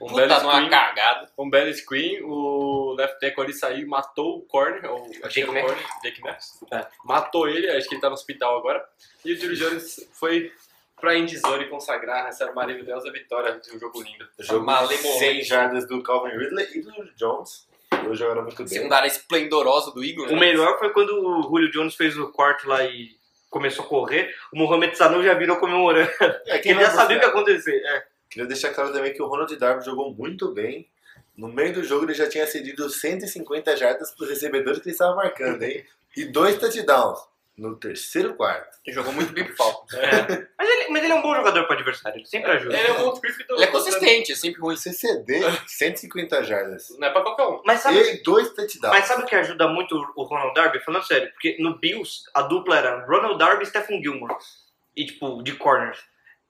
F: Um belo
B: Puta numa
F: screen,
B: cagada.
F: um belo screen, o left tackle ali saiu, e matou o corner, ou acho que era o
B: Jake
F: corner, Jake Max. Matou ele, acho que ele tá no hospital agora. E o Julio Jones foi pra Endzone consagrar essa maravilhosa vitória de um jogo lindo.
D: jogo
B: Malemolente.
D: 100 jardas do Calvin Ridley e do Jones. Eles jogaram muito bem.
B: Secundária esplendorosa do né? Igor.
E: O melhor foi quando o Julio Jones fez o quarto lá e começou a correr. O Mohamed Sanu já virou comemorando.
D: É, quem
E: Ele
D: vai
E: já sabia o que
D: mostrar?
E: ia acontecer. É.
D: Queria deixar claro também que o Ronald Darby jogou muito bem. No meio do jogo ele já tinha cedido 150 jardas para os recebedores que ele estava marcando, hein? E dois touchdowns no terceiro quarto.
B: Jogou muito bem pro Falcon.
E: Mas, ele, mas ele é um bom jogador para adversário. Ele sempre ajuda.
F: Ele é um outro perfeito.
B: Ele é consistente, é sempre ruim.
D: Você ceder 150 jardas
F: Não é pra qualquer um.
E: Mas sabe,
D: e dois touchdowns.
E: mas sabe o que ajuda muito o- o Ronald Darby? Falando sério, porque no Bills a dupla era Ronald Darby e Stephen Gilmore. E tipo, de corners.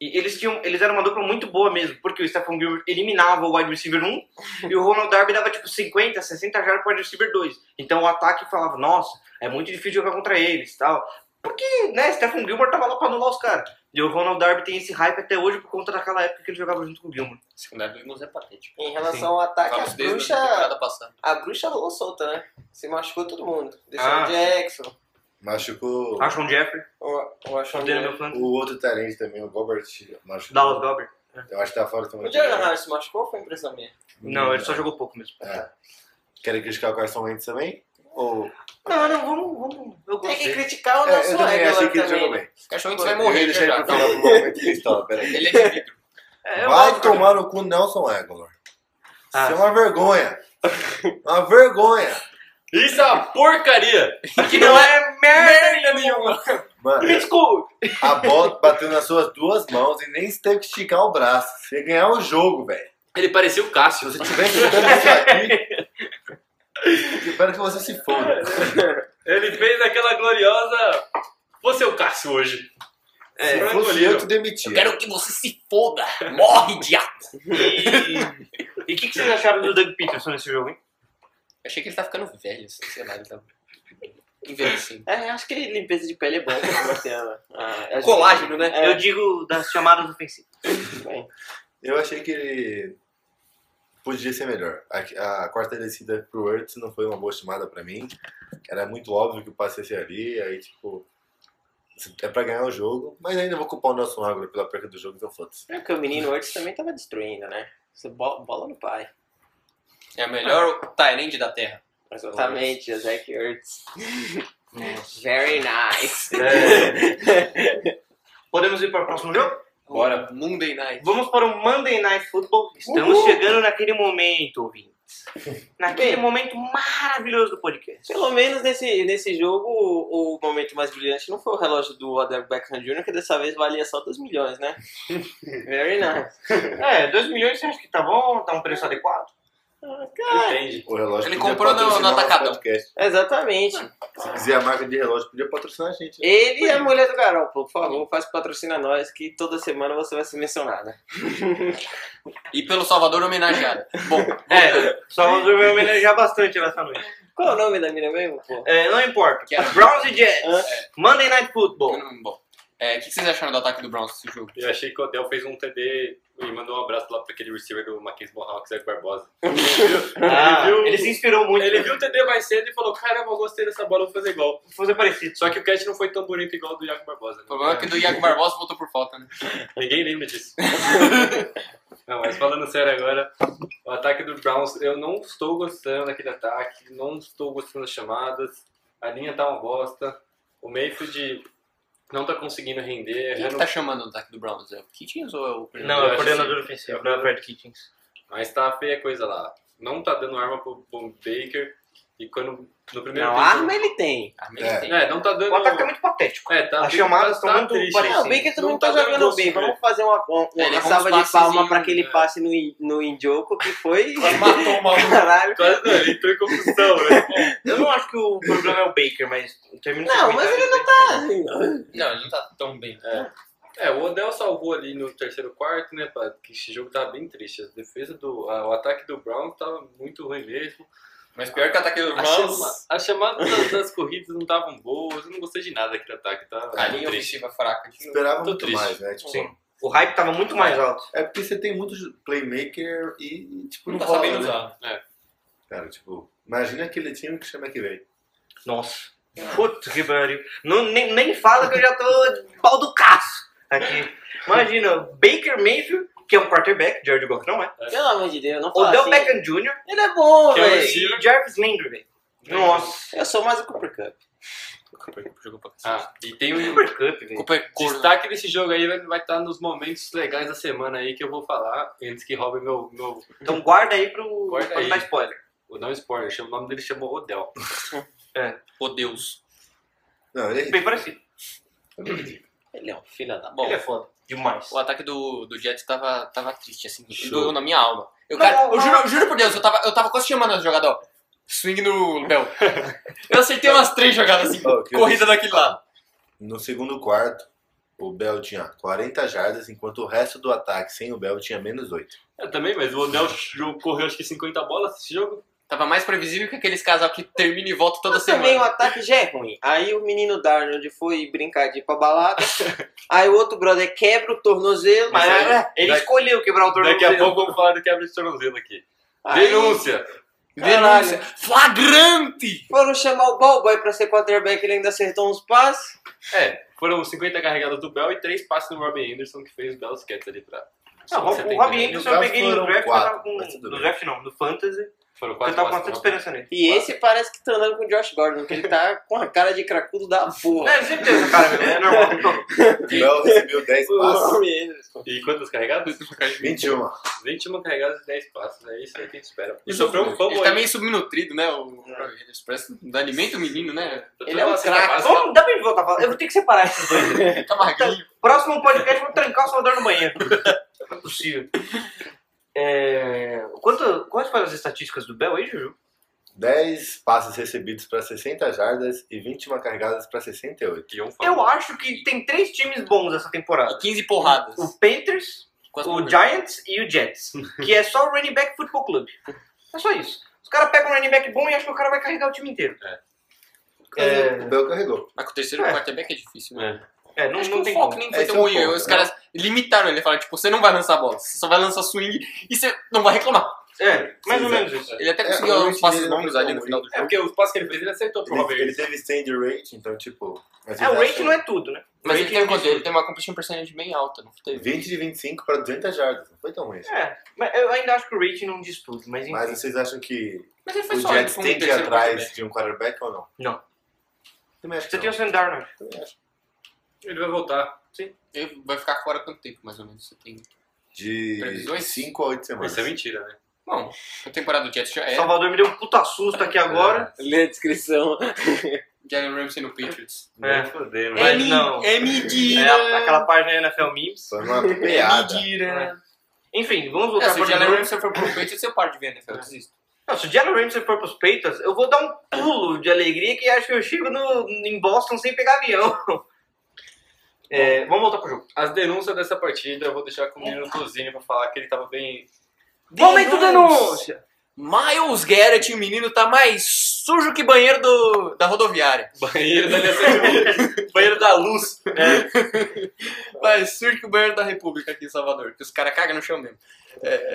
E: E eles, tinham, eles eram uma dupla muito boa mesmo, porque o Stephen Gilmore eliminava o wide receiver 1 e o Ronald Darby dava tipo 50, 60 jardas pro wide receiver 2. Então o ataque falava, nossa, é muito difícil jogar contra eles tal. Porque, né, Stephen Gilmore tava lá pra anular os caras. E o Ronald Darby tem esse hype até hoje por conta daquela época que ele jogava junto com o Gilmore.
B: Secundária do Eagles é patética.
C: Em relação ao ataque, a
B: Falamos desde
C: bruxa,
B: a temporada passada.
C: a bruxa rolou solta, né? Se machucou todo mundo. Deixou
E: Ah.
C: o Jackson,
D: Machucou
E: Acham Jeffrey,
C: o, o Ashon
E: Daniel
C: Jackson.
E: Melfland,
D: o outro tarente também, o Robert. Machucou.
E: Dallas Gober.
D: Eu acho que tá fora também.
C: O Jalen Harris se machucou ou foi impressão minha?
E: Não, ele só jogou pouco mesmo.
D: É. Querem criticar o Carson Wentz também? Ou...
E: Não, não, vamos, vamos. Eu
C: Tem que
E: gostei.
C: criticar o
D: É,
C: nosso
D: eu também
C: Eggler
D: achei que ele
C: também,
D: jogou
C: né?
D: bem.
B: Cachorro vai morrer já,
D: Deixa
B: já.
D: ele pra falar pro momento que ele tava, peraí.
B: Ele é de vidro.
E: É, eu
D: Vai
E: gosto.
D: tomar no cu Nelson Aguilar.
E: Ah.
D: Isso é uma vergonha. Uma vergonha.
F: Isso é uma porcaria!
B: Que não é merda nenhuma.
D: Mano,
E: Me desculpe.
D: a bola bateu nas suas duas mãos e nem teve que esticar o braço. Você ia ganhar o jogo, velho.
F: Ele parecia o Cássio.
D: Se você tiver escutando isso aqui, espero que você se foda.
F: Ele fez aquela gloriosa. Você é o Cássio hoje.
E: É.
D: Se
F: Frango
D: fosse
F: livre.
D: eu, te demitia.
B: Quero que você se foda. Morre, diabo.
E: E o que, que vocês acharam do Doug Peterson nesse jogo, hein?
B: Eu achei que ele tá ficando velho, assim, sei lá, ele tá envelhecendo.
C: É, acho que limpeza de pele é bom pra você, né? Ah, ajuda.
B: Colágeno, né?
C: É.
E: Eu digo das chamadas ofensivas.
D: Eu achei que ele podia ser melhor. A, a quarta descida pro Hurts não foi uma boa estimada pra mim. Era muito óbvio que o passe ia ser ali, aí tipo. É pra ganhar o jogo, mas ainda vou culpar o Nelson Aguilar pela perda do jogo, então foda-se.
C: É porque o menino antes também tava destruindo, né? Você bo- bola no pai.
B: É o melhor Tyrande da Terra.
C: Exatamente, Zach Ertz. Very nice.
E: Podemos ir para o próximo jogo?
B: Bora. Monday Night.
E: Vamos para o Monday Night Football. Estamos chegando naquele momento, ouvintes. Naquele
C: Bem.
E: momento maravilhoso do podcast.
C: Pelo menos nesse, nesse jogo, o, o momento mais brilhante não foi o relógio do Odell Beckham Jr., que dessa vez valia só 2 milhões, né? Very nice.
E: É, 2 milhões você acha que tá bom? Tá um preço adequado?
F: Entende.
D: O relógio
B: Ele
D: podia
B: comprou no- no
D: patrocinar o nosso
B: Atacadão.
D: podcast.
C: Exatamente.
D: Se quiser a marca de relógio, podia patrocinar a gente. né?
C: Ele e a mulher do Garoppolo, por favor, faz patrocina nós, que toda semana você vai ser mencionada.
B: E pelo Salvador homenageada. Bom,
E: É, só vamos me homenagear bastante nessa noite.
C: Qual é o nome da mina mesmo, pô?
E: É, não importa.
B: Que é-
E: Browns e Jets. Monday Night Football.
B: bom. bom. É, o que vocês acharam do ataque do Browns nesse jogo?
F: Eu achei que o Odell fez um TD e mandou um abraço lá pra aquele receiver do Marquinhos Borral, que Zé Barbosa.
E: Ah,
F: viu-
E: ele se inspirou muito.
F: Ele viu o TD mais cedo e falou: Caramba, eu gostei dessa bola, eu vou fazer igual.
E: fazer parecido.
F: Só que o catch não foi tão bonito igual o do Iago Barbosa. né?
B: O problema é que o do Iago Barbosa voltou por falta, né?
F: Ninguém lembra disso. Não, mas falando sério agora, o ataque do Browns, eu não estou gostando daquele ataque, não estou gostando das chamadas, a linha tá uma bosta, o Mayfield não tá conseguindo render,
B: Quem que
F: errando
B: tá chamando o ataque do Browns? É o Kitchens ou é o
E: Não, é
F: acho
E: o coordenador
F: assim,
E: ofensivo,
F: é o
E: não é o Fred Kitchens.
F: Mas tá feia a coisa lá. Não tá dando arma pro, pro Baker. E quando. No primeiro
C: Não,
F: tempo.
C: arma ele tem.
B: Ah, mas
D: É.
B: tem.
F: É, não tá dando.
E: O ataque tá muito patético.
F: É, tá.
E: As
F: tá-
E: chamadas tão
F: tá
E: muito
F: triste,
E: parecidas.
C: Não,
F: assim.
C: o Baker também não
F: tá
C: tá jogando
F: dando
C: bem.
F: gosto de
C: Vamos fazer uma, uma,
B: É, ele
C: uma
B: errou
C: salva
B: uns
C: de palma
B: passezinhos,
C: pra aquele
B: né?
C: passe no, In- no Indioco que foi.
B: Quase matou o maluco.
C: Caralho.
F: Quase não, ele entrou em confusão, né?
E: Eu não acho que o problema é o Baker, mas termina o
C: Não,
E: seu
C: mas
E: comentário.
C: ele não tá.
B: Não, ele não tá tão bem.
F: É, o Odell salvou ali no terceiro quarto, né? pá, Que esse jogo tá bem triste. A defesa do. a- o ataque do Brown tava muito ruim mesmo.
B: Mas pior que o ataque do
F: A chama-
B: Browns,
F: As chamadas das, das corridas não estavam boas. Eu não gostei de nada daquele ataque, tá?
B: a linha
F: triste.
B: ofensiva fraca de novo.
D: Esperava
F: Tô
D: muito
F: triste.
D: mais, né? Tipo,
E: Sim. O hype tava muito mais alto.
D: É porque você tem muitos playmaker e, tipo,
B: Não
D: não
B: tá
D: rola,
B: sabendo
D: né?
B: usar.
F: É,
D: Cara, tipo, imagina aquele time que chama que vem.
E: Nossa. Puta que pariu. Não, nem, nem fala que eu já tô pau do caço aqui. Imagina, Baker Mayfield, que é um quarterback, Jared Goff não é.
C: Pelo amor de Deus, não fala
E: Odell
C: assim.
E: Beckham Jr.
C: Ele é bom,
F: Que é o
C: velho.
F: receiver.
E: e Jarvis Landry, velho. Nossa.
C: Eu sou mais o Cooper Cup.
B: Jogou pra cacete.
F: Ah, e tem um.
E: Super Cup, velho.
B: Culpa é
F: O
B: corno.
F: destaque desse jogo aí vai estar nos momentos legais da semana aí que eu vou falar antes que roube meu. meu
E: Então guarda aí pro.
F: Guarda
E: pra
F: aí.
E: dar spoiler.
F: não spoiler, chama- o nome dele chamou Odell.
B: Ô Deus.
D: Não, ele
E: Bem parecido.
C: Ele é um filho da
B: Bom,
E: Ele é foda. Demais.
B: o ataque do, do Jets tava, tava triste, assim.
F: Show.
B: Doeu na minha alma. Eu,
E: Não,
B: cara,
E: não,
B: eu juro, juro por Deus, eu tava, eu tava quase chamando as jogadas, ó. Swing no Bel. Eu acertei umas três jogadas, assim.
D: Ó, eu queria
B: corrida daquele lá.
D: No segundo quarto, o Bell tinha 40 jardas, enquanto o resto do ataque sem o Bell tinha menos 8.
F: É, também, mas o Odell jo- correu acho que 50 bolas esse jogo.
B: Tava mais previsível que aqueles casal que termina e volta toda
C: Mas também o
B: semana.
C: ataque já é ruim. Aí o menino Darnold foi brincar de ir pra balada. aí o outro brother quebra o tornozelo.
E: Mas
C: Mas
E: é, ele
F: daqui-
E: escolheu quebrar o tornozelo.
F: Daqui a pouco vamos falar do quebra de tornozelo aqui.
C: aí
F: Denúncia!
B: Denúncia. Flagrante!
C: foram chamar o ball boy pra ser quarterback. Ele ainda acertou uns passes.
F: É, foram 50 carregadas do Bell e 3 passes no Robin Anderson que fez belos catch ali pra.
E: Não, o- o
F: 70.
E: Robbie Anderson eu
D: caso,
E: peguei no
D: foram
E: draft,
D: quatro,
E: eu tava com.
D: mas tudo
E: No
D: bem.
E: draft não, no Fantasy.
F: Foram
E: Eu
F: quase
E: tava tá com
F: passes,
E: bastante
F: né?
E: esperança nele.
C: E esse parece que tá andando com o Josh Gordon, que ele tá com a cara de cracudo da
E: Não,
C: porra.
E: ele sempre teve essa cara mesmo, é normal.
D: O Bell recebeu 10 passes,
F: E quantas carregadas?
D: 21.
F: 21 carregadas e 10 passes. É isso aí que a gente espera. E
B: Ele
F: sofreu um fumble
B: Ele tá
F: aí.
B: meio subnutrido, né? O Ele expressa do alimento menino, né?
C: Ele é um
F: Sexta
E: tá
C: craque.
F: base,
E: Vamos, dá pra gente voltar a falar. Eu vou ter que separar esses dois.
B: Ele tá magrinho.
E: Próximo podcast, eu vou trancar o Salvador no banheiro. Não é possível. É... Quanto, quantas foram as estatísticas do Bel aí, Juju?
D: 10 passes recebidos para 60 jardas e 21 carregadas para 68.
F: que um fumble.
E: Eu acho que tem três times bons essa temporada.
B: E 15 porradas.
E: O Panthers,
B: Quase um
E: o
B: morreu.
E: Giants e o Jets. Que é só o running back futebol clube. É só isso. Os caras pegam um running back bom e acham que o cara vai carregar o time inteiro. É,
D: O Bell carregou.
B: Mas com o terceiro
E: É.
B: quarterback é difícil, né?
E: é, não,
B: Acho
E: não
B: que o
E: tem
B: foco
E: como.
B: nem foi
D: Esse
B: tão
D: é o
B: ruim.
D: ponto,
B: Os
D: né?
B: caras limitaram ele. Falaram, tipo, você não vai lançar bola. Você só vai lançar swing e você não vai reclamar.
E: É, mais
D: Sim,
E: ou menos isso.
B: Ele até
D: É,
B: conseguiu
D: o
B: uns passes
D: Rich Miller
B: longos
D: não
B: ali no
D: foi
B: final do
D: ruim.
F: É
B: jogo.
F: porque os passes que ele fez, ele acertou pro
D: Ele,
F: Robert.
D: ele teve stand rate, então, tipo. mas
E: É, o
D: ele
E: rate
D: achou
E: não é tudo, né?
B: Mas ele
E: Rate
B: tem,
E: é
B: quanto?
E: absurdo.
B: ele tem uma competition percentage bem alta, não teve?
D: 20 de 25 para 200 jardas. Não foi tão ruim. assim.
E: É, mas eu ainda acho que o rating não diz tudo, mas enfim.
D: Mas vocês acham que
B: Mas ele foi
D: o
B: só
D: Jets
B: tipo, um
D: tem que ir
B: terceiro
D: atrás
B: quarterback.
D: de um quarterback ou não?
E: Não.
D: Também acho que
E: Você
D: não.
E: tem o Sam Darnold.
F: Ele vai voltar.
B: Ele vai ficar fora quanto tempo, mais ou menos? Você tem...
D: De
B: Previsões?
D: 5 a 8 semanas.
F: Isso é mentira, né?
B: Bom, a temporada do Jets já é era.
E: Salvador me deu um puta susto aqui agora.
C: Lê a descrição.
B: Jalen Ramsey no Patriots.
E: É,
F: fodeu,
E: Mas não.
B: É
E: É
B: mentira!
E: a- aquela página NFL Memes.
D: Foi uma piada.
B: mentira!
E: Enfim, vamos
B: É,
E: voltar
B: se É, o
E: para
B: Jalen
E: o jogo.
B: Ramsey for pro Patriots, eu paro de ver, né, Eu desisto.
E: Não, se o Jalen Ramsey for pros Peitas, eu vou dar um pulo de alegria que acho que eu chego no, em Boston sem pegar avião. É, vamos voltar pro jogo.
F: As denúncias dessa partida eu vou deixar com o menino Cozinho pra falar que ele tava bem.
E: Momento denúncia!
B: Miles Garrett, o menino tá mais sujo que banheiro do, da rodoviária.
F: Banheiro da Aliança Banheiro da luz.
B: Mais sujo que o banheiro da República aqui em Salvador, que os caras cagam no chão mesmo. É.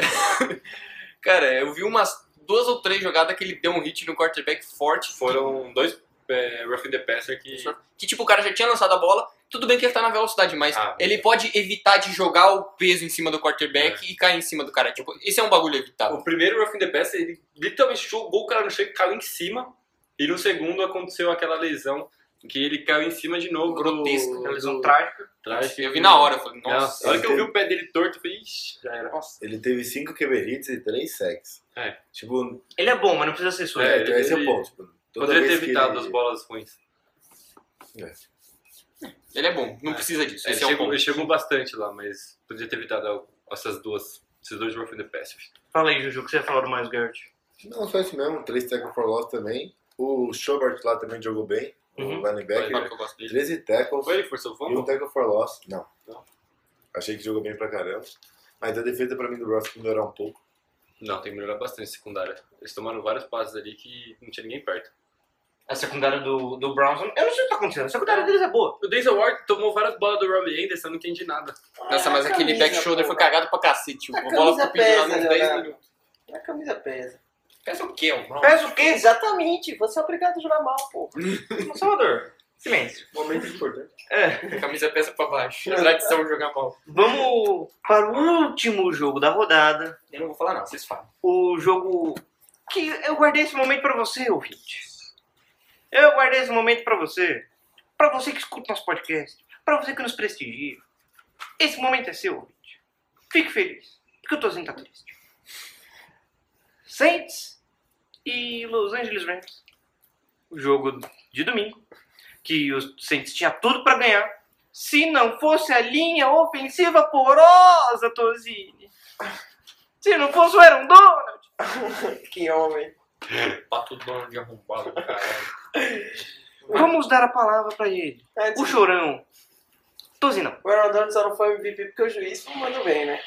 B: cara, eu vi umas duas ou três jogadas que ele deu um hit no quarterback forte.
F: Foram dois é, Rough in the Passer que.
B: Que tipo, o cara já tinha lançado a bola, Tudo bem que ele tá na velocidade, mas
C: Ah,
B: ele pode evitar de jogar o peso em cima do quarterback e cair em cima do cara. Tipo, isso é um bagulho evitável.
F: O primeiro Rough in the Pass, ele literalmente jogou o cara no chão e caiu em cima. E no segundo aconteceu aquela lesão que ele caiu em cima de novo.
B: Grotesco.
F: do-
E: Uma lesão trágica.
F: Atrás,
B: Eu vi na hora, eu falei,
F: Nossa,
B: nossa.
F: a hora que eu vi o pé dele torto, eu falei, ixi, já era.
E: Nossa.
D: Ele teve 5 QB hits e 3 sacks.
F: É.
D: Tipo,
E: Ele é bom, mas não precisa ser sua.
F: É,
D: é, então esse é o
F: ele-
D: ponto. Tipo, toda
F: Poderia ter
D: vez que
F: evitado
D: ele-
F: as bolas ruins.
B: Ele é bom, não precisa disso.
F: É,
B: Esse
F: ele,
B: é o
F: chegou,
B: ponto.
F: ele chegou bastante lá, mas poderia ter evitado algo- essas duas, esses dois Rough in the
D: É
F: Pass.
E: Fala aí, Juju, o que você ia falar do Miles Garrett?
D: Não, só isso mesmo. 3 tackles for loss também. O Schobert lá também jogou bem.
E: Uhum.
D: O
B: Claro
D: linebacker.
B: que eu gosto dele.
D: 13 tackles.
F: Foi Tá. ele que forçou o
D: E um
F: fumble?
D: tackle for loss. Não.
F: Não.
D: Achei que jogou bem pra caramba. Mas a defesa pra mim do Ross melhorar um pouco.
F: Não, tem que melhorar bastante a secundária. Eles tomaram vários passes ali que não tinha ninguém perto.
E: A secundária do, do Browns, eu não sei o que tá acontecendo. A secundária deles é boa.
F: O Denzel Ward tomou várias bolas do Robbie Anderson, eu não entendi nada.
B: Nossa, mas aquele back shoulder foi cagado pra cacete.
C: é
B: tipo,
C: A
B: A bola
C: camisa
B: ficou pendurada
C: pesa, né?
B: uns 10
C: Leonardo.
B: minutos.
C: A camisa pesa.
B: Pesa o quê? Um
E: Pesa o quê?
C: Exatamente, você é obrigado a jogar mal, pô.
E: Salvador. Silêncio.
D: Momento importante.
E: É,
B: A camisa pesa pra baixo. É tradição jogar mal.
E: vamos para o último jogo da rodada.
B: Eu não vou falar não, vocês falam.
E: o jogo que eu guardei esse momento pra você, ouvinte. Eu guardei esse momento pra você, Pra você que escuta nosso podcast, Pra você que nos prestigia. Esse momento é seu, ouvinte. Fique feliz, porque o Tozinho tá triste. Saints e Los Angeles Rams. O jogo de domingo, que os Saints tinha tudo pra ganhar, se não fosse a linha ofensiva porosa, Tozini. Se não fosse o Aaron Donald.
C: Que homem.
B: Pato dono de arrombado, caralho.
E: Vamos dar a palavra pra ele.
C: Antes,
E: O chorão. Tozinão.
C: É, tipo, o Ronaldo só não foi MVP porque o juiz não mandou bem, né?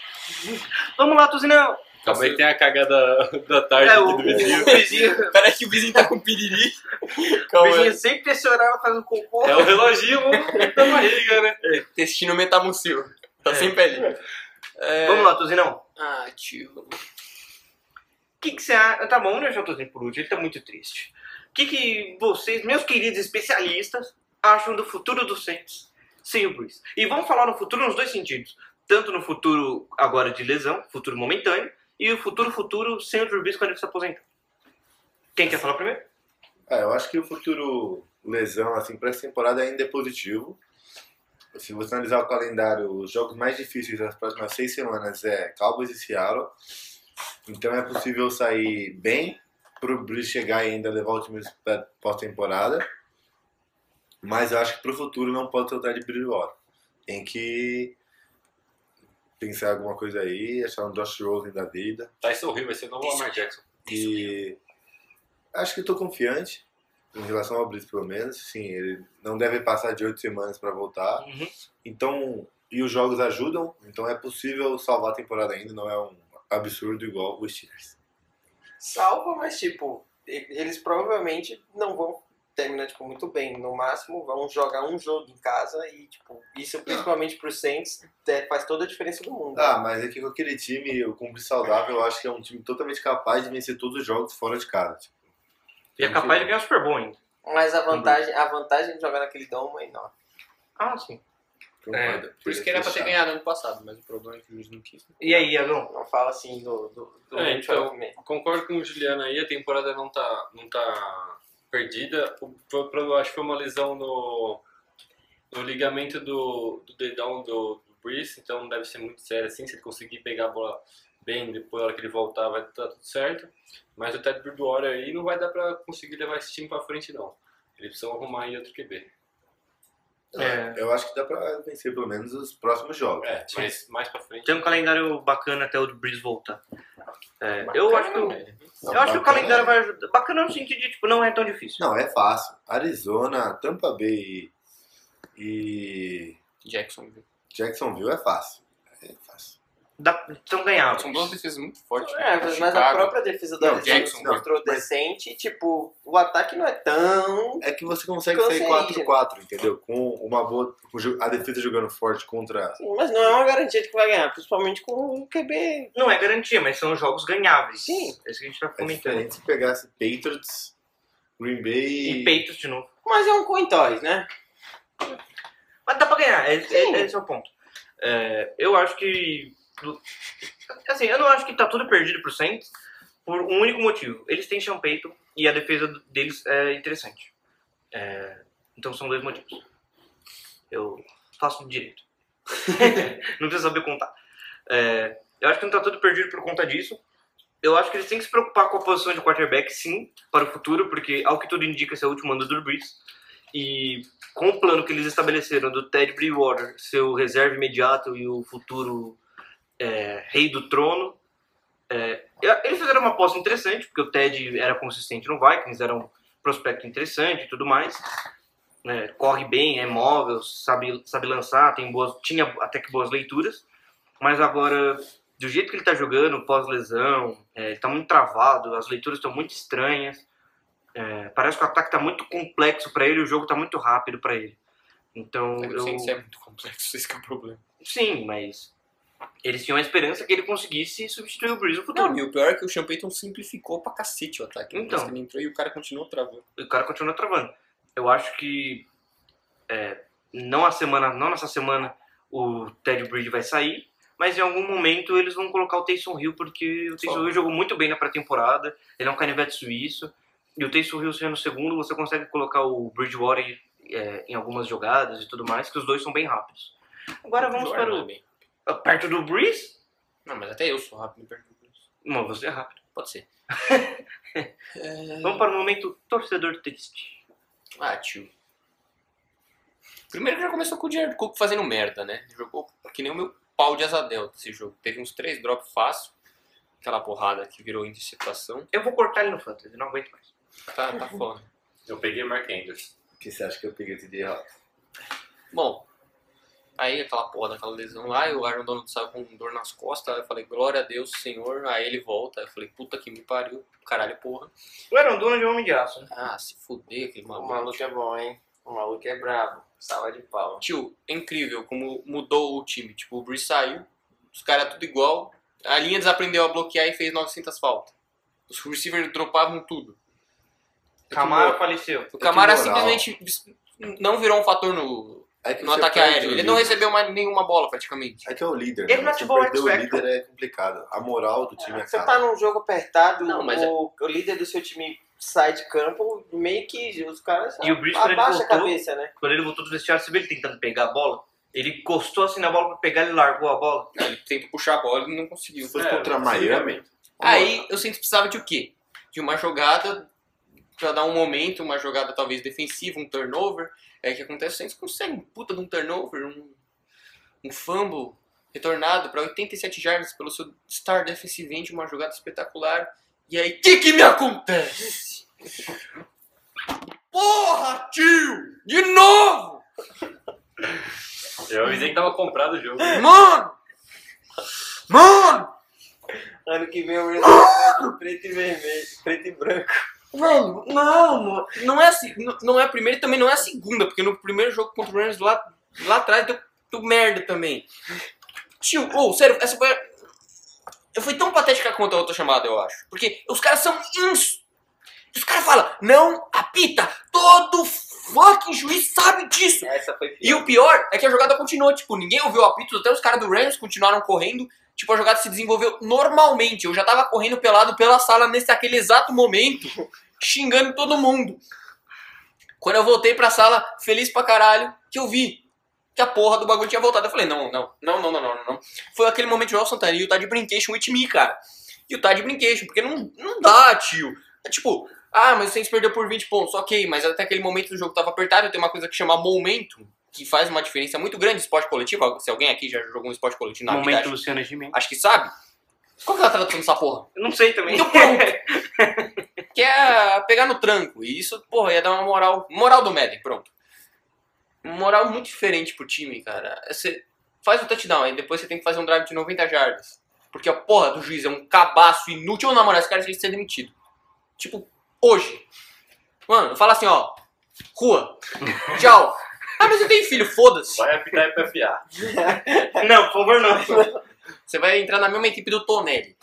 E: Vamos lá, Tozinão.
F: Calma aí, tem a cagada da tarde
E: É,
F: aqui
E: o,
F: do vizinho.
E: o vizinho,
B: Parece que o vizinho tá com piriri.
E: o
B: Calma aí.
E: vizinho sempre pressionado faz um cocô.
F: É o reloginho da barriga, né?
B: Intestino Tá metamucil. Tá sempre ali. É...
E: Vamos lá, Tozinão.
B: Ah, tio.
E: O que que você acha? Tá bom, né, João Tozinho, por último. Ele tá muito triste. O que que vocês, meus queridos especialistas, acham do futuro do Saints sem o Breeze? E vamos falar no futuro nos dois sentidos. Tanto no futuro agora de lesão, futuro momentâneo, e o futuro futuro sem o Drew Brees quando ele se aposentar. Quem quer falar primeiro?
D: É, eu acho que o futuro lesão, assim, para essa temporada ainda é positivo. Se você analisar o calendário, os jogos mais difíceis das próximas seis semanas é Cowboys e Seattle. Então é possível sair bem pro Bruce chegar e ainda levar o time pra pós-temporada. Mas eu acho que pro futuro não pode tratar de Bridgewater. Tem que pensar alguma coisa aí, achar um Josh Rosen da vida.
F: Tyson Hill é vai ser o novo Lamar Jackson.
D: E acho que estou confiante em relação ao Brito, pelo menos. Sim, ele não deve passar de oito semanas para voltar.
E: Uhum.
D: Então, e os jogos ajudam, então é possível salvar a temporada ainda, não é um absurdo igual o Steelers.
C: Salva, mas tipo, e- eles provavelmente não vão terminar, tipo, muito bem. No máximo, vão jogar um jogo em casa e, tipo, isso principalmente pro Saints é, faz toda a diferença do mundo.
D: Ah, mas é que com aquele time, o Cumpre Saudável, eu acho que é um time totalmente capaz de vencer todos os jogos fora de casa. Tipo,
E: E é capaz de ganhar o Super Bowl ainda.
C: Mas a vantagem, a vantagem de jogar naquele domo é enorme.
E: Ah, sim.
B: É,
D: concordo.
B: por isso que era pra ter
D: Fechado.
B: ganhado ano passado, mas o problema é que o juiz não quis.
E: E aí, Iagão?
C: Não fala assim do, do, do
F: É, então.
C: desenvolvimento.
F: Concordo com o Juliano aí, a temporada não tá, não tá perdida. O, pro- pro- acho que foi uma lesão no, no ligamento do, do dedão do, do Breeze, então não deve ser muito sério assim. Se ele conseguir pegar a bola bem depois, na hora que ele voltar, vai estar tudo certo. Mas o Ted Bridgewater aí não vai dar pra conseguir levar esse time pra frente, não. Eles precisam arrumar aí outro QB.
E: É.
D: Eu acho que dá pra vencer pelo menos os próximos jogos.
F: É, mas mais pra frente.
E: Tem um calendário bacana até o do Breeze voltar. É, eu acho que, o- eu
D: Não,
E: acho que o
D: bacana
E: calendário
D: é-
E: vai ajudar. Bacana no sentido de, tipo, não é tão difícil.
D: Não, é fácil. Arizona, Tampa Bay e
B: Jackson. viu?
D: Jacksonville é fácil. É fácil.
E: Dá, são ganháveis.
B: São duas defesas muito fortes.
C: É,
B: né?
C: mas a
B: Chicago.
C: própria defesa do
D: Não,
C: Arizona se
B: Jackson,
C: mostrou
D: mas-
C: decente. Tipo, o ataque não é tão.
D: É que você consegue
C: Cansa
D: sair
C: aí,
D: 4-4, entendeu? Com uma boa. com ju- A defesa jogando forte contra.
C: Sim, Mas não é uma garantia de que vai ganhar, principalmente com o QB.
E: Não é garantia, mas são jogos ganháveis.
C: Sim.
E: É isso que a gente tá
D: É
E: comentando.
D: diferente se pegasse Patriots, Green Bay
E: E peitos de novo.
C: Mas é um coin toss, né?
E: Mas dá pra ganhar, esse, esse é o ponto. É, eu acho que. Assim, eu não acho que tá tudo perdido pro Saints por um único motivo. Eles têm Sean Payton e a defesa deles é interessante. É, então são dois motivos. Eu faço direito. não precisa saber contar. É, eu acho que não tá tudo perdido por conta disso. Eu acho que eles têm que se preocupar com a posição de quarterback, sim, para o futuro, porque ao que tudo indica, esse é o último ano do Drew Brees. E com o plano que eles estabeleceram do Ted Brewater, seu reserva imediato e o futuro é, rei do trono, é, e- eles fizeram uma aposta interessante, porque o Ted era consistente no Vikings, era um prospecto interessante e tudo mais. né, corre bem, é móvel, sabe, sabe lançar, tem boas, tinha até que boas leituras. Mas agora, do jeito que ele tá jogando, pós-lesão, é, ele tá muito travado, as leituras estão muito estranhas. É, parece que o ataque tá muito complexo para ele, o jogo tá muito rápido para ele. Então,
B: Eu...
E: eu...
B: Sem ser é muito complexo, esse que é o problema.
E: Sim, mas eles tinham a esperança que ele conseguisse substituir o Breeze no futuro.
B: Não, e o pior é que o Sean Payton simplificou pra cacete o ataque. né?
E: Então.
B: Parece que Ele entrou e o cara continuou travando.
E: o cara continua travando. Eu acho que é, não a semana, não nessa semana o Ted Bridge vai sair, mas em algum momento eles vão colocar o Taysom Hill porque o Taysom Hill jogou muito bem na pré-temporada, ele é um canivete suíço e o Taysom Hill sendo segundo você consegue colocar o Bridgewater é, em algumas jogadas e tudo mais, que os dois são bem rápidos. Agora vamos para
B: Não, é
E: o
B: bem.
E: perto do Breeze.
B: Não, mas até eu sou rápido, me pergunto.
E: Não, você é rápido.
B: Pode ser.
E: Vamos para o momento torcedor triste.
B: Ah, tio. Primeiro que já começou com o Jared Cook fazendo merda, né? Jogou que nem o meu pau de asa delta esse jogo. Teve uns três drops fácil. Aquela porrada que virou interceptação.
E: Eu vou cortar ele no fantasy, não aguento mais.
B: Tá, tá foda.
F: Eu peguei Mark Andrews.
D: O que você acha que eu peguei de errado?
B: Bom, aí aquela porra daquela lesão lá, e o Aaron Donald saiu com dor nas costas. Aí eu falei, glória a Deus, Senhor. Aí ele volta. Aí eu falei, puta que me pariu. Caralho, porra.
E: O Aaron Donald é um homem de aço, né?
B: Ah, se fuder, aquele
C: O
B: maluco.
C: maluco é bom, hein? O maluco é brabo. Sala de pau.
B: Tio, é incrível como mudou o time. Tipo, o Breeze saiu, os caras tudo igual. A linha desaprendeu a bloquear e fez 900 faltas. Os receivers dropavam tudo.
E: Camaro
C: um-
E: faleceu.
B: O Camara
D: Que moral.
B: simplesmente não virou um fator no,
D: É que
B: no
D: você
B: ataque
D: perde
B: aéreo.
D: o
B: Ele não
D: líder.
B: recebeu mais nenhuma bola, praticamente.
D: É que é o líder.
E: Ele
D: né?
E: não
D: Você
E: ativou o
D: perder o
E: X-Factor.
D: líder é complicado. A moral do time é
C: Você
D: cara.
C: tá num jogo apertado,
B: Não, mas
E: é-
C: o, o líder do seu time sai de campo, meio que os caras
E: E o Bridge, quando ele
C: abaixa a
E: voltou,
C: cabeça, né?
E: quando ele voltou do vestiário, você vê ele tentando pegar a bola? Ele encostou assim na bola pra pegar, ele largou a bola.
B: Não, ele tentou puxar a bola e não conseguiu.
D: Se fosse contra Miami,
B: Aí eu sempre precisava de o quê? De uma jogada pra dar um momento, uma jogada talvez defensiva, um turnover. É o que acontece, o Saints consegue um puta de um turnover, um, um fumble retornado pra 87 jardas pelo seu star defensive end, uma jogada espetacular. E aí, que que me acontece? Porra, tio! De novo!
F: Eu avisei que tava comprado o jogo.
B: Mano! Mano!
C: Ano que vem eu resolvo preto e vermelho, preto e branco.
B: Velho, não, mano. não é assim, não, não é a primeira e também não é a segunda, porque no primeiro jogo contra o Rams lá, lá atrás deu, deu merda também. Tio, ou sério, essa foi. a- Eu fui tão patética quanto a outra chamada, eu acho. Porque os caras são ins. Os caras falam, não apita! Todo fucking juiz sabe disso!
C: Essa foi
B: E
C: pior.
B: o pior é que a jogada continuou, tipo, ninguém ouviu o apito, até os caras do Rams continuaram correndo. Tipo, a jogada se desenvolveu normalmente. Eu já tava correndo pelado pela sala nesse aquele exato momento, xingando todo mundo. Quando eu voltei pra sala, feliz pra caralho, que eu vi que a porra do bagulho tinha voltado. Eu falei, não, não, não, não, não, não, não, não. Foi aquele momento de Joel Santana e o tá de brincation with me, cara. E o tá de brincation, porque não, não dá, tio. É tipo, ah, mas o Saints perdeu por 20 pontos, ok, mas até aquele momento do jogo tava apertado, tem uma coisa que chama momento, que faz uma diferença muito grande no esporte coletivo. Se alguém aqui já jogou um esporte coletivo na
E: Momento é
B: vida,
E: Luciano Gimenez.
B: acho que sabe. Qual que é a tradução dessa porra?
E: Eu Não sei também.
B: Então pronto. que é pegar no tranco. E isso, porra, ia dar uma moral. Moral do Madden, pronto. Moral muito diferente pro time, cara. Você faz o touchdown, aí depois você tem que fazer um drive de 90 jardas. Porque a porra do juiz é um cabaço inútil. Ou na moral, esse cara tinha que ser demitido. Tipo, hoje. Mano, fala assim, ó. Rua. Tchau. Ah, mas eu tenho filho, foda-se.
F: Vai apitar FFA.
E: Não, por favor, não.
B: Você vai entrar na mesma equipe do Tonelli.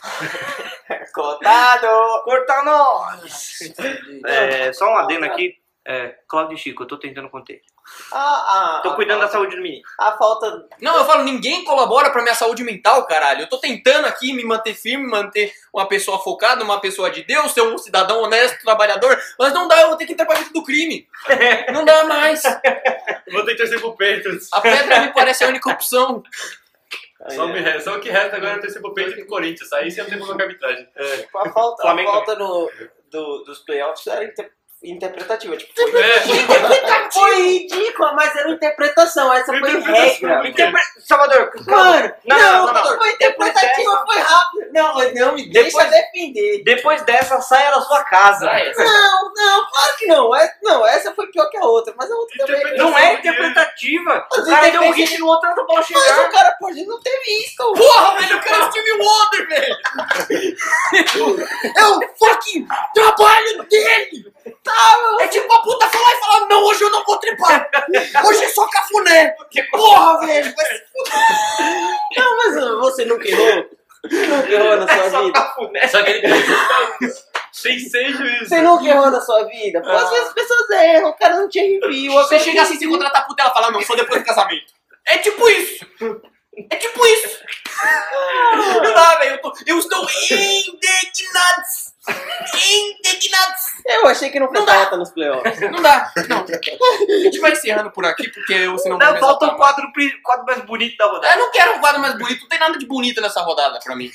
C: Cotado!
E: Cortar nós! É, só um adendo aqui. É, Cláudio e Chico, eu tô tentando conter.
C: Ah, ah,
E: Tô
C: a
E: cuidando da
C: falta,
E: saúde do menino.
C: A falta.
B: Não, eu falo, ninguém colabora pra minha saúde mental, caralho. Eu tô tentando aqui me manter firme, manter uma pessoa focada, uma pessoa de Deus, ser um cidadão honesto, trabalhador, mas não dá, eu vou ter que entrar pra dentro do crime. Não dá mais.
E: Vou tentar ser pro Peitos.
B: A pedra me parece a única opção.
E: um
F: Só, me re- só o que resta agora é o terceiro peito do Corinthians. Aí você não tem problema com a arbitragem.
E: É.
C: A falta, a
E: Flamengo
C: falta no, do, dos playoffs era inter- interpretativa. Tipo, foi
F: É,
C: Foi ridícula, mas era interpretação. Essa foi regra.
E: Salvador,
C: Mano,
E: Não,
C: não,
E: não, não, não.
C: foi interpretativa, foi rápido. Não, mas não me deixa
E: Depois-
C: defender.
E: depois dessa, saia da sua casa.
C: Não, não, claro que não. É- não, essa foi pior que a outra, mas a outra também.
E: Não é interpretativa. O
C: Mas
E: cara deu um
C: independente-
E: hit no outro antes da bola
C: Mas
E: chegar.
C: o cara, pô, a gente não teve isso.
B: Porra, velho, eu quero o Steve Wonder, velho. É o fucking trabalho dele. É tipo a puta falar e falar, não, hoje eu não vou trepar. Hoje é só cafuné. Porra, velho. vai se
C: Não, mas você nunca errou. Nunca errou
E: É
C: na sua vida.
F: É, só que ele tem seis juízes.
C: Você nunca errou na sua vida. Pô, às vezes as pessoas erram, o cara não te review.
B: Você chega assim, se contratar a puta, ela fala, não, só depois do casamento. É tipo isso. É tipo isso. Não dá, velho. Eu, tô- eu estou indignados. Indignados.
C: Eu achei que não foi
B: Não dá.
C: falta nos playoffs.
B: Não dá. Não. A gente vai encerrando por aqui, porque você não vai
C: um
E: Não,
B: me
E: falta
B: exaltar
E: um o
B: mais.
E: quadro, pri- quadro mais bonito da rodada.
B: Eu não quero um quadro mais bonito. Não tem nada de bonito nessa rodada pra mim.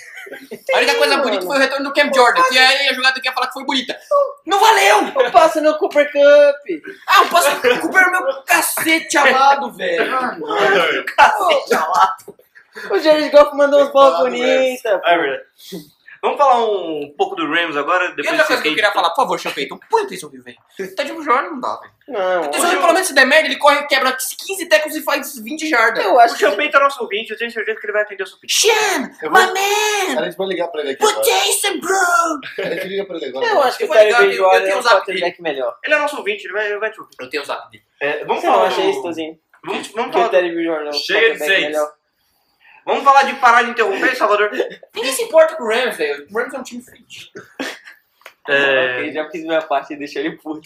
B: A única coisa
C: mano.
B: bonita foi o retorno do Cam Jordan. Que aí a jogada que ia falar que foi bonita. Não valeu!
C: Eu passo no Cooper Cup.
B: Ah, eu posso recuperar o meu cacete amado, velho. Ah, não.
C: O Jared Goff mandou uns bolas
D: Falar do
C: bonitas.
E: É verdade. Vamos falar um pouco do Rams agora?
B: E
E: Depois
B: outra coisa
E: desse
B: que eu
E: hate.
B: queria falar, por favor, Champeyton, põe o Taysom Hill, velho. Tá de um Jordan, não dá, velho.
C: Não,
B: O Taysom Hill, pelo menos, se der merda, ele corre, quebra 15 tecos e faz 20 jardas.
C: eu
E: O
C: acho que
E: Champagne tá nosso ouvinte, eu tenho certeza que ele vai atender o seu pedido.
B: Shan,
D: Eu vou-
B: my man,
D: A gente vai ligar pra ele aqui
B: put
D: agora.
B: Taysom, bro!
D: A gente liga pra ele agora.
C: Eu acho que
B: Eu
C: o
B: vou
C: Terry
B: ligar, eu- eu
C: Bridgewater
B: tenho
C: é
B: o
C: um
B: zap
C: quarterback melhor.
E: Ele é nosso ouvinte, ele vai, ele vai te ouvir.
B: Eu tenho o zap dele.
E: É, vamos
C: Você não
E: falar
C: acha isso,
E: do...
C: Tozinho?
E: Vamos, vamos,
C: Que o
E: falar do...
C: Terry Bridgewater é um
F: Cheio de
C: quarterback
F: seis.
C: melhor.
E: vamos falar de parar de interromper, Salvador?
B: Ninguém se importa com o Rams, velho. O Rams é um time fedido.
E: É.
C: Ok, já fiz minha parte e deixei ele puto.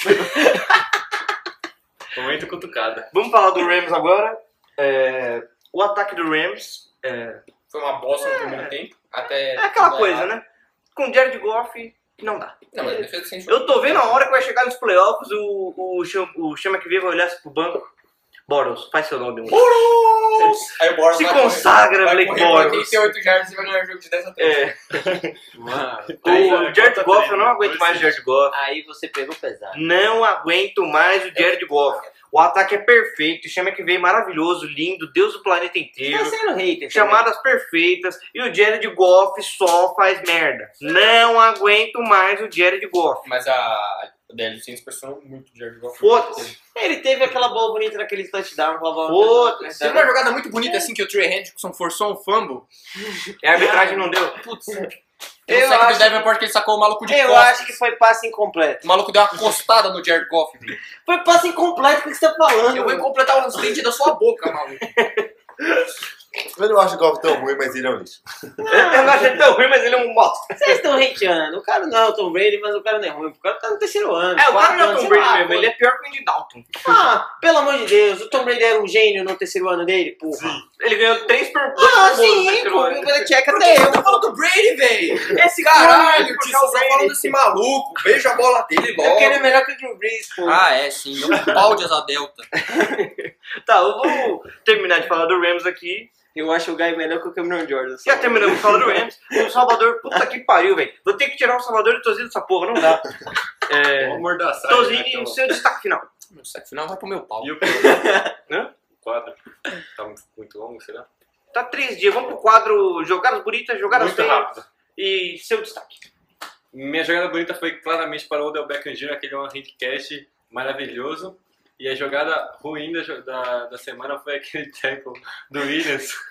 F: Momento cutucada.
E: Vamos falar do Rams agora. É, o ataque do Rams é,
B: Foi uma bosta no primeiro tempo. Até
E: é aquela coisa, né? Com o Jared Goff, não dá.
B: Não, mas a defesa sem jogo.
E: Eu tô vendo a hora que vai chegar nos playoffs, o, o, Cham- o Chama que vem vai olhar pro banco. Boros, faz seu nome. moleque.
B: Aí o Boros
E: Se
B: vai correr-
E: consagra,
B: vai
E: Blake
B: correr pra
E: Boros.
B: 88 jardas e vai ganhar o jogo de 10 a 3.
E: É,
F: Mano.
E: o Jared Goff, eu não aguento mais o Jared Goff.
C: Aí você pegou pesado.
E: Não aguento mais o Jared Goff. O ataque é perfeito, o chama que vem maravilhoso, lindo, Deus do planeta inteiro.
C: Tá sendo hater.
E: Chamadas perfeitas e o Jared Goff só faz merda. Não aguento mais o Jared Goff.
B: Mas a DL Saints pressionou muito o Jared Goff.
E: Foda-se.
C: também. Ele teve aquela bola bonita naquele touchdown. aquela bola-
E: Foda-se.
B: Tem uma jogada muito bonita assim que o Trey Hendrickson forçou um fumble.
E: É, A arbitragem não deu.
B: Putz.
C: Eu
B: Eu acho
C: acho
B: do Davenport que ele sacou o maluco de
C: Eu
B: costas.
C: acho que foi passe incompleto.
B: O maluco deu uma costada no Jared Goff. velho.
C: Foi passe incompleto, o que você tá falando?
B: Eu vou completar os dentes da sua boca, maluco.
D: Eu não acho o golpe tão ruim, mas ele é um lixo.
E: Eu não acho ele tão ruim, mas ele é um bosta.
C: Vocês estão hateando. O cara não é o Tom Brady, mas o cara não é ruim. O cara tá no terceiro ano.
E: É, o cara
C: quarto
E: não é
C: ano,
E: tão
C: sei
E: Brady
C: lá,
E: mesmo,
C: pô.
E: ele é pior que o Andy Dalton.
C: Ah, pelo amor de Deus, o Tom Brady era um gênio no terceiro ano dele, porra.
E: Ele ganhou três por dois
C: Ah,
E: por bolo no
C: sim,
E: terceiro
C: pô,
E: ano.
C: o Belichick
B: Por que
C: até
B: você tá
C: eu.
B: falando do Brady, velho?
C: Esse
B: Caralho,
C: cara,
B: tio, você tá falando desse maluco. Veja a bola dele
C: É
B: logo.
C: porque ele é melhor que o Drew Brees, pô.
B: Ah, é, sim. É um pau de asa delta.
E: Tá, eu vou terminar de falar do Rams aqui.
C: Eu acho o Guy melhor que o Cameron Jordan. assim.
E: Já terminamos de falar do Rams. O Salvador, puta que pariu, velho. Vou ter que tirar o Salvador e Tozinho dessa porra, não dá. É,
F: Vamos amordaçar. ele, né,
E: Tozinho,
F: então.
E: o seu destaque final.
B: Meu saco final vai pro meu pau.
F: E o
E: Hã?
F: O quadro. Tá muito, muito longo, será?
E: Tá três dias. Vamos pro quadro Jogadas Bonitas, Jogadas
F: muito
E: Feias
F: rápido.
E: e seu destaque.
F: Minha jogada bonita foi claramente para o Odell Beckham Jr., aquele one hand catch maravilhoso. E a jogada ruim da, jo- da, da semana foi aquele tackle do Williams.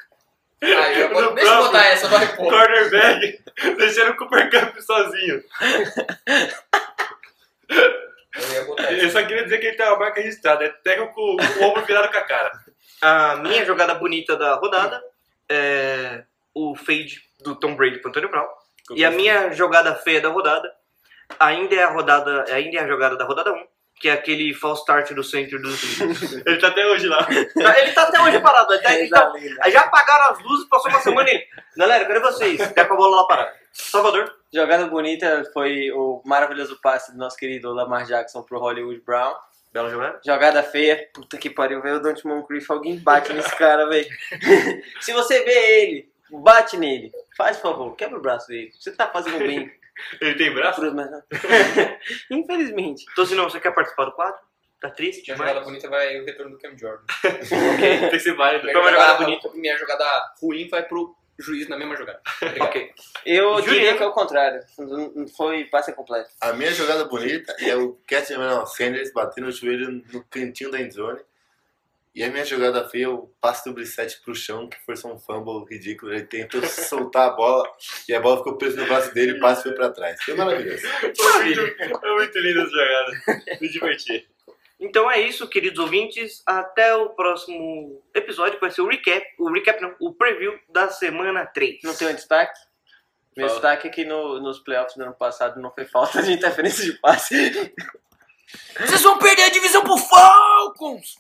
B: Ah, eu
F: No
B: deixa eu
F: próximo.
B: botar essa, vai, pô.
F: Cornerback, deixaram o Cooper Cup sozinho.
B: Eu ia botar
F: Eu
B: essa.
F: só queria dizer que ele tem uma marca registrada. É tackle com o ombro virado com a cara.
E: A minha jogada bonita da rodada é o fade do Tom Brady pro Antônio Brown. E a minha jogada feia da rodada ainda é a rodada, ainda é a jogada da rodada 1, que é aquele false start do centro dos livros. ele tá até hoje lá. Ele tá até hoje parado. Ele tá, ele tá-
C: então.
E: aí já apagaram as luzes, passou uma semana e. Galera, cadê vocês? Tá com a bola lá parada. Salvador?
C: Jogada bonita foi o maravilhoso passe do nosso querido Lamar Jackson pro Hollywood Brown.
E: Bela jogada.
C: Jogada feia. Puta que pariu, velho. O Dante Moncrief, alguém bate nesse cara, velho. Se você vê ele, bate nele. Faz favor, quebra o braço dele. Você tá fazendo bem.
E: Ele tem braço?
C: Cruz, mas não. Infelizmente.
E: Então, se não, você quer participar do quadro? Tá triste?
H: Minha
E: demais?
H: jogada bonita vai o retorno do Cam Jordan.
E: Tem que ser válido.
H: Minha
E: Então, uma jogada bonita.
H: bonita. Minha jogada ruim vai pro juiz na mesma jogada. Obrigado.
E: Ok.
C: Eu
E: Juliano.
C: diria que é o contrário. Foi passe completo.
D: A minha jogada bonita é o Catherine Manuel Sanders batendo o joelho no cantinho da endzone. E a minha jogada feia é o passe do Brissette pro chão, que forçou um fumble ridículo. Ele tentou soltar a bola e a bola ficou presa no braço dele e o passe foi pra trás. Foi maravilhoso.
E: É muito lindo essa jogada. Me diverti. Então é isso, queridos ouvintes. Até o próximo episódio, que vai ser o recap. O recap não, o preview da semana 3.
C: Não tem um destaque? Meu
F: Fala.
C: destaque é que no, nos playoffs do ano passado não foi falta de interferência de passe.
H: Vocês vão perder a divisão pro Falcons!